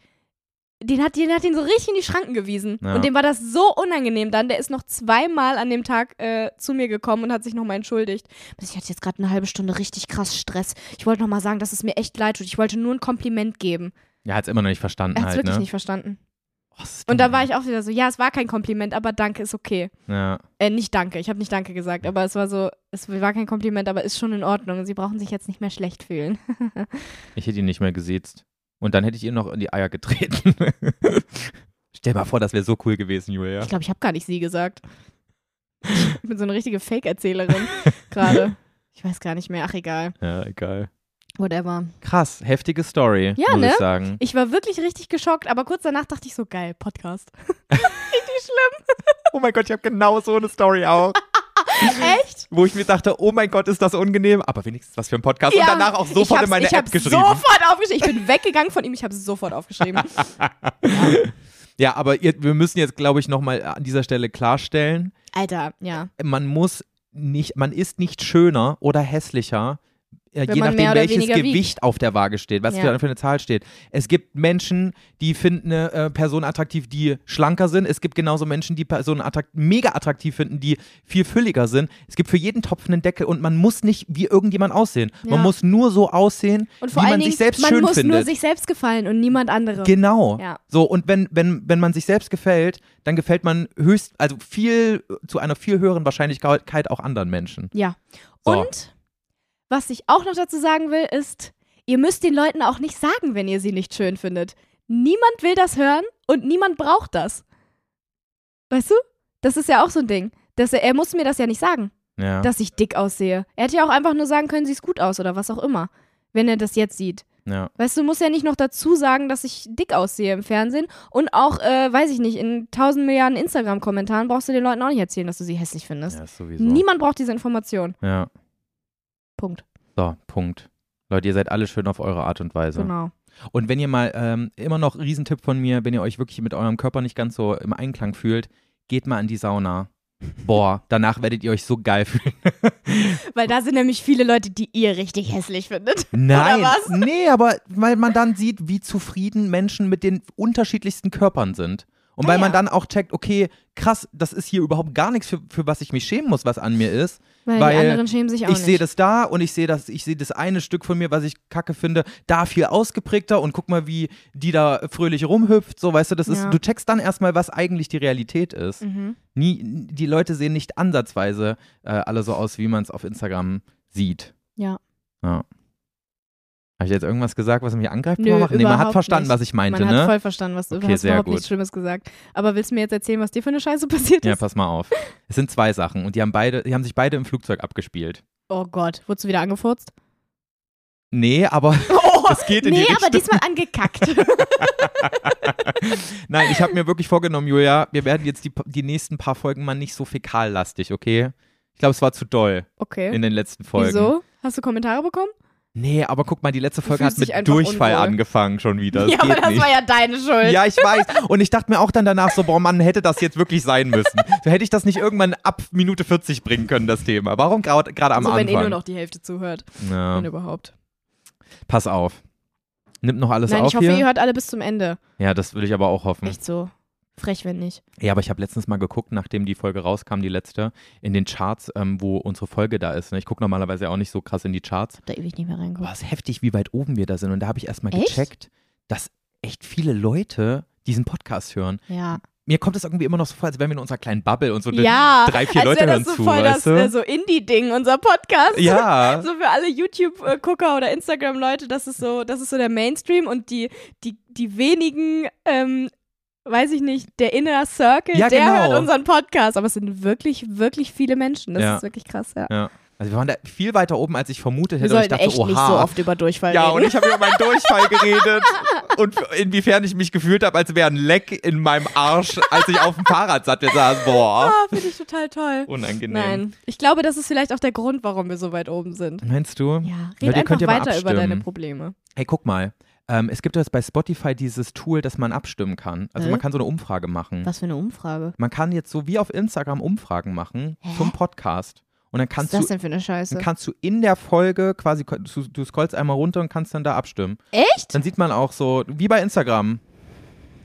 A: den hat, den hat den so richtig in die Schranken gewiesen.
B: Ja.
A: Und dem war das so unangenehm dann. Der ist noch zweimal an dem Tag äh, zu mir gekommen und hat sich nochmal entschuldigt. Ich hatte jetzt gerade eine halbe Stunde richtig krass Stress. Ich wollte nochmal sagen, dass es mir echt leid tut. Ich wollte nur ein Kompliment geben.
B: Ja, hat's immer noch nicht verstanden
A: Er hat es
B: halt,
A: wirklich
B: ne?
A: nicht verstanden.
B: Oh, das ist
A: Und da
B: dumm,
A: war
B: ey.
A: ich auch wieder so, ja, es war kein Kompliment, aber danke ist okay.
B: Ja.
A: Äh, nicht danke, ich habe nicht danke gesagt, aber es war so, es war kein Kompliment, aber ist schon in Ordnung. Sie brauchen sich jetzt nicht mehr schlecht fühlen.
B: Ich hätte ihn nicht mehr gesiezt. Und dann hätte ich ihn noch in die Eier getreten. Stell mal vor, das wäre so cool gewesen, Julia.
A: Ich glaube, ich habe gar nicht sie gesagt. Ich bin so eine richtige Fake-Erzählerin gerade. Ich weiß gar nicht mehr, ach egal,
B: Ja, egal.
A: whatever.
B: Krass, heftige Story,
A: Ja,
B: muss
A: ne?
B: ich sagen.
A: Ich war wirklich richtig geschockt, aber kurz danach dachte ich so, geil, Podcast.
B: Oh mein Gott, ich habe genau so eine Story auch.
A: Echt?
B: Wo ich mir dachte, oh mein Gott, ist das unangenehm. Aber wenigstens was für ein Podcast.
A: Ja,
B: Und danach auch
A: ich
B: sofort
A: hab's-
B: in meine
A: ich
B: App
A: hab's
B: geschrieben.
A: sofort aufgeschrieben. Ich bin weggegangen von ihm, ich habe es sofort aufgeschrieben.
B: ja, aber ihr, wir müssen jetzt, glaube ich, nochmal an dieser Stelle klarstellen,
A: Alter, ja.
B: man muss nicht, man ist nicht schöner oder hässlicher, äh,
A: Wenn
B: je
A: man mehr
B: nachdem
A: oder
B: welches
A: weniger wiegt.
B: Gewicht auf der Waage steht, was
A: Ja.
B: für eine Zahl steht. Es gibt Menschen, die finden eine äh, Person attraktiv, die schlanker sind. Es gibt genauso Menschen, die Personen attrakt mega attraktiv finden, die viel fülliger sind. Es gibt für jeden Topf einen Deckel und man muss nicht wie irgendjemand aussehen. Man
A: Ja.
B: muss nur so aussehen,
A: Und
B: wie
A: vor
B: man
A: allen Dingen,
B: sich selbst
A: man
B: schön
A: muss
B: findet.
A: nur sich selbst gefallen und niemand andere.
B: Genau.
A: Ja.
B: So, und wenn, wenn, wenn man sich selbst gefällt, dann gefällt man höchst, also viel, zu einer viel höheren Wahrscheinlichkeit auch anderen Menschen.
A: Ja.
B: So.
A: Und was ich auch noch dazu sagen will, ist, ihr müsst den Leuten auch nicht sagen, wenn ihr sie nicht schön findet. Niemand will das hören und niemand braucht das. Weißt du? Das ist ja auch so ein Ding. Dass er, er muss mir das ja nicht sagen,
B: Ja.
A: dass ich dick aussehe. Er hätte ja auch einfach nur sagen können, siehst gut aus oder was auch immer, wenn er das jetzt sieht.
B: ja.
A: Weißt du, muss ja nicht noch dazu sagen, dass ich dick aussehe im Fernsehen und auch, äh, weiß ich nicht, in tausend Milliarden Instagram-Kommentaren brauchst du den Leuten auch nicht erzählen, dass du sie hässlich findest.
B: Ja, sowieso.
A: Niemand braucht diese Information.
B: ja.
A: Punkt.
B: So, Punkt. Leute, ihr seid alle schön auf eure Art und Weise.
A: Genau.
B: Und wenn ihr mal ähm, immer noch Riesentipp von mir, wenn ihr euch wirklich mit eurem Körper nicht ganz so im Einklang fühlt, geht mal in die Sauna. Boah, danach werdet ihr euch so geil fühlen.
A: Weil da sind nämlich viele Leute, die ihr richtig hässlich findet.
B: Nein,
A: was?
B: nee, aber weil man dann sieht, wie zufrieden Menschen mit den unterschiedlichsten Körpern sind. Und weil
A: Ah,
B: man
A: ja.
B: dann auch checkt, okay, krass, das ist hier überhaupt gar nichts, für, für was ich mich schämen muss, was an mir ist.
A: Weil,
B: Weil
A: die anderen schämen sich auch
B: ich sehe
A: nicht.
B: das da und ich sehe das, ich sehe das eine Stück von mir, was ich kacke finde, da viel ausgeprägter und guck mal, wie die da fröhlich rumhüpft, so weißt du, das ist,
A: Ja.
B: du checkst dann erstmal, was eigentlich die Realität ist.
A: Mhm.
B: Nie, die Leute sehen nicht ansatzweise äh, alle so aus, wie man es auf Instagram sieht.
A: Ja.
B: Ja. Habe ich jetzt irgendwas gesagt, was mich angreift?
A: Nö,
B: Mama? nee, man hat
A: überhaupt
B: verstanden,
A: nicht.
B: was ich meinte,
A: Man hat
B: ne?
A: voll verstanden, was du
B: Okay,
A: du hast
B: sehr
A: überhaupt
B: gut.
A: nichts Schlimmes gesagt. Aber willst du mir jetzt erzählen, was dir für eine Scheiße passiert
B: Ja,
A: ist?
B: pass mal auf. Es sind zwei Sachen und die haben beide, die haben sich beide im Flugzeug abgespielt.
A: Oh Gott, wurdest du wieder angefurzt?
B: Nee, aber
A: Oh,
B: das geht in
C: nee,
B: die Richtung.
C: aber diesmal angekackt.
B: Nein, ich habe mir wirklich vorgenommen, Julia, wir werden jetzt die, die nächsten paar Folgen mal nicht so fäkallastig, okay? Ich glaube, es war zu doll
A: okay.
B: in den letzten Folgen.
A: Wieso? Hast du Kommentare bekommen?
B: Nee, aber guck mal, die letzte Folge hat
A: fühlst dich
B: mit
A: einfach
B: Durchfall
A: unwohl.
B: angefangen schon wieder. Das
A: ja, aber
B: geht
A: das
B: nicht.
A: war ja deine Schuld.
B: Ja, ich weiß. Und ich dachte mir auch dann danach so, boah, Mann, hätte das jetzt wirklich sein müssen. So hätte ich das nicht irgendwann ab Minute 40 bringen können, das Thema. Warum gerade gerade am
A: so, wenn
B: Anfang?
A: eh nur noch die Hälfte zuhört.
B: ja.
A: Wenn überhaupt.
B: Pass auf. Nimmt noch alles
A: Nein,
B: auf
A: ich hoffe,
B: hier. Hm.
A: ihr hört alle bis zum Ende.
B: ja, das will ich aber auch hoffen.
A: Echt so. Frech, wenn nicht.
B: Ja, aber ich habe letztens mal geguckt, nachdem die Folge rauskam, die letzte, in den Charts, ähm, wo unsere Folge da ist. Ne? Ich gucke normalerweise auch nicht so krass in die Charts.
C: da ewig nicht mehr reingeguckt.
B: Boah, ist heftig, wie weit oben wir da sind. Und da habe ich erstmal
C: Echt?
B: gecheckt, dass echt viele Leute diesen Podcast hören.
C: Ja.
B: Mir kommt es irgendwie immer noch so vor, als wären wir in unserer kleinen Bubble und so
A: Ja,
B: drei, vier
A: als
B: Leute
A: wäre
B: hören
A: das so
B: zu,
A: voll
B: weißt
A: das
B: du?
A: äh, so Indie-Ding, unser Podcast.
B: Ja.
A: So für alle YouTube-Gucker oder Instagram-Leute, das ist so, das ist so der Mainstream und die, die, die wenigen, ähm, weiß ich nicht, der Inner Circle,
B: Ja,
A: der
B: genau.
A: hört unseren Podcast. Aber es sind wirklich, wirklich viele Menschen. Das
B: Ja.
A: ist wirklich krass, ja.
B: ja. Also wir waren da viel weiter oben, als ich vermutet
A: Wir
B: hätte. Und ich
A: sollten
B: dachte,
A: echt
B: oha.
A: nicht so oft über Durchfall
B: ja, und
A: reden.
B: ich habe über meinen Durchfall geredet und inwiefern ich mich gefühlt habe, als wäre ein Leck in meinem Arsch, als ich auf dem Fahrradsattel saß. Boah,
A: ah, finde ich total toll.
B: unangenehm.
A: Nein, ich glaube, das ist vielleicht auch der Grund, warum wir so weit oben sind.
B: Meinst
C: Ja.
B: du?
A: Red
B: Leute, ihr
A: einfach
B: könnt ja mal
A: weiter über deine
B: abstimmen.
A: Probleme.
B: Hey, guck mal. Ähm, es gibt jetzt bei Spotify dieses Tool, dass man abstimmen kann. Also
C: Hä?
B: man kann so eine Umfrage machen.
C: Was für eine Umfrage.
B: Man kann jetzt so wie auf Instagram Umfragen machen
C: Hä?
B: zum Podcast. Und dann kannst
C: Was ist das
B: du
C: denn für eine Scheiße?
B: dann kannst du in der Folge quasi, du, du scrollst einmal runter und kannst dann da abstimmen.
C: Echt?
B: Dann sieht man auch so, wie bei Instagram.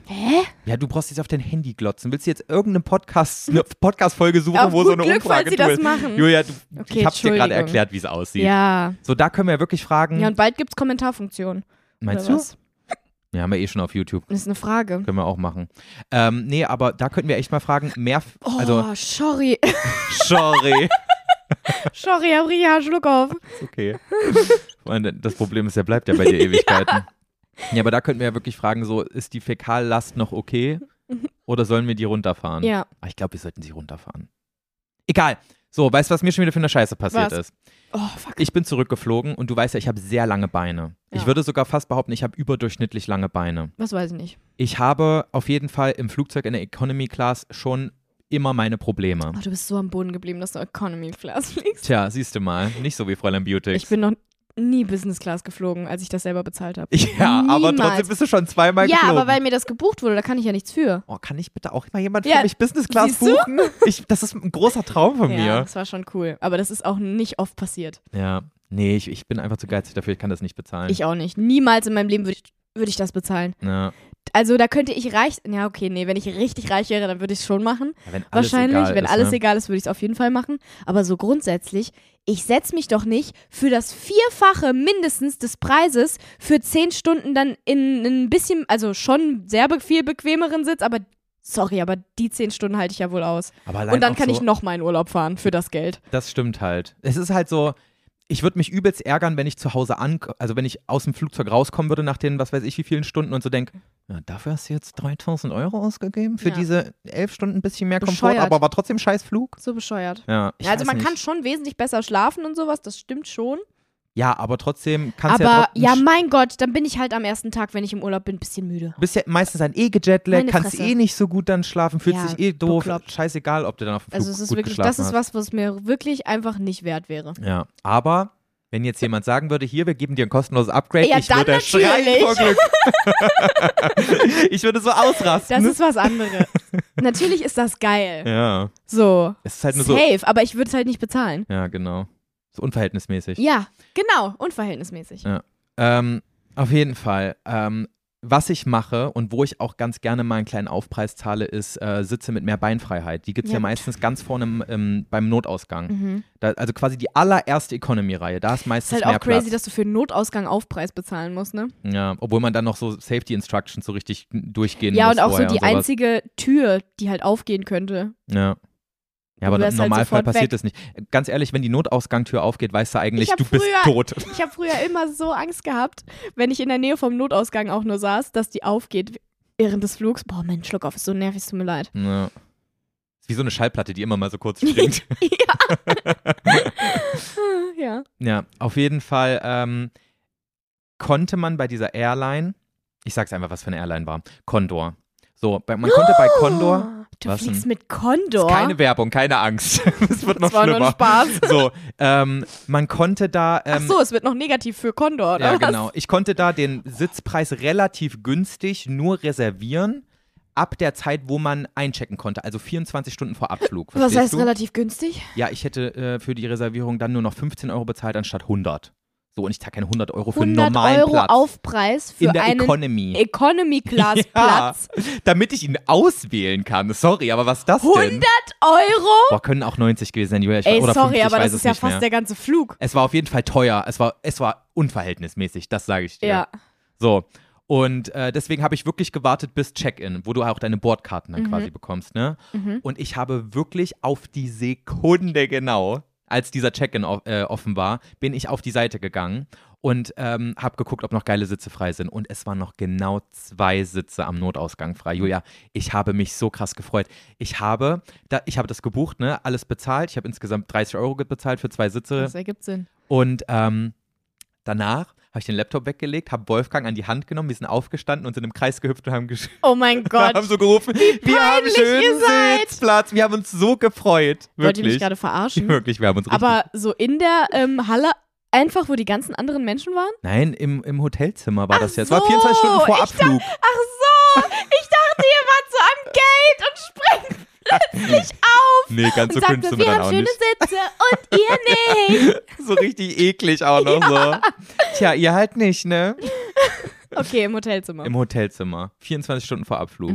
C: Hä?
B: Ja, du brauchst jetzt auf dein Handy glotzen. Willst du jetzt irgendeine Podcast, eine Podcast-Folge suchen,
A: Auf
B: wo
A: gut
B: so eine
A: Glück,
B: Umfrage
A: falls sie das
B: drin ist?
A: machen.
B: Julia, du,
A: Okay,
B: ich hab's dir gerade
A: Entschuldigung.
B: erklärt, wie es aussieht.
A: Ja.
B: So, da können wir wirklich fragen.
A: Ja, und bald gibt's Kommentarfunktion.
B: Hm. meinst
A: oder
B: du?
A: was?
B: Ja, haben wir eh schon auf YouTube.
A: Das ist eine Frage.
B: Können wir auch machen. Ähm, nee, aber da könnten wir echt mal fragen, mehr. f-
A: Oh,
B: Also,
A: sorry.
B: sorry.
A: sorry, Auria, Schluck auf.
B: Ist okay. Freunde, das Problem ist, der bleibt ja bei dir Ewigkeiten. Ja. aber da könnten wir ja wirklich fragen, so, ist die Fäkallast noch okay? Oder sollen wir die runterfahren?
A: Ja.
B: Aber ich glaube, wir sollten sie runterfahren. Egal. So, weißt du, was mir schon wieder für eine Scheiße passiert
A: Was?
B: ist?
A: Oh, fuck.
B: Ich bin zurückgeflogen und du weißt ja, ich habe sehr lange Beine.
A: Ja.
B: Ich würde sogar fast behaupten, ich habe überdurchschnittlich lange Beine.
A: Was weiß ich nicht.
B: Ich habe auf jeden Fall im Flugzeug in der Economy Class schon immer meine Probleme.
A: Oh, du bist so am Boden geblieben, dass du Economy Class fliegst.
B: Tja, siehst du mal, nicht so wie Fräulein Beauty.
A: Ich bin noch nie Business Class geflogen, als ich das selber bezahlt habe.
B: ja, aber
A: niemals.
B: trotzdem bist du schon zweimal
A: Ja,
B: geflogen.
A: aber weil mir das gebucht wurde, da kann ich ja nichts für.
B: oh, kann ich bitte auch mal jemand für
A: Ja,
B: mich Business Class
A: siehst du?
B: buchen? Ich, das ist ein großer Traum von
A: Ja, das war schon cool. Aber das ist auch nicht oft passiert.
B: mir. Ja, nee, ich, ich bin einfach zu geizig dafür, ich kann das nicht bezahlen.
A: Ich auch nicht. Niemals in meinem Leben würde ich, würd ich das bezahlen.
B: ja,
A: Also da könnte ich reich. Ja, okay, nee, wenn ich richtig reich wäre, dann würde ich es schon machen.
B: Ja, wenn alles
A: Wahrscheinlich,
B: egal
A: wenn
B: ist,
A: alles e-
B: ne?
A: egal ist, würde ich es auf jeden Fall machen. Aber so grundsätzlich, ich setze mich doch nicht für das Vierfache mindestens des Preises für zehn Stunden dann in ein bisschen, also schon sehr be viel bequemeren Sitz, aber sorry, aber die zehn Stunden halte ich ja wohl aus.
B: Aber allein
A: Und dann
B: auch
A: kann
B: so,
A: ich noch mal in Urlaub fahren für das Geld.
B: Das stimmt halt. Es ist halt so, ich würde mich übelst ärgern, wenn ich zu Hause an, also wenn ich aus dem Flugzeug rauskommen würde nach den, was weiß ich, wie vielen Stunden und so denke, ja, dafür hast du jetzt 3000 Euro ausgegeben für
A: Ja.
B: diese elf Stunden ein bisschen mehr Komfort,
A: Bescheuert.
B: aber war trotzdem scheiß Flug.
A: So bescheuert.
B: Ja, ich
A: also
B: weiß
A: man
B: nicht.
A: kann schon wesentlich besser schlafen und sowas, das stimmt schon.
B: Ja, aber trotzdem kannst
A: Aber
B: du
A: ja,
B: ja, trotzdem sch-
A: mein Gott, dann bin ich halt am ersten Tag, wenn ich im Urlaub bin, ein bisschen müde.
B: bist ja meistens ein eh gejetlaggt,
A: Meine
B: kannst
A: Fresse.
B: eh nicht so gut dann schlafen, fühlst
A: Ja,
B: dich eh doof,
A: bekloppt.
B: scheißegal, ob du dann auf dem Flug
A: Also es ist
B: gut
A: wirklich,
B: geschlafen
A: das ist
B: hast.
A: was, was mir wirklich einfach nicht wert wäre.
B: Ja, aber wenn jetzt jemand sagen würde, hier, wir geben dir ein kostenloses Upgrade,
A: Ja,
B: ich
A: dann
B: würde schreien vor Glück. ich würde so ausrasten.
A: Das ist was anderes. Natürlich ist das geil.
B: Ne? ja,
A: So.
B: es ist halt nur so.
A: Safe, aber ich würde es halt nicht bezahlen.
B: Ja, genau. So unverhältnismäßig.
A: Ja, genau. Unverhältnismäßig.
B: Ja. Ähm, auf jeden Fall. Ähm, was ich mache und wo ich auch ganz gerne mal einen kleinen Aufpreis zahle, ist äh, Sitze mit mehr Beinfreiheit. Die gibt es ja.
A: Ja.
B: meistens ganz vorne im, ähm, beim Notausgang.
A: Mhm.
B: Da, also quasi die allererste Economy-Reihe. Da ist
A: Ist
B: meistens
A: halt
B: mehr
A: auch crazy,
B: Platz.
A: dass du für einen Notausgang Aufpreis bezahlen musst, ne?
B: Ja, obwohl man dann noch so Safety Instructions so richtig durchgehen
A: Ja,
B: muss.
A: und auch so
B: vorher
A: die
B: sowas.
A: einzige Tür, die halt aufgehen könnte.
B: Ja. Ja, aber
A: Du
B: im
A: wärst halt
B: Normalfall
A: sofort weg.
B: passiert es nicht. Ganz ehrlich, wenn die Notausgangtür aufgeht, weißt du eigentlich,
A: Ich hab
B: du bist
A: früher-
B: tot.
A: Ich habe früher immer so Angst gehabt, wenn ich in der Nähe vom Notausgang auch nur saß, dass die aufgeht während des Flugs. Boah, mein Schluck auf ist so nervig, es tut mir leid.
B: Ja. Ist Wie so eine Schallplatte, die immer mal so kurz springt.
A: Ja.
B: ja, auf jeden Fall ähm, konnte man bei dieser Airline, ich sag's einfach, was für eine Airline war, Condor. So, bei- man konnte bei Condor,
A: Oh, Du
B: Was
A: fliegst
B: denn?
A: mit Condor.
B: ist keine Werbung, keine Angst, es wird noch
A: das war
B: schlimmer.
A: nur ein Spaß.
B: So, ähm, man konnte da,
A: Ach
B: ähm,
A: so, es wird noch negativ für Condor, oder?
B: ja
A: was?
B: genau, ich konnte da den Sitzpreis relativ günstig nur reservieren. Ab der Zeit, wo man einchecken konnte, also 24 Stunden vor Abflug.
A: Was
B: verstehst
A: heißt
B: du?
A: relativ günstig?
B: Ja, ich hätte äh, für die Reservierung dann nur noch 15 Euro bezahlt anstatt 100. So, und ich zahle keine 100 Euro für einen
A: 100
B: normalen
A: Euro
B: Platz.
A: Aufpreis für
B: in der
A: einen
B: Economy. Ja,
A: Economy-Class-Platz.
B: damit ich ihn auswählen kann. Sorry, aber was ist das
A: 100
B: denn?
A: Euro?
B: Boah, können auch 90 gewesen sein, Julia. Ich,
A: Ey,
B: oder
A: sorry,
B: 50,
A: aber
B: ich
A: das
B: weiß es
A: ist ja
B: nicht
A: fast
B: mehr.
A: der ganze Flug.
B: Es war auf jeden Fall teuer. Es war, es war unverhältnismäßig, das sage ich dir.
A: Ja.
B: So. Und äh, deswegen habe ich wirklich gewartet bis Check-in, wo du auch deine Bordkarten dann quasi bekommst, ne? Und ich habe wirklich auf die Sekunde genau, als dieser Check-in o- äh, offen war, bin ich auf die Seite gegangen und ähm, habe geguckt, ob noch geile Sitze frei sind. Und es waren noch genau zwei Sitze am Notausgang frei. Julia, ich habe mich so krass gefreut. Ich habe, da, ich habe das gebucht, ne? Alles bezahlt. Ich habe insgesamt 30 Euro ge- bezahlt für zwei Sitze.
A: Das ergibt Sinn.
B: Und ähm, danach habe ich den Laptop weggelegt, habe Wolfgang an die Hand genommen, wir sind aufgestanden und sind im Kreis gehüpft und haben, gesch-
A: Oh mein Gott.
B: haben so gerufen, wir haben
A: peinlich ihr
B: schönen
A: seid!"
B: Sitzplatz, wir haben uns so gefreut.
A: Wollt ihr mich
B: Wirklich.
A: gerade verarschen?
B: Wirklich, wir haben uns richtig.
A: Aber so in der ähm, Halle, einfach wo die ganzen anderen Menschen waren?
B: Nein, im, im Hotelzimmer war das jetzt. Es
A: so,
B: war 24 Stunden vor
A: ich
B: Abflug.
A: Ach so, ich dachte, ihr wart so am Gate und springt
B: Hm. nee, ganz so
A: und sagt,
B: künstlich
A: wir,
B: sind wir dann
A: haben
B: auch
A: schöne
B: nicht.
A: Sitze und ihr nicht.
B: So richtig eklig auch noch so. Tja, ihr halt nicht, ne?
A: Okay, im Hotelzimmer. Mhm.
B: Im Hotelzimmer. 24 Stunden vor Abflug.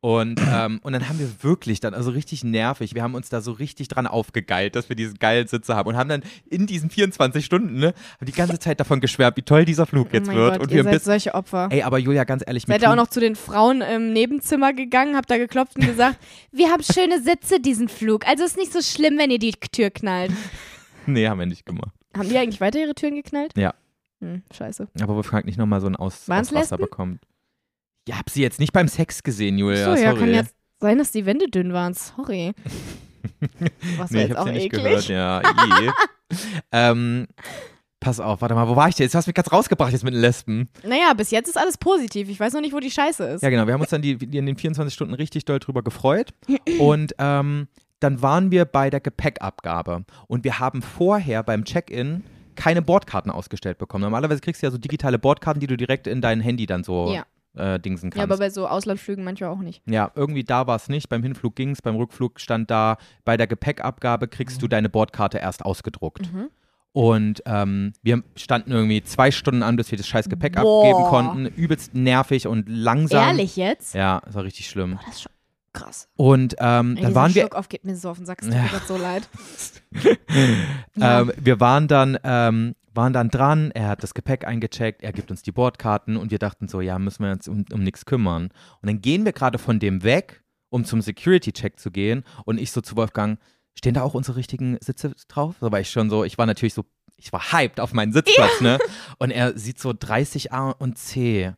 B: Und, ähm, und dann haben wir wirklich dann, also richtig nervig, wir haben uns da so richtig dran aufgegeilt, dass wir diesen geilen Sitze haben und haben dann in diesen 24 Stunden, ne, haben die ganze Zeit davon geschwärmt, wie toll dieser Flug jetzt
A: oh mein
B: wird.
A: Gott,
B: und
A: ihr
B: wir
A: seid
B: bis,
A: solche Opfer.
B: Ey, aber Julia, ganz ehrlich, mir
A: Seid ihr auch
B: tun-
A: noch zu den Frauen im Nebenzimmer gegangen, habt da geklopft und gesagt,
C: Wir haben schöne Sitze diesen Flug. Also ist nicht so schlimm, wenn ihr die Tür knallt.
B: Nee, haben wir nicht gemacht.
A: haben die eigentlich weiter ihre Türen geknallt?
B: Ja.
A: Hm, scheiße.
B: Aber wir Frank nicht nochmal so ein Aus
A: Waren's
B: Auswasser
A: Lesben?
B: bekommt. Ja, hab sie jetzt nicht beim Sex gesehen, Julia.
A: so,
B: sorry.
A: ja, kann jetzt sein, dass die Wände dünn waren. Sorry. Was war
B: nee, ich
A: jetzt
B: hab's
A: auch
B: ja nicht
A: eklig.
B: gehört, ja. je. ähm, pass auf, warte mal, wo war ich denn? Jetzt hast du mich ganz rausgebracht jetzt mit den Lesben.
A: Naja, bis jetzt ist alles positiv. Ich weiß noch nicht, wo die Scheiße ist.
B: Ja, genau. Wir haben uns dann die, die in den 24 Stunden richtig doll drüber gefreut. Und ähm, dann waren wir bei der Gepäckabgabe. Und wir haben vorher beim Check-in keine Bordkarten ausgestellt bekommen. Normalerweise kriegst du ja so digitale Bordkarten, die du direkt in dein Handy dann so
A: Ja.
B: äh, dingsen kannst.
A: ja aber bei so Auslandflügen manchmal auch nicht.
B: Ja, irgendwie da war es nicht. Beim Hinflug ging es, beim Rückflug stand da, bei der Gepäckabgabe kriegst
A: Mhm.
B: du deine Bordkarte erst ausgedruckt. Und ähm, wir standen irgendwie zwei Stunden an, bis wir das scheiß Gepäck
A: Boah.
B: abgeben konnten. Übelst nervig und langsam.
A: Ehrlich jetzt?
B: Ja, das war richtig schlimm.
A: Das ist schon krass.
B: Und ähm,
A: Ey,
B: dann
A: dieser
B: waren wir,
A: Schluck auf geht mir so auf den Sack. Es tut
B: Ja.
A: mir grad so leid. Ja.
B: ähm, wir waren dann, ähm, waren dann dran, er hat das Gepäck eingecheckt, er gibt uns die Bordkarten und wir dachten so, ja, müssen wir uns um, um nichts kümmern. Und dann gehen wir gerade von dem weg, um zum Security-Check zu gehen und ich so zu Wolfgang, stehen da auch unsere richtigen Sitze drauf? So war ich schon so, ich war natürlich so, ich war hyped auf meinen Sitzplatz, ne? Und er sieht so 30a und C.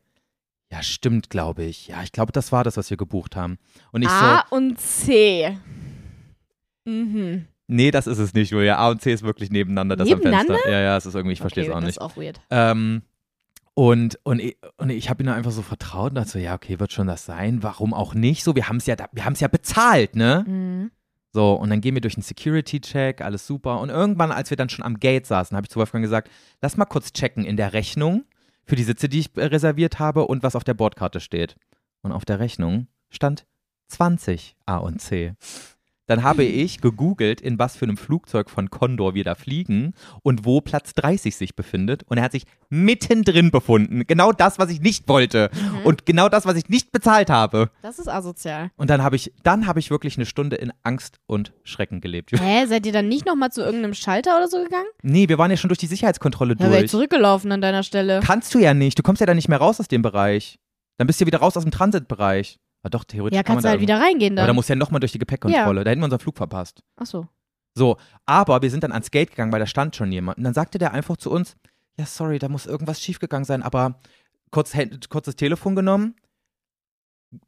B: Ja, stimmt, glaube ich. Ja, ich glaube, das war das, was wir gebucht haben. Und ich so,
A: A und C. Mhm.
B: Nee, das ist es nicht, Julia. A und C ist wirklich nebeneinander. Das
A: Nebeneinander?
B: Am Fenster. Ja, ja, es ist irgendwie, ich verstehe es
A: okay,
B: auch
A: das
B: nicht.
A: ist auch weird.
B: Ähm, und, und, ich- und ich habe ihm dann einfach so vertraut und dachte so, ja, okay, wird schon das sein. Warum auch nicht? So, wir haben es ja, da- wir haben's ja bezahlt, ne?
A: Mhm.
B: So, und dann gehen wir durch den Security-Check, alles super. Und irgendwann, als wir dann schon am Gate saßen, habe ich zu Wolfgang gesagt, lass mal kurz checken in der Rechnung für die Sitze, die ich äh, reserviert habe und was auf der Bordkarte steht. Und auf der Rechnung stand 20 A und C. Dann habe ich gegoogelt, in was für einem Flugzeug von Condor wir da fliegen und wo Platz 30 sich befindet. Und er hat sich mittendrin befunden. Genau das, was ich nicht wollte.
A: Mhm.
B: Und genau das, was ich nicht bezahlt habe.
A: Das ist asozial.
B: Und dann habe ich, dann habe ich wirklich eine Stunde in Angst und Schrecken gelebt.
A: Hä, seid ihr dann nicht nochmal zu irgendeinem Schalter oder so gegangen?
B: Nee, wir waren ja schon durch die Sicherheitskontrolle
A: Ja, wäre ich
B: durch.
A: zurückgelaufen an deiner Stelle.
B: Kannst du ja nicht. Du kommst ja dann nicht mehr raus aus dem Bereich. Dann bist du ja wieder raus aus dem Transitbereich. Aber doch, theoretisch
A: Ja,
B: kann man
A: kannst du
B: da
A: halt
B: irgendwo-
A: wieder reingehen
B: Aber da
A: dann.
B: muss ja nochmal durch die Gepäckkontrolle. Da hätten wir unseren Flug verpasst.
A: Achso.
B: So, aber wir sind dann ans Gate gegangen, weil da stand schon jemand. Und dann sagte der einfach zu uns, ja, sorry, da muss irgendwas schiefgegangen sein, aber kurz, Hand- kurzes Telefon genommen,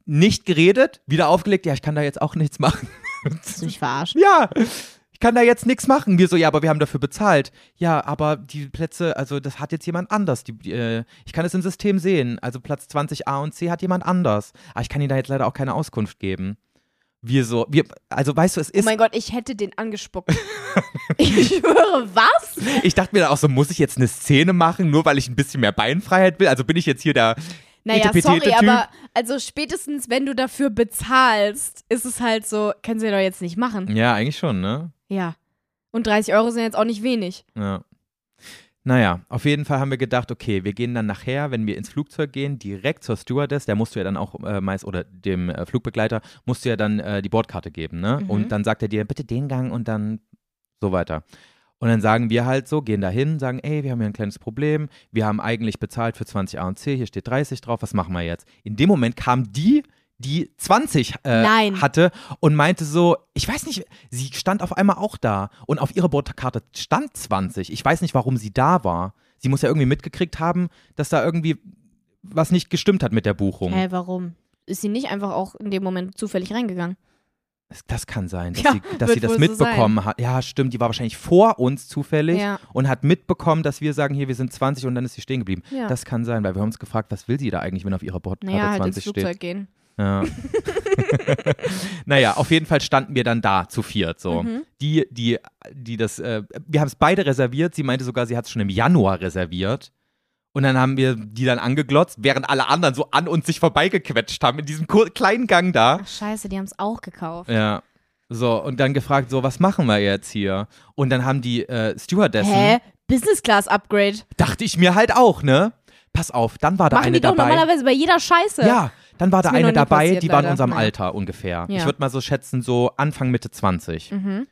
B: nicht geredet, wieder aufgelegt, ja, ich kann da jetzt auch nichts machen.
A: Willst du mich verarschen?
B: ja, ich kann da jetzt nichts machen. Wir so, ja, aber wir haben dafür bezahlt. Ja, aber die Plätze, also das hat jetzt jemand anders. Die, die, äh, ich kann es im System sehen. Also Platz 20a und C hat jemand anders. Aber ich kann Ihnen da jetzt leider auch keine Auskunft geben. Wir so, wir, also weißt du, es
A: Oh
B: ist
A: mein Gott, ich hätte den angespuckt. ich schwöre, was?
B: Ich dachte mir dann auch so, muss ich jetzt eine Szene machen, nur weil ich ein bisschen mehr Beinfreiheit will? Also bin ich jetzt hier der
A: Naja,
B: etipetete
A: sorry,
B: Typ?
A: aber also spätestens, wenn du dafür bezahlst, ist es halt so, können sie doch jetzt nicht machen.
B: Ja, eigentlich schon, ne?
A: Ja. Und 30 Euro sind jetzt auch nicht wenig.
B: Ja. Naja, auf jeden Fall haben wir gedacht, okay, wir gehen dann nachher, wenn wir ins Flugzeug gehen, direkt zur Stewardess, der musst du ja dann auch äh, meist, oder dem äh, Flugbegleiter, musst du ja dann äh, die Bordkarte geben, ne?
A: Mhm.
B: Und dann sagt er dir, bitte den Gang und dann so weiter. Und dann sagen wir halt so, gehen dahin, sagen, ey, wir haben hier ein kleines Problem, wir haben eigentlich bezahlt für 20a und C, hier steht 30 drauf, was machen wir jetzt? In dem Moment kam die, die 20 äh,
A: Nein.
B: hatte und meinte so, ich weiß nicht, sie stand auf einmal auch da und auf ihrer Bordkarte stand 20. Ich weiß nicht, warum sie da war. Sie muss ja irgendwie mitgekriegt haben, dass da irgendwie was nicht gestimmt hat mit der Buchung.
A: Hä, warum? Ist sie nicht einfach auch in dem Moment zufällig reingegangen?
B: Das, das kann sein, dass,
A: Ja,
B: sie, dass
A: wird
B: sie das
A: wohl so sein.
B: mitbekommen hat. Ja, stimmt, die war wahrscheinlich vor uns zufällig
A: Ja.
B: und hat mitbekommen, dass wir sagen, hier, wir sind 20 und dann ist sie stehen geblieben.
A: Ja.
B: Das kann sein, weil wir haben uns gefragt, was will sie da eigentlich, wenn auf ihrer Bordkarte
A: Naja, halt ins
B: 20 steht.
A: Flugzeug gehen.
B: Ja. naja, auf jeden Fall standen wir dann da zu viert. So.
A: Mhm.
B: Die, die, die das, äh, wir haben es beide reserviert. Sie meinte sogar, sie hat es schon im Januar reserviert. Und dann haben wir die dann angeglotzt, während alle anderen so an uns sich vorbeigequetscht haben in diesem kur- kleinen Gang da.
A: Ach, scheiße, die haben es auch gekauft.
B: Ja. So, und dann gefragt, so, was machen wir jetzt hier? Und dann haben die äh, Stewardessen,
A: Hä? Business Class Upgrade.
B: dachte ich mir halt auch, ne? Pass auf, dann war da
A: Machen
B: eine
A: die doch
B: dabei.
A: normalerweise bei jeder Scheiße.
B: Ja, dann war da
A: Ist mir noch
B: eine
A: nie
B: dabei,
A: passiert,
B: die war in
A: leider.
B: unserem
A: Ja.
B: Alter ungefähr.
A: Ja.
B: Ich würde mal so schätzen, so Anfang, Mitte 20.
A: Mhm.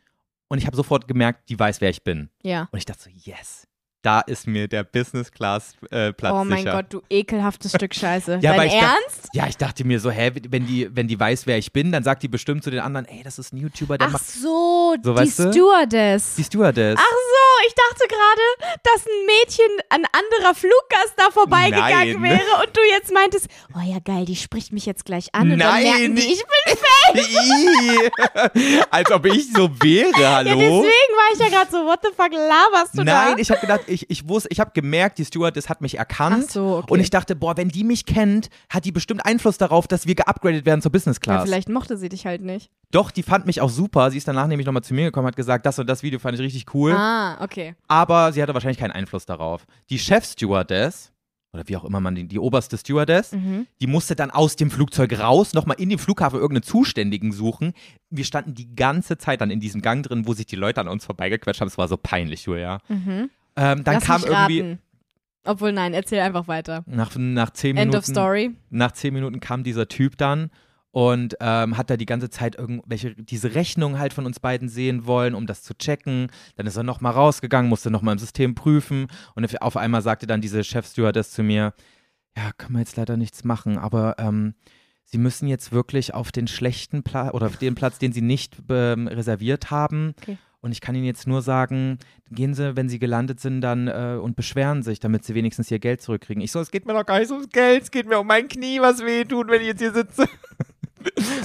B: Und ich habe sofort gemerkt, die weiß, wer ich bin.
A: Ja.
B: Und ich dachte so, yes, da ist mir der Business Class äh, Platz
A: Oh mein
B: sicher.
A: Gott, du ekelhaftes Stück Scheiße.
B: Ja, aber
A: Dein
B: ich dachte-
A: Ernst?
B: Ja, ich dachte mir so, hä, wenn die, wenn die weiß, wer ich bin, dann sagt die bestimmt zu den anderen, ey, das ist ein YouTuber, der
A: Ach
B: macht
A: so,
B: So,
A: die
B: weißt du?
A: Stewardess.
B: die Stewardess.
A: Ach so, ich dachte gerade, dass ein Mädchen, ein anderer Fluggast da vorbeigegangen
B: Nein.
A: wäre und du jetzt meintest, oh ja geil, die spricht mich jetzt gleich an und dann
B: Nein,
A: merken die,
B: die-
A: ich bin
B: Ih, Als ob ich so wäre,
A: ja,
B: hallo?
A: deswegen war ich ja gerade so, what the fuck laberst du da?
B: Nein, ich habe gedacht, ich, ich wusste, ich habe gemerkt, die Stewardess hat mich erkannt.
A: Ach so, okay.
B: Und ich dachte, boah, wenn die mich kennt, hat die bestimmt Einfluss darauf, dass wir geupgradet werden zur Business
A: ja,
B: Class.
A: vielleicht mochte sie dich halt nicht.
B: Doch, die fand mich auch super. Sie ist danach nämlich nochmal zu mir gekommen, hat gesagt, das und das Video fand ich richtig cool.
A: Ah, okay.
B: Aber sie hatte wahrscheinlich keinen Einfluss darauf. Die Chef-Stewardess, oder wie auch immer man die, die oberste
A: Mhm.
B: Stewardess, die musste dann aus dem Flugzeug raus, nochmal in den Flughafen irgendeinen Zuständigen suchen. Wir standen die ganze Zeit dann in diesem Gang drin, wo sich die Leute an uns vorbeigequetscht haben. Es war so peinlich, Julia.
A: mhm.
B: Ähm, dann
A: Lass
B: kam
A: mich
B: irgendwie.
A: raten. Obwohl, nein, erzähl einfach weiter.
B: Nach, nach zehn
A: End
B: Minuten.
A: of story.
B: nach zehn Minuten kam dieser Typ dann und ähm, hat da die ganze Zeit irgendwelche diese Rechnung halt von uns beiden sehen wollen, um das zu checken. Dann ist er nochmal rausgegangen, musste nochmal im System prüfen und auf einmal sagte dann diese Chefstewardess zu mir, ja, können wir jetzt leider nichts machen, aber ähm, Sie müssen jetzt wirklich auf den schlechten Platz oder auf den Platz, den Sie nicht ähm, reserviert haben.
A: Okay.
B: Und ich kann Ihnen jetzt nur sagen, gehen Sie, wenn Sie gelandet sind, dann äh, und beschweren sich, damit Sie wenigstens Ihr Geld zurückkriegen. Ich so, es geht mir doch gar nicht ums Geld, es geht mir um mein Knie, was weh tut, wenn ich jetzt hier sitze.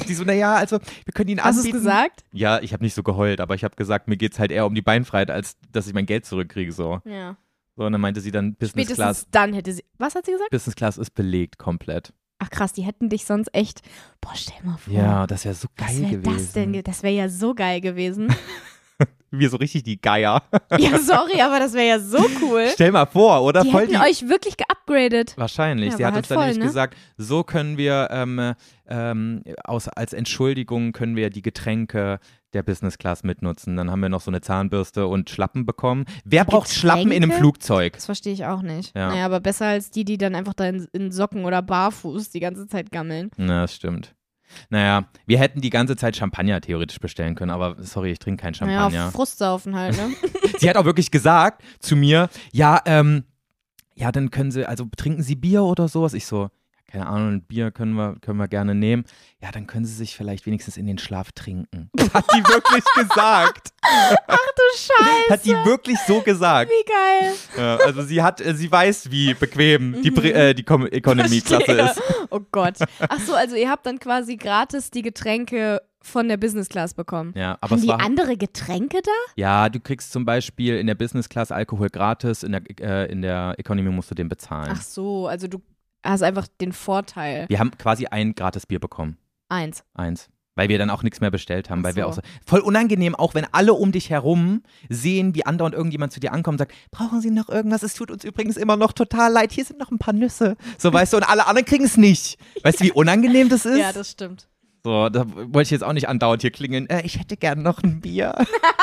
B: Die so, naja, also wir können Ihnen
A: Hast du es
B: anbieten.
A: gesagt?
B: Ja, ich habe nicht so geheult, aber ich habe gesagt, mir geht's halt eher um die Beinfreiheit, als dass ich mein Geld zurückkriege. So,
A: Ja.
B: so und dann meinte sie dann, Business
A: Spätestens
B: Class,
A: dann hätte sie. Was hat sie gesagt?
B: Business Class ist belegt komplett.
A: Ach krass, die hätten dich sonst echt. Boah, stell mal vor.
B: Ja, das wäre so
A: Was
B: geil
A: wäre
B: gewesen.
A: das denn? ge- Das wäre ja so geil gewesen.
B: Wir so richtig die Geier.
A: Ja, sorry, aber das wäre ja so cool.
B: Stell mal vor, oder?
A: Die
B: Voll
A: hätten euch wirklich geupgradet.
B: Wahrscheinlich.
A: Ja,
B: Sie
A: war
B: hat
A: halt
B: uns dann
A: voll,
B: nämlich
A: ne?
B: gesagt, so können wir ähm, ähm, aus, als Entschuldigung können wir die Getränke der Business Class mitnutzen. Dann haben wir noch so eine Zahnbürste und Schlappen bekommen. Wer braucht Schlappen in einem
A: Getränke?
B: Flugzeug?
A: Das verstehe ich auch nicht.
B: Ja.
A: Naja, aber besser als die, die dann einfach da in, in Socken oder barfuß die ganze Zeit gammeln.
B: Na, das stimmt. Naja, wir hätten die ganze Zeit Champagner theoretisch bestellen können, aber sorry, ich trinke kein Champagner.
A: Naja, Frustsaufen halt, ne?
B: sie hat auch wirklich gesagt zu mir, ja, ähm, ja, dann können sie, also trinken sie Bier oder sowas. Ich so, ja, keine Ahnung, ein Bier können wir, können wir gerne nehmen. Ja, dann können sie sich vielleicht wenigstens in den Schlaf trinken. Hat die wirklich gesagt.
A: Scheiße,
B: Hat die wirklich so gesagt.
A: wie geil.
B: Ja, also sie hat, äh, sie weiß, wie bequem die, Pri- äh, die Com- Economy-Klasse
A: Verstehe.
B: ist.
A: Oh Gott. Ach so, also ihr habt dann quasi gratis die Getränke von der Business Class bekommen.
B: Ja, aber
C: Haben
B: es
C: die
B: war,
C: andere Getränke da?
B: ja, du kriegst zum Beispiel in der Business Class Alkohol gratis, in der, äh, in der Economy musst du den bezahlen.
A: Ach so, also du hast einfach den Vorteil.
B: Wir haben quasi ein gratis Bier bekommen.
A: Eins.
B: Eins. Weil wir dann auch nichts mehr bestellt haben,
A: Ach
B: weil wir
A: so.
B: auch so, voll unangenehm, auch wenn alle um dich herum sehen, wie andauernd irgendjemand zu dir ankommt und sagt, brauchen Sie noch irgendwas? Es tut uns übrigens immer noch total leid, hier sind noch ein paar Nüsse. So, weißt du, und alle anderen kriegen es nicht. Weißt du, wie unangenehm das ist?
A: Ja, das stimmt.
B: so, da wollte ich jetzt auch nicht andauernd hier klingeln, äh, ich hätte gern noch ein Bier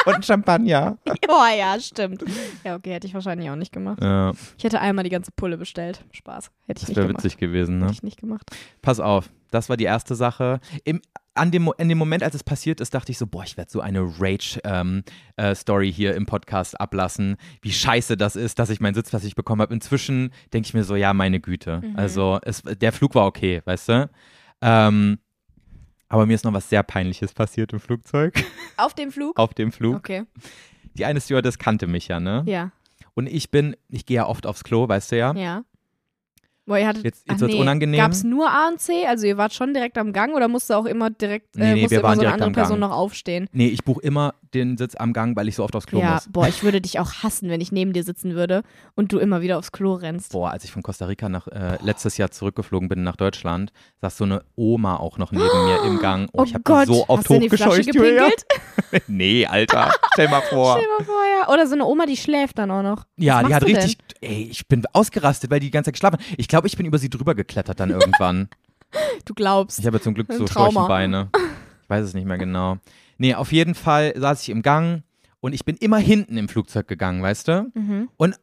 B: und ein Champagner.
A: Oh ja, stimmt. Ja, okay, hätte ich wahrscheinlich auch nicht gemacht.
B: Ja,
A: Ich hätte einmal die ganze Pulle bestellt. Spaß. Hätte ich
B: das
A: nicht
B: wäre
A: gemacht.
B: witzig gewesen, ne?
A: Hätte ich nicht gemacht.
B: Pass auf, das war die erste Sache. Im, an dem, Mo- in dem Moment, als es passiert ist, dachte ich so, boah, ich werde so eine Rage-Story ähm, äh, Story hier im Podcast ablassen. Wie scheiße das ist, dass ich meinen Sitzplatz nicht bekommen habe. Inzwischen denke ich mir so, ja, meine Güte. Also es, der Flug war okay, weißt du? Ähm, aber mir ist noch was sehr Peinliches passiert im Flugzeug,
A: Auf dem Flug?
B: auf dem Flug.
A: Okay.
B: Die eine Stewardess kannte mich ja, ne?
A: Ja,
B: Und ich bin, ich gehe ja oft aufs Klo, weißt du ja?
A: ja. Boah, ihr hattet,
B: Jetzt- jetzt wird's unangenehm.
A: Gab es nur A und C? Also ihr wart schon direkt am Gang oder musste auch immer direkt, äh,
B: Nee, nee,
A: musste
B: wir
A: immer
B: waren
A: so eine
B: direkt
A: andere
B: am
A: Person
B: Gang.
A: noch aufstehen?
B: Nee, ich buche immer den Sitz am Gang, weil ich so oft aufs Klo
A: ja,
B: muss.
A: boah, ich würde dich auch hassen, wenn ich neben dir sitzen würde und du immer wieder aufs Klo rennst.
B: Boah, als ich von Costa Rica nach äh, letztes Jahr zurückgeflogen bin nach Deutschland, saß so eine Oma auch noch neben mir im Gang. Oh,
A: Oh
B: ich habe
A: Gott,
B: so oft
A: hast du in die Flasche
B: hochgescheucht, Julia.
A: gepinkelt?
B: nee, Alter, stell mal vor.
A: Stell dir mal vor, ja. Oder so eine Oma, die schläft dann auch noch.
B: Ja,
A: Was
B: die
A: machst
B: hat
A: du
B: richtig, ey, ich bin ausgerastet, weil die die ganze Zeit geschlafen hat. Ich glaube, ich bin über sie drüber geklettert dann irgendwann.
A: Denn? Du glaubst.
B: Ich habe ja zum Glück
A: Ein
B: so
A: Trauma.
B: Storchenbeine. Ich weiß es nicht mehr genau. Nee, auf jeden Fall saß ich im Gang und ich bin immer hinten im Flugzeug gegangen, weißt du?
A: Mhm.
B: Und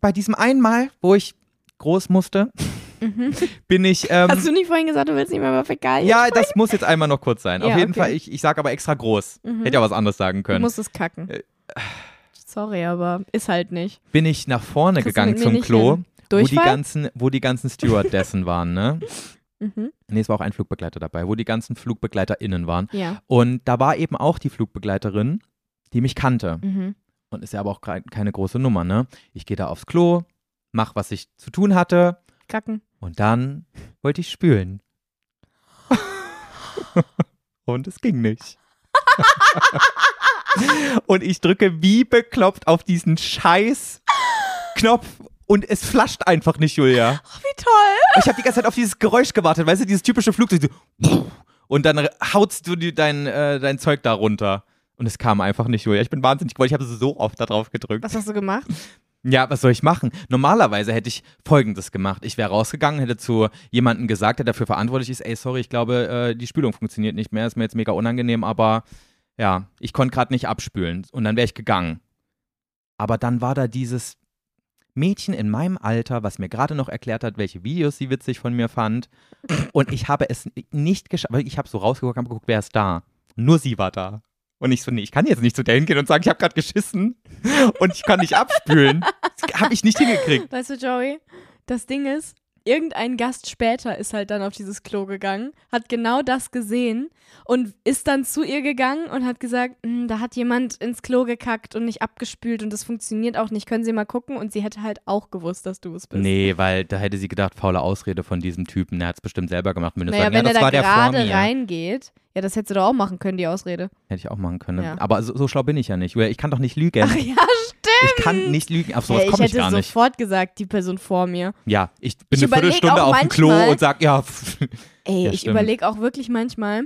B: bei diesem einmal, wo ich groß musste, bin ich ähm,
A: Mhm. Hast du nicht vorhin gesagt, du willst nicht mehr über Fäkalien?
B: Ja, das muss jetzt einmal noch kurz sein.
A: Ja,
B: Auf jeden
A: okay. Hm.
B: Fall, ich, ich sage aber extra groß. Hätte ja was anderes sagen
A: Mhm. Du
B: können. Äh.
A: musst es kacken. Sorry, aber ist halt nicht.
B: Bin ich nach vorne
A: Kriegst du
B: gegangen
A: mit mir
B: zum
A: nicht
B: Klo,
A: hin.
B: wo die,
A: Durchfall?
B: ganzen, wo die ganzen Stewardessen waren, ne?
A: Mhm.
B: Nee, es war auch ein Flugbegleiter dabei, wo die ganzen FlugbegleiterInnen waren.
A: Ja.
B: Und da war eben auch die Flugbegleiterin, die mich kannte.
A: Mhm.
B: Und ist ja aber auch grei- keine große Nummer, ne? Ich gehe da aufs Klo, mach, was ich zu tun hatte
A: Kacken.
B: und dann wollte ich spülen. und es ging nicht. und ich drücke wie bekloppt auf diesen scheiß Knopf und es flasht einfach nicht, Julia.
A: Wie toll.
B: Ich habe die ganze Zeit auf dieses Geräusch gewartet, weißt du, dieses typische Flugzeug. So, und dann hautst du die, dein, äh, dein Zeug da runter. Und es kam einfach nicht, Julia. Ich bin wahnsinnig gewollt. Ich habe so oft da drauf gedrückt.
A: Was hast du gemacht?
B: Ja, was soll ich machen? Normalerweise hätte ich Folgendes gemacht. Ich wäre rausgegangen, hätte zu jemandem gesagt, der dafür verantwortlich ist, ey, sorry, ich glaube, äh, die Spülung funktioniert nicht mehr, ist mir jetzt mega unangenehm, aber ja, ich konnte gerade nicht abspülen. Und dann wäre ich gegangen. Aber dann war da dieses Mädchen in meinem Alter, was mir gerade noch erklärt hat, welche Videos sie witzig von mir fand. Und ich habe es nicht geschafft, weil ich habe so rausgeguckt, habe geguckt, wer ist da. Nur sie war da. Und ich so, nee, ich kann jetzt nicht zu der hingehen und sagen, ich habe gerade geschissen und ich kann nicht abspülen. Das habe ich nicht hingekriegt.
A: Weißt du, Joey, das Ding ist, irgendein Gast später ist halt dann auf dieses Klo gegangen, hat genau das gesehen und ist dann zu ihr gegangen und hat gesagt, "Hm, da hat jemand ins Klo gekackt und nicht abgespült und das funktioniert auch nicht. Können Sie mal gucken? Und sie hätte halt auch gewusst, dass du es bist.
B: Nee, weil da hätte sie gedacht, faule Ausrede von diesem Typen. Der hat es bestimmt selber gemacht. Wenn du
A: naja,
B: sagen,
A: wenn
B: ja,
A: er
B: das
A: da
B: war der vor
A: gerade
B: mir.
A: reingeht, ja, das hättest du doch auch machen können, die Ausrede.
B: Hätte ich auch machen können.
A: Ja.
B: Aber so, so schlau bin ich ja nicht. Julia, Ich kann doch nicht lügen.
A: Ach ja, stimmt.
B: ich kann nicht lügen. Auf sowas
A: Hey, ich
B: komme ich
A: hätte
B: gar nicht.
A: sofort gesagt, die Person vor mir.
B: Ja, ich bin
A: Ich
B: eine
A: überleg
B: Viertelstunde
A: auch
B: auf dem Klo
A: manchmal-
B: und sag, ja, pff,
A: Ey,
B: Ja,
A: ich
B: stimmt.
A: überlege auch wirklich manchmal,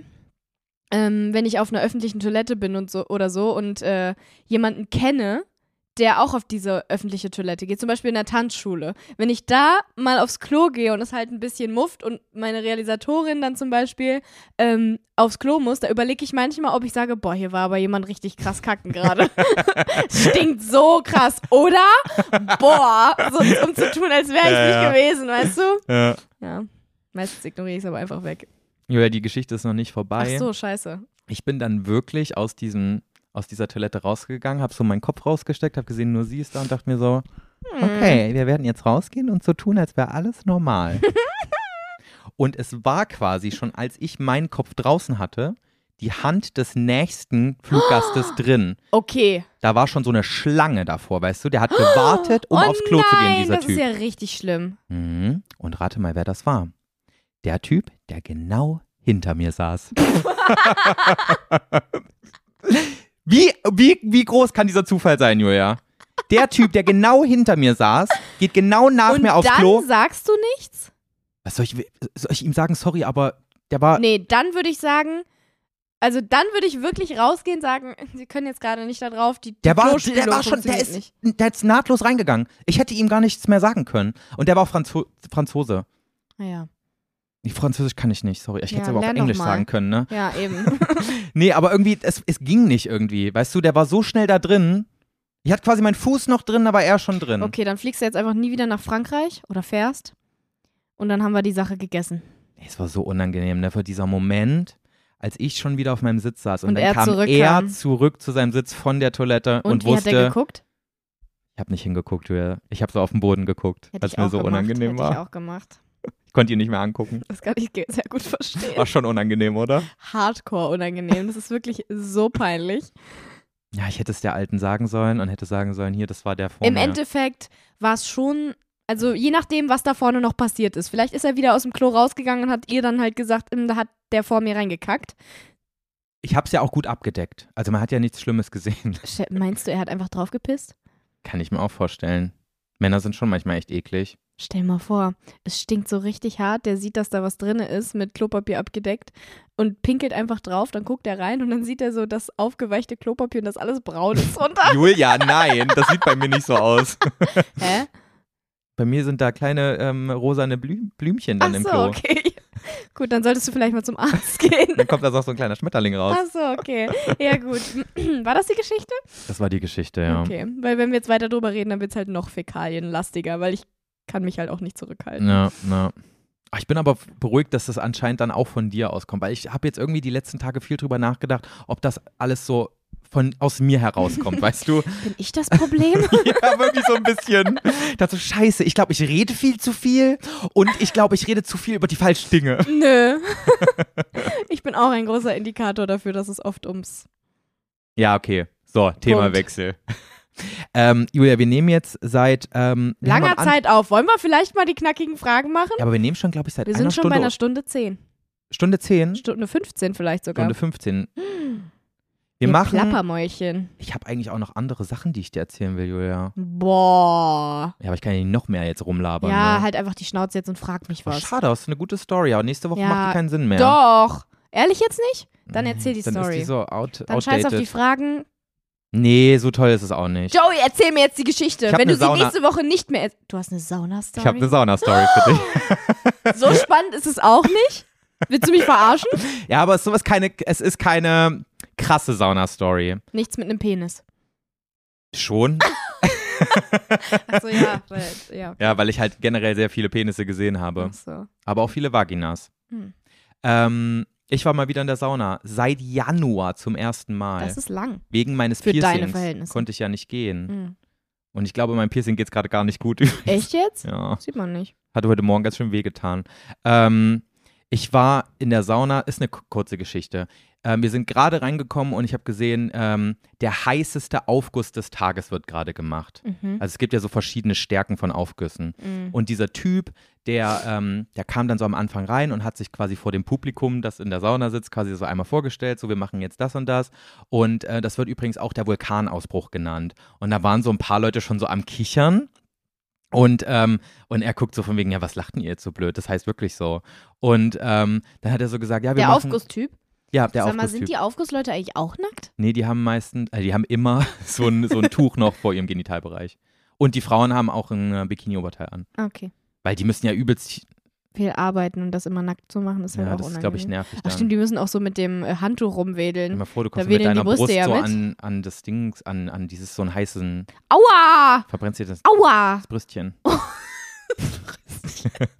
A: ähm, wenn ich auf einer öffentlichen Toilette bin und so oder so und äh, jemanden kenne, der auch auf diese öffentliche Toilette geht, zum Beispiel in der Tanzschule. Wenn ich da mal aufs Klo gehe und es halt ein bisschen mufft und meine Realisatorin dann zum Beispiel ähm, aufs Klo muss, da überlege ich manchmal, ob ich sage, boah, hier war aber jemand richtig krass kacken gerade. Stinkt so krass, oder? Boah, so, um zu tun, als wäre ich
B: Ja, ja.
A: nicht gewesen, weißt du?
B: äh,
A: Ja. Meistens ignoriere ich es aber einfach weg.
B: Julia, die Geschichte ist noch nicht vorbei.
A: Ach so, scheiße.
B: Ich bin dann wirklich aus diesem aus dieser Toilette rausgegangen, habe so meinen Kopf rausgesteckt, habe gesehen, nur sie ist da und dachte mir so,
A: Hm.
B: okay, wir werden jetzt rausgehen und so tun, als wäre alles normal. Und es war quasi schon, als ich meinen Kopf draußen hatte, die Hand des nächsten Fluggastes drin.
A: Okay.
B: Da war schon so eine Schlange davor, weißt du? Der hat gewartet, um
A: oh
B: aufs Klo
A: nein,
B: zu gehen, dieser
A: das
B: Typ.
A: ist ja richtig schlimm.
B: Mhm. Und rate mal, wer das war. Der Typ, der genau hinter mir saß. wie, wie, wie groß kann dieser Zufall sein, Julia? Der Typ, der genau hinter mir saß, geht genau nach
A: Und
B: mir aufs
A: dann
B: Klo.
A: sagst du nichts?
B: Was soll ich, soll ich ihm sagen, sorry, aber der war.
A: Nee, dann würde ich sagen, also dann würde ich wirklich rausgehen sagen, sie können jetzt gerade nicht da drauf, die, die
B: Der war,
A: Klospülung
B: der war schon, der
A: funktioniert
B: ist,
A: nicht.
B: der ist nahtlos reingegangen. Ich hätte ihm gar nichts mehr sagen können. Und der war auch Franzo Franzose.
A: Naja.
B: Nee, Französisch kann ich nicht, sorry. Ich hätte es
A: Ja,
B: aber auf
A: lern doch
B: Englisch
A: mal.
B: sagen können, ne?
A: Ja, eben.
B: Nee, aber irgendwie, es, es ging nicht irgendwie. Weißt du, der war so schnell da drin. Ich hatte quasi meinen Fuß noch drin, aber er schon drin.
A: Okay, dann fliegst du jetzt einfach nie wieder nach Frankreich oder fährst. Und dann haben wir die Sache gegessen.
B: Es war so unangenehm, ne? Für dieser Moment, als ich schon wieder auf meinem Sitz saß und,
A: Und
B: dann
A: er
B: kam
A: zurückkam.
B: er zurück zu seinem Sitz von der Toilette
A: Und,
B: und,
A: wie hat der
B: wusste,
A: geguckt?
B: ich habe nicht hingeguckt, Julia. ich habe so auf den Boden geguckt,
A: Hätte
B: weil es
A: ich
B: mir
A: auch
B: so
A: gemacht.
B: unangenehm
A: Hätte
B: war.
A: ich auch gemacht.
B: Ich konnte ihn nicht mehr angucken.
A: Das kann ich ge- sehr gut verstehen.
B: War schon unangenehm, oder?
A: Hardcore unangenehm. Das ist wirklich so peinlich.
B: Ja, ich hätte es der Alten sagen sollen und hätte sagen sollen, hier, das war der vor
A: Im
B: mir.
A: Endeffekt war es schon, also je nachdem, was da vorne noch passiert ist. Vielleicht ist er wieder aus dem Klo rausgegangen und hat ihr dann halt gesagt, "Mm, da hat der vor mir reingekackt.
B: ich habe es ja auch gut abgedeckt. Also man hat ja nichts Schlimmes gesehen.
A: Sch- Meinst du, er hat einfach draufgepisst?
B: Kann ich mir auch vorstellen. Männer sind schon manchmal echt eklig.
A: Stell mal vor, es stinkt so richtig hart, der sieht, dass da was drin ist, mit Klopapier abgedeckt und pinkelt einfach drauf, dann guckt er rein und dann sieht er so das aufgeweichte Klopapier und das alles braun ist runter.
B: Julia, nein, das sieht bei mir nicht so aus.
A: Hä?
B: Bei mir sind da kleine ähm, rosane Blü Blümchen
A: Ach
B: dann im
A: so,
B: Klo.
A: okay. Gut, dann solltest du vielleicht mal zum Arzt gehen.
B: Dann kommt da also auch so ein kleiner Schmetterling raus.
A: Ach so, okay. Ja, gut. War das die Geschichte?
B: Das war die Geschichte, ja.
A: Okay, weil wenn wir jetzt weiter drüber reden, dann wird es halt noch fäkalienlastiger, weil ich kann mich halt auch nicht zurückhalten.
B: Ja, ja. Ach, Ich bin aber beruhigt, dass das anscheinend dann auch von dir auskommt, weil ich habe jetzt irgendwie die letzten Tage viel drüber nachgedacht, ob das alles so von aus mir herauskommt, weißt du?
A: Bin ich das Problem?
B: ja, wirklich so ein bisschen. Dazu Scheiße, ich glaube, ich rede viel zu viel und ich glaube, ich rede zu viel über die falschen Dinge.
A: Nö. ich bin auch ein großer Indikator dafür, dass es oft ums
B: Ja, okay. So, Themawechsel. Ähm, Julia, wir nehmen jetzt seit ähm, wir haben
A: langer
B: am An-
A: Zeit auf. Wollen wir vielleicht mal die knackigen Fragen machen?
B: Ja, aber wir nehmen schon, glaube ich, seit
A: Wir
B: einer
A: sind schon
B: Stunde,
A: bei einer Stunde 10.
B: Stunde 10,
A: Stunde 15 vielleicht sogar.
B: Stunde 15. Wir
A: Ihr
B: machen.
A: Plappermäulchen.
B: Ich habe eigentlich auch noch andere Sachen, die ich dir erzählen will, Julia.
A: Boah.
B: Ja, aber ich kann ja nicht noch mehr jetzt rumlabern.
A: Ja,
B: ne?
A: halt einfach die Schnauze jetzt und frag mich
B: Oh,
A: was.
B: schade, das ist eine gute Story, aber nächste Woche
A: Ja,
B: macht die keinen Sinn mehr.
A: Doch. Ehrlich jetzt nicht? Dann erzähl die
B: Dann
A: Story.
B: ist die so out,
A: Dann scheiß
B: outdated.
A: auf die Fragen.
B: nee, so toll ist es auch nicht.
A: Joey, erzähl mir jetzt die Geschichte.
B: Ich hab
A: Wenn
B: ne
A: du sie
B: Sauna-
A: nächste Woche nicht mehr. erz- Du hast eine Sauna-Story.
B: Ich habe eine Sauna-Story für dich.
A: so spannend ist es auch nicht. Willst du mich verarschen?
B: Ja, aber es ist, sowas keine, es ist keine krasse Sauna-Story.
A: Nichts mit einem Penis.
B: Schon,
A: Achso, ja. Weil, ja.
B: Ja, weil ich halt generell sehr viele Penisse gesehen habe.
A: Achso.
B: Aber auch viele Vaginas.
A: Hm.
B: Ähm, ich war mal wieder in der Sauna. Seit Januar zum ersten Mal.
A: Das ist lang.
B: Wegen meines
A: für deine
B: Piercings
A: Verhältnisse.
B: konnte ich ja nicht gehen.
A: Hm.
B: Und ich glaube, meinem Piercing geht's gerade gar nicht gut.
A: Echt jetzt?
B: ja.
A: Sieht man nicht.
B: Hat heute Morgen ganz schön wehgetan. Ähm, ich war in der Sauna, ist eine ku- kurze Geschichte. Ähm, wir sind gerade reingekommen und ich habe gesehen, ähm, der heißeste Aufguss des Tages wird gerade gemacht.
A: Mhm.
B: Also es gibt ja so verschiedene Stärken von Aufgüssen. Also, Und dieser Typ, der, ähm, der kam dann so am Anfang rein und hat sich quasi vor dem Publikum, das in der Sauna sitzt, quasi so einmal vorgestellt, so wir machen jetzt das und das. Und äh, das wird übrigens auch der Vulkanausbruch genannt. Und da waren so ein paar Leute schon so am Kichern. Und, ähm, und er guckt so von wegen, ja, was lacht denn ihr jetzt so blöd? Das heißt wirklich so. Und ähm, dann hat er so gesagt, ja, wir
A: Der
B: machen...
A: Aufgusstyp.
B: Ja, der
A: Sag mal,
B: Aufgusstyp.
A: sind die Aufgussleute eigentlich auch nackt?
B: Nee, die haben meistens, also die haben immer so ein, so ein Tuch noch vor ihrem Genitalbereich. Und die Frauen haben auch ein äh, Bikini-Oberteil an.
A: Okay.
B: Weil die müssen ja übelst.
A: Viel arbeiten und das immer nackt zu machen, ist halt
B: ja,
A: auch
B: das ist,
A: unangenehm.
B: glaube ich, nervig.
A: Ach
B: Dann.
A: stimmt, die müssen auch so mit dem äh, Handtuch
B: Stell dir
A: rumwedeln.
B: mal vor, du kommst
A: Da
B: mit
A: wedeln die
B: deiner Brust
A: Brüste ja
B: so
A: mit.
B: an, an das Ding, an, an dieses so einen heißen,
A: Aua!
B: verbrennst dir das
A: Aua!
B: Brüstchen.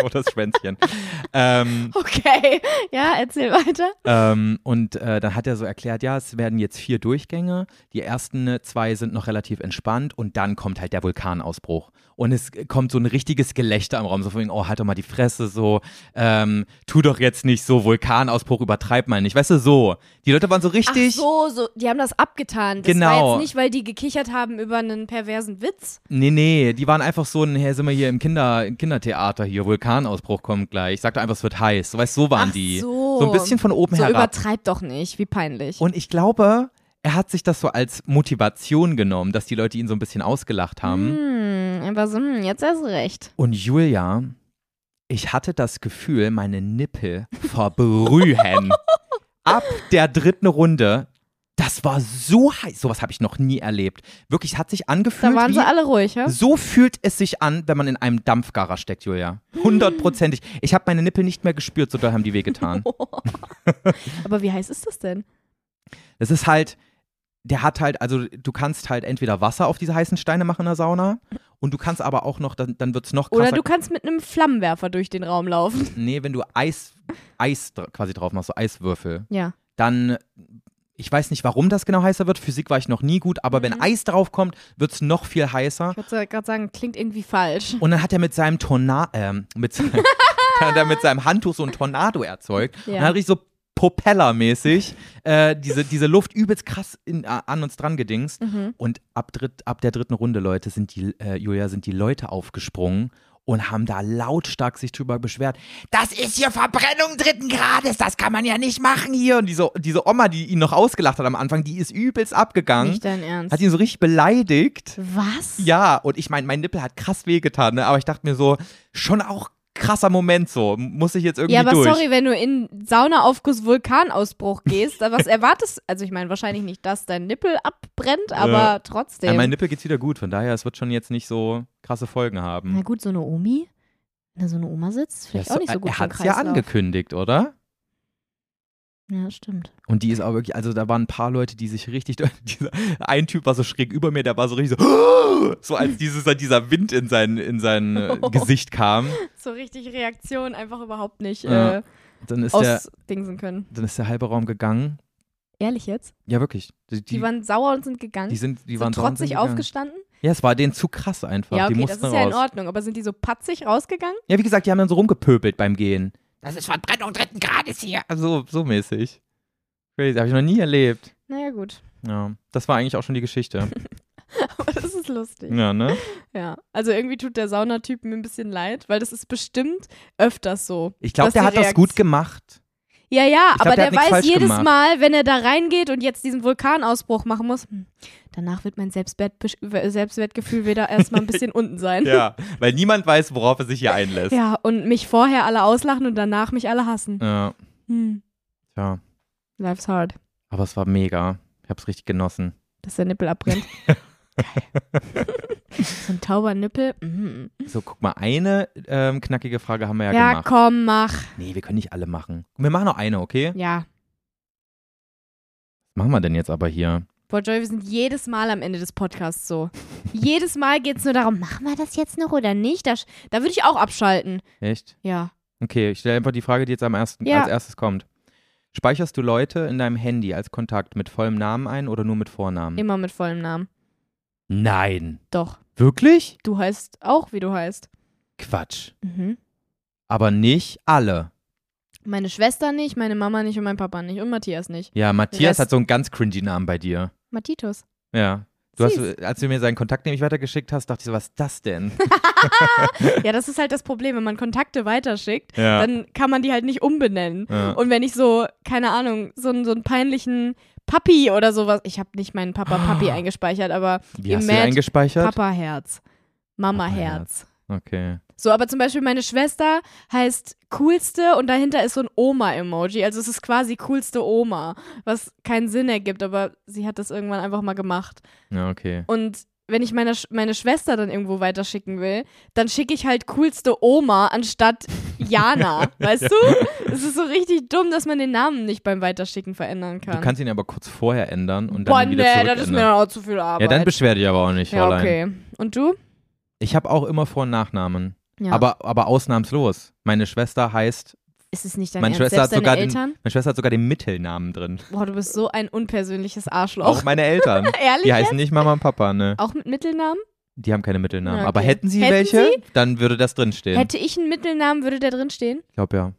B: Oder das Schwänzchen. ähm,
A: Okay, ja, erzähl weiter.
B: ähm, und äh, dann hat er so erklärt, ja, es werden jetzt vier Durchgänge. Die ersten äh, zwei sind noch relativ entspannt und dann kommt halt der Vulkanausbruch. Und es kommt so ein richtiges Gelächter im Raum, so von wegen, oh, halt doch mal die Fresse, so, ähm, tu doch jetzt nicht so, Vulkanausbruch, übertreib mal nicht. Weißt du, so. Die Leute waren so richtig.
A: Ach so, so, die haben das abgetan. Das war
B: Genau.
A: jetzt nicht, weil die gekichert haben über einen perversen Witz.
B: Nee, nee, die waren einfach so, hey, sind wir hier im Kinder, im Kindertheater hier, Vulkanausbruch kommt gleich. Sag doch einfach, es wird heiß. So, weißt du, so waren
A: Ach
B: die.
A: so.
B: ein bisschen von oben
A: So
B: herab.
A: übertreib doch nicht, wie peinlich.
B: Und ich glaube, er hat sich das so als Motivation genommen, dass die Leute ihn so ein bisschen ausgelacht haben.
A: Hm, aber so, hm, jetzt hast du recht.
B: Und Julia, ich hatte das Gefühl, meine Nippel verbrühen. Ab der dritten Runde. Das war so heiß. Sowas habe ich noch nie erlebt. Wirklich, es hat sich
A: Da
B: angefühlt
A: waren
B: wie
A: sie alle ruhig, ja?
B: So fühlt es sich an, wenn man in einem Dampfgarer steckt, Julia. Hundertprozentig. Ich habe meine Nippel nicht mehr gespürt, so doll haben die wehgetan.
A: Aber wie heiß ist das denn?
B: Es ist halt, der hat halt, also du kannst halt entweder Wasser auf diese heißen Steine machen in der Sauna und du kannst aber auch noch, dann, dann wird es noch krasser.
A: Oder du kannst mit einem Flammenwerfer durch den Raum laufen.
B: nee, wenn du Eis, Eis dr- quasi drauf machst, so Eiswürfel,
A: Ja.
B: dann, ich weiß nicht, warum das genau heißer wird, Physik war ich noch nie gut, aber
A: Mhm.
B: wenn Eis draufkommt, wird es noch viel heißer.
A: Ich wollte gerade sagen, klingt irgendwie falsch.
B: Und dann hat er mit seinem Tornado, ähm, mit, seinem- dann hat er mit seinem Handtuch so ein Tornado erzeugt.
A: Ja.
B: Und dann hat richtig so Propellermäßig äh, diese, diese Luft übelst krass in, a- an uns dran gedingst.
A: Mhm.
B: Und ab, dritt, ab der dritten Runde, Leute, sind die, äh, Julia, sind die Leute aufgesprungen und haben da lautstark sich drüber beschwert. Das ist hier Verbrennung dritten Grades, das kann man ja nicht machen hier. Und diese, diese Oma, die ihn noch ausgelacht hat am Anfang, die ist übelst abgegangen.
A: Nicht dein Ernst.
B: hat ihn so richtig beleidigt.
A: Was?
B: Ja, und ich meine, mein Nippel hat krass wehgetan, ne? aber ich dachte mir so, schon auch krasser Moment so, muss ich jetzt irgendwie
A: Ja, aber
B: durch.
A: sorry, wenn du in Saunaaufguss Vulkanausbruch gehst, da was erwartest Also ich meine wahrscheinlich nicht, dass dein Nippel abbrennt, aber
B: Äh, Ja,
A: trotzdem.
B: mein Nippel geht's wieder gut, von daher, es wird schon jetzt nicht so krasse Folgen haben.
C: Na gut, so eine Omi, wenn da so eine Oma sitzt, vielleicht
B: Hm. Ja,
C: auch nicht so gut
B: er
C: für den
B: hat's ja
C: Kreislauf.
B: angekündigt, oder?
C: Ja, stimmt.
B: Und die ist aber wirklich, also da waren ein paar Leute, die sich richtig, dieser, ein Typ war so schräg über mir, der war so richtig so, so als dieses, dieser Wind in sein, in sein äh, Gesicht kam.
A: so richtig Reaktion einfach überhaupt nicht
B: Ja.
A: äh,
B: Dann ist, der,
A: ausdingsen können.
B: dann ist der halbe Raum gegangen.
A: Ehrlich jetzt?
B: Ja, wirklich. Die,
A: Die, waren sauer und sind gegangen.
B: die sind, die
A: sind
B: waren draußen
A: trotzig
B: gegangen.
A: aufgestanden?
B: Ja, es war denen zu krass einfach.
A: Ja,
B: die
A: okay, das
B: mussten
A: ist ja in
B: raus.
A: Ordnung. Aber sind die so patzig rausgegangen?
B: Ja, wie gesagt, die haben dann so rumgepöbelt beim Gehen.
D: Das ist Verbrennung dritten Grades hier.
B: Also so mäßig. Crazy, habe ich noch nie erlebt.
A: Naja, gut.
B: Ja, das war eigentlich auch schon die Geschichte.
A: Aber das ist lustig.
B: ja, ne?
A: Ja, also irgendwie tut der Saunatyp mir ein bisschen leid, weil das ist bestimmt öfters so.
B: Ich glaube,
A: Dass
B: der
A: die
B: hat das
A: Reaktion-
B: gut gemacht.
A: Ja, ja,
B: Ich glaub,
A: aber
B: der
A: der,
B: hat nichts
A: weiß
B: falsch
A: jedes
B: gemacht.
A: Mal, wenn er da reingeht und jetzt diesen Vulkanausbruch machen muss, hm, danach wird mein Selbstwert, Selbstwertgefühl wieder erstmal ein bisschen unten sein.
B: Ja, weil niemand weiß, worauf er sich hier einlässt.
A: Ja, und mich vorher alle auslachen und danach mich alle hassen.
B: Ja,
A: Hm,
B: ja.
A: life's hard,
B: Aber es war mega. Ich hab's richtig genossen.
A: dass der Nippel abbrennt. Geil. so ein tauber Nippel. Mhm.
B: So, guck mal, eine ähm, knackige Frage haben wir ja,
A: Ja,
B: gemacht.
A: komm, mach.
B: Nee, wir können nicht alle machen. Wir machen noch eine, okay?
A: Ja.
B: Was machen wir denn jetzt aber hier?
A: Boah, Joy, wir sind jedes Mal am Ende des Podcasts so. jedes Mal geht es nur darum, machen wir das jetzt noch oder nicht? Da, sch- da würde ich auch abschalten.
B: Echt?
A: Ja.
B: Okay, ich stelle einfach die Frage, die jetzt am ersten,
A: Ja.
B: als erstes kommt. Speicherst du Leute in deinem Handy als Kontakt mit vollem Namen ein oder nur mit Vornamen?
A: Immer mit vollem Namen.
B: Nein.
A: Doch.
B: Wirklich?
A: Du heißt auch, wie du heißt.
B: Quatsch.
A: Mhm.
B: Aber nicht alle.
A: Meine Schwester nicht, meine Mama nicht und mein Papa nicht und Matthias nicht.
B: Ja, Matthias
A: Rest-
B: hat so einen ganz cringy Namen bei dir.
A: Matitus.
B: Ja. Du hast,
A: Süß.
B: als du mir seinen Kontakt nämlich weitergeschickt hast, dachte ich so, was ist das denn?
A: Ja, das ist halt das Problem. Wenn man Kontakte weiterschickt,
B: Ja.
A: dann kann man die halt nicht umbenennen.
B: Ja.
A: Und wenn ich so, keine Ahnung, so, einen- so einen peinlichen Papi oder sowas. Ich habe nicht meinen Papa
B: Ah.
A: Papi eingespeichert, aber
B: Wie hast du den
A: Imagine-
B: eingespeichert?
A: Papa Herz. Mama
B: Papa Herz.
A: Herz.
B: Okay.
A: So, aber zum Beispiel meine Schwester heißt coolste und dahinter ist so ein Oma-Emoji. Also es ist quasi coolste Oma, was keinen Sinn ergibt, aber sie hat das irgendwann einfach mal gemacht.
B: Ja, okay.
A: Und wenn ich meine, Sch- meine Schwester dann irgendwo weiterschicken will, dann schicke ich halt coolste Oma anstatt Jana. weißt du? Es ist so richtig dumm, dass man den Namen nicht beim Weiterschicken verändern kann.
B: Du kannst ihn aber kurz vorher ändern und dann
A: Boah,
B: wieder
A: nee, das ist mir
B: zurückändern.
A: dann auch zu viel Arbeit.
B: Ja, dann beschwer dich aber auch nicht,
A: ja,
B: Fräulein.
A: okay. Und du?
B: Ich habe auch immer Vor- und Nachnamen.
A: Ja.
B: Aber, aber ausnahmslos. Meine Schwester heißt,
A: ist es nicht dein
B: meine
A: Ernst?
B: Schwester, hat
A: Selbst
B: sogar
A: deine
B: den,
A: Eltern?
B: meine Schwester hat sogar den Mittelnamen drin.
A: Boah, du bist so ein unpersönliches Arschloch.
B: Auch meine Eltern.
A: Ehrlich?
B: Die heißen nicht Mama und Papa, ne?
A: Auch mit Mittelnamen?
B: Die haben keine Mittelnamen.
A: Ja,
B: Aber
A: okay.
B: hätten sie
A: Hätten
B: welche, dann würde das drinstehen.
A: Hätte ich einen Mittelnamen, würde der drinstehen?
B: ich glaube ja.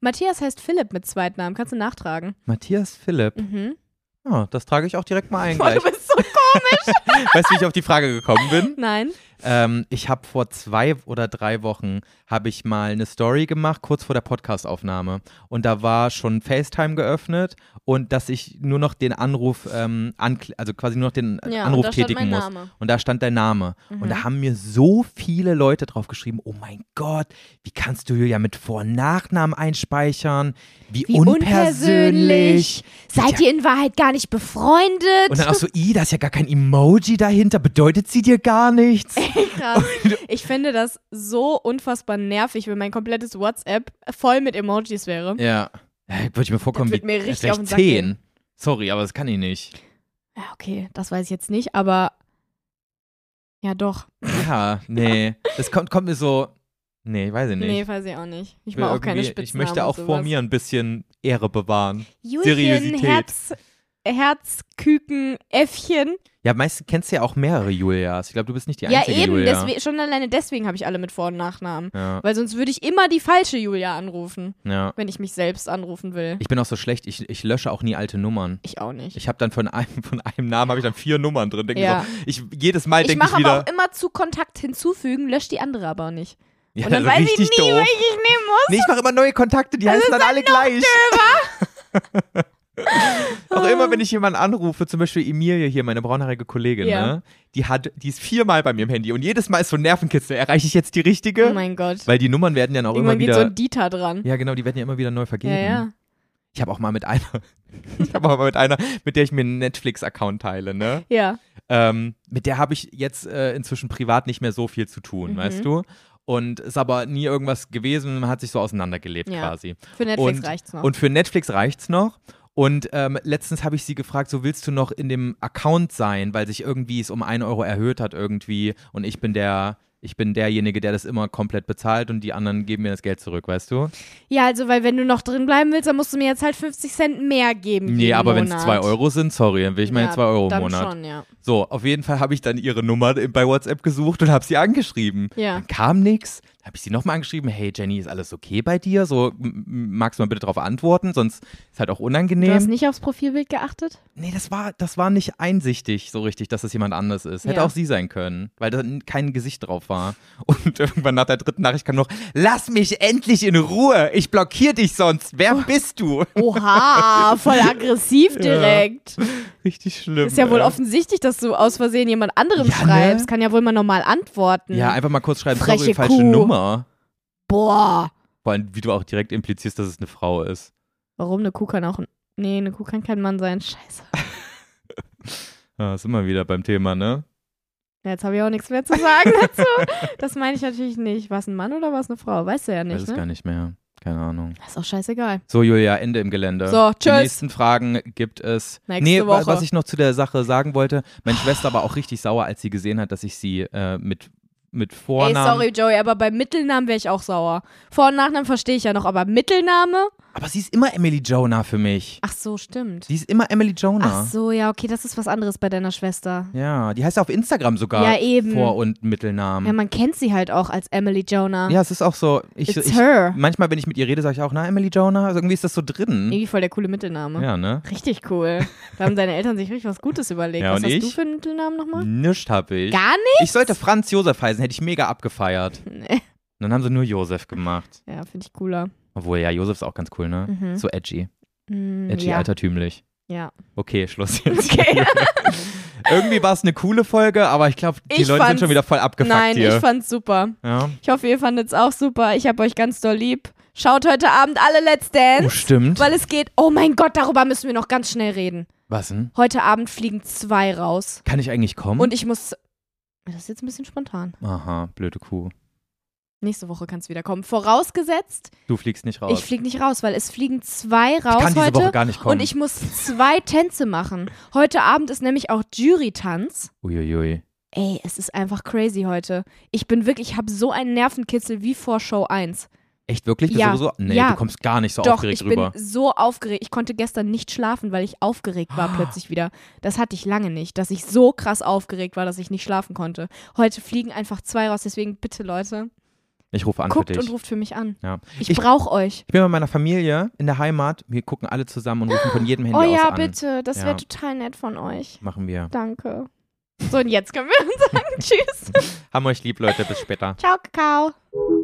A: Matthias heißt Philipp mit Zweitnamen. Kannst du nachtragen?
B: Matthias Philipp.
A: Mhm.
B: Ja, das trage ich auch direkt mal ein
A: Boah, du
B: gleich.
A: bist so.
B: Weißt du, wie ich auf die Frage gekommen bin?
A: Nein.
B: Ähm, ich habe vor zwei oder drei Wochen habe ich mal eine Story gemacht, kurz vor der Podcastaufnahme. Und da war schon FaceTime geöffnet und dass ich nur noch den Anruf, ähm, ankl- also quasi nur noch den äh,
A: Ja, und
B: Anruf
A: da stand
B: tätigen
A: mein
B: muss.
A: Name.
B: Und da stand dein Name. Und
A: Mhm.
B: da haben mir so viele Leute drauf geschrieben: Oh mein Gott, wie kannst du Julia mit Vor- und Nachnamen einspeichern? Wie,
C: Wie
B: unpersönlich.
C: Seid ihr in Wahrheit gar nicht befreundet?
B: Und dann auch so, i, da ist ja gar kein Emoji dahinter, bedeutet sie dir gar nichts.
A: Krass. Ich finde das so unfassbar nervig, wenn mein komplettes WhatsApp voll mit Emojis wäre.
B: Ja. Ja, Würde ich mir vorkommen,
A: Das
B: wie
A: wird mir richtig
B: vielleicht
A: auf den Sack
B: zehn. Sorry, aber das kann ich nicht.
A: Ja, okay, das weiß ich jetzt nicht, aber ja doch.
B: Ja, nee. Das kommt, kommt mir so. Nee, weiß ich nicht.
A: Nee, weiß ich auch nicht. Ich
B: will
A: mag auch keine
B: irgendwie-
A: Spitznamen
B: ich möchte
A: und
B: auch vor
A: sowas.
B: mir ein bisschen Ehre bewahren.
C: Julchen,
B: Seriosität.
A: Herz, Herzküken, Äffchen.
B: Ja, meistens kennst du ja auch mehrere Julias. Ich glaube, du bist nicht die
A: Ja,
B: einzige
A: eben.
B: Julia.
A: Deswe schon alleine deswegen habe ich alle mit Vor- und Nachnamen.
B: Ja,
A: Weil sonst würde ich immer die falsche Julia anrufen,
B: ja.
A: wenn ich mich selbst anrufen will.
B: Ich bin auch so schlecht, ich, ich lösche auch nie alte Nummern.
A: Ich auch nicht.
B: Ich habe dann von einem, von einem Namen habe ich dann vier Nummern drin. Denk mir
A: Ja.
B: so, ich, jedes Mal
A: Ich
B: denke halt ich
A: mache aber
B: wieder.
A: auch immer zu Kontakt hinzufügen, lösche die andere aber nicht.
B: ja,
A: Und dann
B: das ist
A: weiß ich nie,
B: richtig doof.
A: welche ich nehmen muss.
B: Nee, ich mache immer neue Kontakte, die heißen dann alle gleich. Auch immer, wenn ich jemanden anrufe, zum Beispiel Emilie hier, meine braunhaarige Kollegin,
A: Ja.
B: ne? die, hat, die ist viermal bei mir im Handy und jedes Mal ist so ein Nervenkitzel. Erreiche ich jetzt die richtige?
A: Oh mein Gott.
B: Weil die Nummern werden ja auch
A: Irgendwann
B: immer
A: geht
B: wieder.
A: so ein Dieter dran.
B: ja, genau, die werden ja immer wieder neu vergeben.
A: Ja, ja.
B: Ich habe auch mal mit einer, ich habe auch mal mit einer, mit der ich mir einen Netflix-Account teile, ne?
A: Ja.
B: Ähm, mit der habe ich jetzt äh, inzwischen privat nicht mehr so viel zu
A: Mhm.
B: tun, weißt du? Und ist aber nie irgendwas gewesen, man hat sich so auseinandergelebt
A: Ja.
B: quasi.
A: Für Netflix
B: Und,
A: reicht's noch.
B: und für Netflix reicht's noch. Und ähm, letztens habe ich sie gefragt, so willst du noch in dem Account sein, weil sich irgendwie es um 1 Euro erhöht hat irgendwie und ich bin der, ich bin derjenige, der das immer komplett bezahlt und die anderen geben mir das Geld zurück, weißt du?
A: ja, also, weil wenn du noch drin bleiben willst, dann musst du mir jetzt halt 50 Cent mehr geben.
B: Nee,
A: jeden
B: aber wenn es
A: Monat.
B: 2 Euro sind, sorry, dann will ich meine
A: Ja,
B: 2 Euro im
A: dann
B: Monat.
A: Schon, ja.
B: So, auf jeden Fall habe ich dann ihre Nummer bei WhatsApp gesucht und habe sie angeschrieben.
A: Ja.
B: Dann kam nix. Dann habe ich sie nochmal angeschrieben. Hey Jenny, ist alles okay bei dir? So, m- m- magst du mal bitte darauf antworten, sonst ist halt auch
A: Du hast
B: unangenehm.
A: nicht aufs Profilbild geachtet?
B: Nee, das war, das war nicht einsichtig so richtig, dass es jemand anders ist. Hätte
A: Ja.
B: auch sie sein können, weil da n- kein Gesicht drauf war. Und irgendwann nach der dritten Nachricht kam noch, lass mich endlich in Ruhe, ich blockiere dich sonst, wer
A: Oh.
B: bist du?
A: Oha, voll aggressiv direkt.
B: Richtig schlimm.
A: Ist ja wohl
B: ey.
A: offensichtlich, dass du aus Versehen jemand anderem
B: Ja, ne?
A: schreibst. Kann ja wohl mal normal antworten.
B: Ja, einfach mal kurz schreiben,
A: Freche
B: sorry, falsche
A: Kuh.
B: Nummer.
A: Boah.
B: Vor allem, wie du auch direkt implizierst, dass es eine Frau ist.
A: Warum? Eine Kuh kann auch. ein- Nee, eine Kuh kann kein Mann sein. Scheiße.
B: Ja, ist immer wieder beim Thema, ne?
A: Ja, jetzt habe ich auch nichts mehr zu sagen dazu. Das meine ich natürlich nicht. War es ein Mann oder war es eine Frau? Weißt du ja
B: Weiß
A: nicht,
B: es
A: ne?
B: gar nicht mehr. Keine Ahnung.
A: Ist auch scheißegal.
B: So, Julia, Ende im Gelände.
A: So,
B: Die
A: tschüss.
B: nächsten Fragen gibt es.
A: Nächste
B: nee, wa-
A: Woche.
B: was ich noch zu der Sache sagen wollte. Meine Schwester war auch richtig sauer, als sie gesehen hat, dass ich sie äh, mit, mit
A: Ey,
B: Vornamen.
A: sorry, Joey, aber bei Mittelnamen wäre ich auch sauer. Vor- und Nachnamen verstehe ich ja noch, aber Mittelname?
B: Aber sie ist immer Emily Jonah für mich.
A: Ach so, stimmt.
B: Sie ist immer Emily
A: Ach
B: Jonah.
A: so, ja, okay, das ist was anderes bei deiner Schwester.
B: Ja, die heißt ja auf Instagram sogar
A: Ja, eben.
B: Vor- und
A: Ja,
B: Mittelnamen.
A: man kennt sie halt auch als Emily Jonah.
B: Ja, es ist auch so. Ich,
A: It's
B: ich, Mhm.
A: her.
B: Manchmal, wenn ich mit ihr rede, sage ich auch, na, Emily Jonah. Also irgendwie ist das so drin.
A: Irgendwie voll der coole Mittelname.
B: Ja, ne?
A: Richtig cool. Da haben deine Eltern sich richtig was Gutes überlegt.
B: Ja,
A: was
B: und
A: hast du
B: ich?
A: für einen Mittelnamen nochmal?
B: Nischt hab ich.
A: Gar nicht?
B: Ich sollte Franz Josef heißen, hätte ich mega abgefeiert.
A: Nee.
B: Und dann haben sie nur Josef gemacht.
A: Ja, finde ich cooler.
B: Obwohl, ja, Josef ist auch ganz cool, ne?
A: Mhm.
B: So edgy.
A: Mm,
B: Edgy,
A: ja.
B: altertümlich.
A: ja.
B: Okay, Schluss jetzt.
A: Okay.
B: Irgendwie war es eine coole Folge, aber ich glaube, die
A: Ich
B: Leute sind
A: fand's-
B: schon wieder voll abgefuckt
A: Nein,
B: hier.
A: ich fand's super.
B: ja.
A: Ich hoffe, ihr fandet's auch super. Ich hab euch ganz doll lieb. Schaut heute Abend alle Let's
B: Oh,
A: Dance,
B: stimmt.
A: weil es geht. Oh mein Gott, darüber müssen wir noch ganz schnell reden.
B: Was denn?
A: Heute Abend fliegen zwei raus.
B: Kann ich eigentlich kommen?
A: Und ich muss. Das ist jetzt ein bisschen spontan.
B: Aha, blöde Kuh.
A: Nächste Woche kann's wieder kommen. Vorausgesetzt,
B: Du fliegst nicht raus.
A: ich flieg nicht raus, weil es fliegen zwei
B: Oh. Ich
A: raus
B: kann diese
A: heute.
B: Woche gar nicht kommen.
A: Und ich muss zwei Tänze machen. Heute Abend ist nämlich auch Jury-Tanz.
B: Uiuiui.
A: Ey, es ist einfach crazy heute. Ich bin wirklich, ich habe so einen Nervenkitzel wie vor Show 1.
B: Echt wirklich? Bist
A: Ja.
B: du so, nee,
A: Ja.
B: du kommst gar nicht so
A: Doch,
B: aufgeregt
A: ich
B: rüber.
A: bin so aufgeregt. Ich konnte gestern nicht schlafen, weil ich aufgeregt
B: Ah.
A: war plötzlich wieder. Das hatte ich lange nicht, dass ich so krass aufgeregt war, dass ich nicht schlafen konnte. Heute fliegen einfach zwei raus, deswegen bitte Leute,
B: Ich rufe an
A: guckt
B: für dich.
A: und ruft für mich an.
B: ja.
A: Ich,
B: ich, ich
A: brauche euch.
B: bin bei meiner Familie in der Heimat. Wir gucken alle zusammen und rufen von jedem Handy
A: Oh
B: aus
A: ja,
B: an.
A: bitte, das
B: Ja.
A: wäre total nett von euch.
B: Machen wir.
A: Danke. So, und jetzt können wir sagen Tschüss.
B: Haben euch lieb, Leute. Bis später.
A: Ciao, Kakao.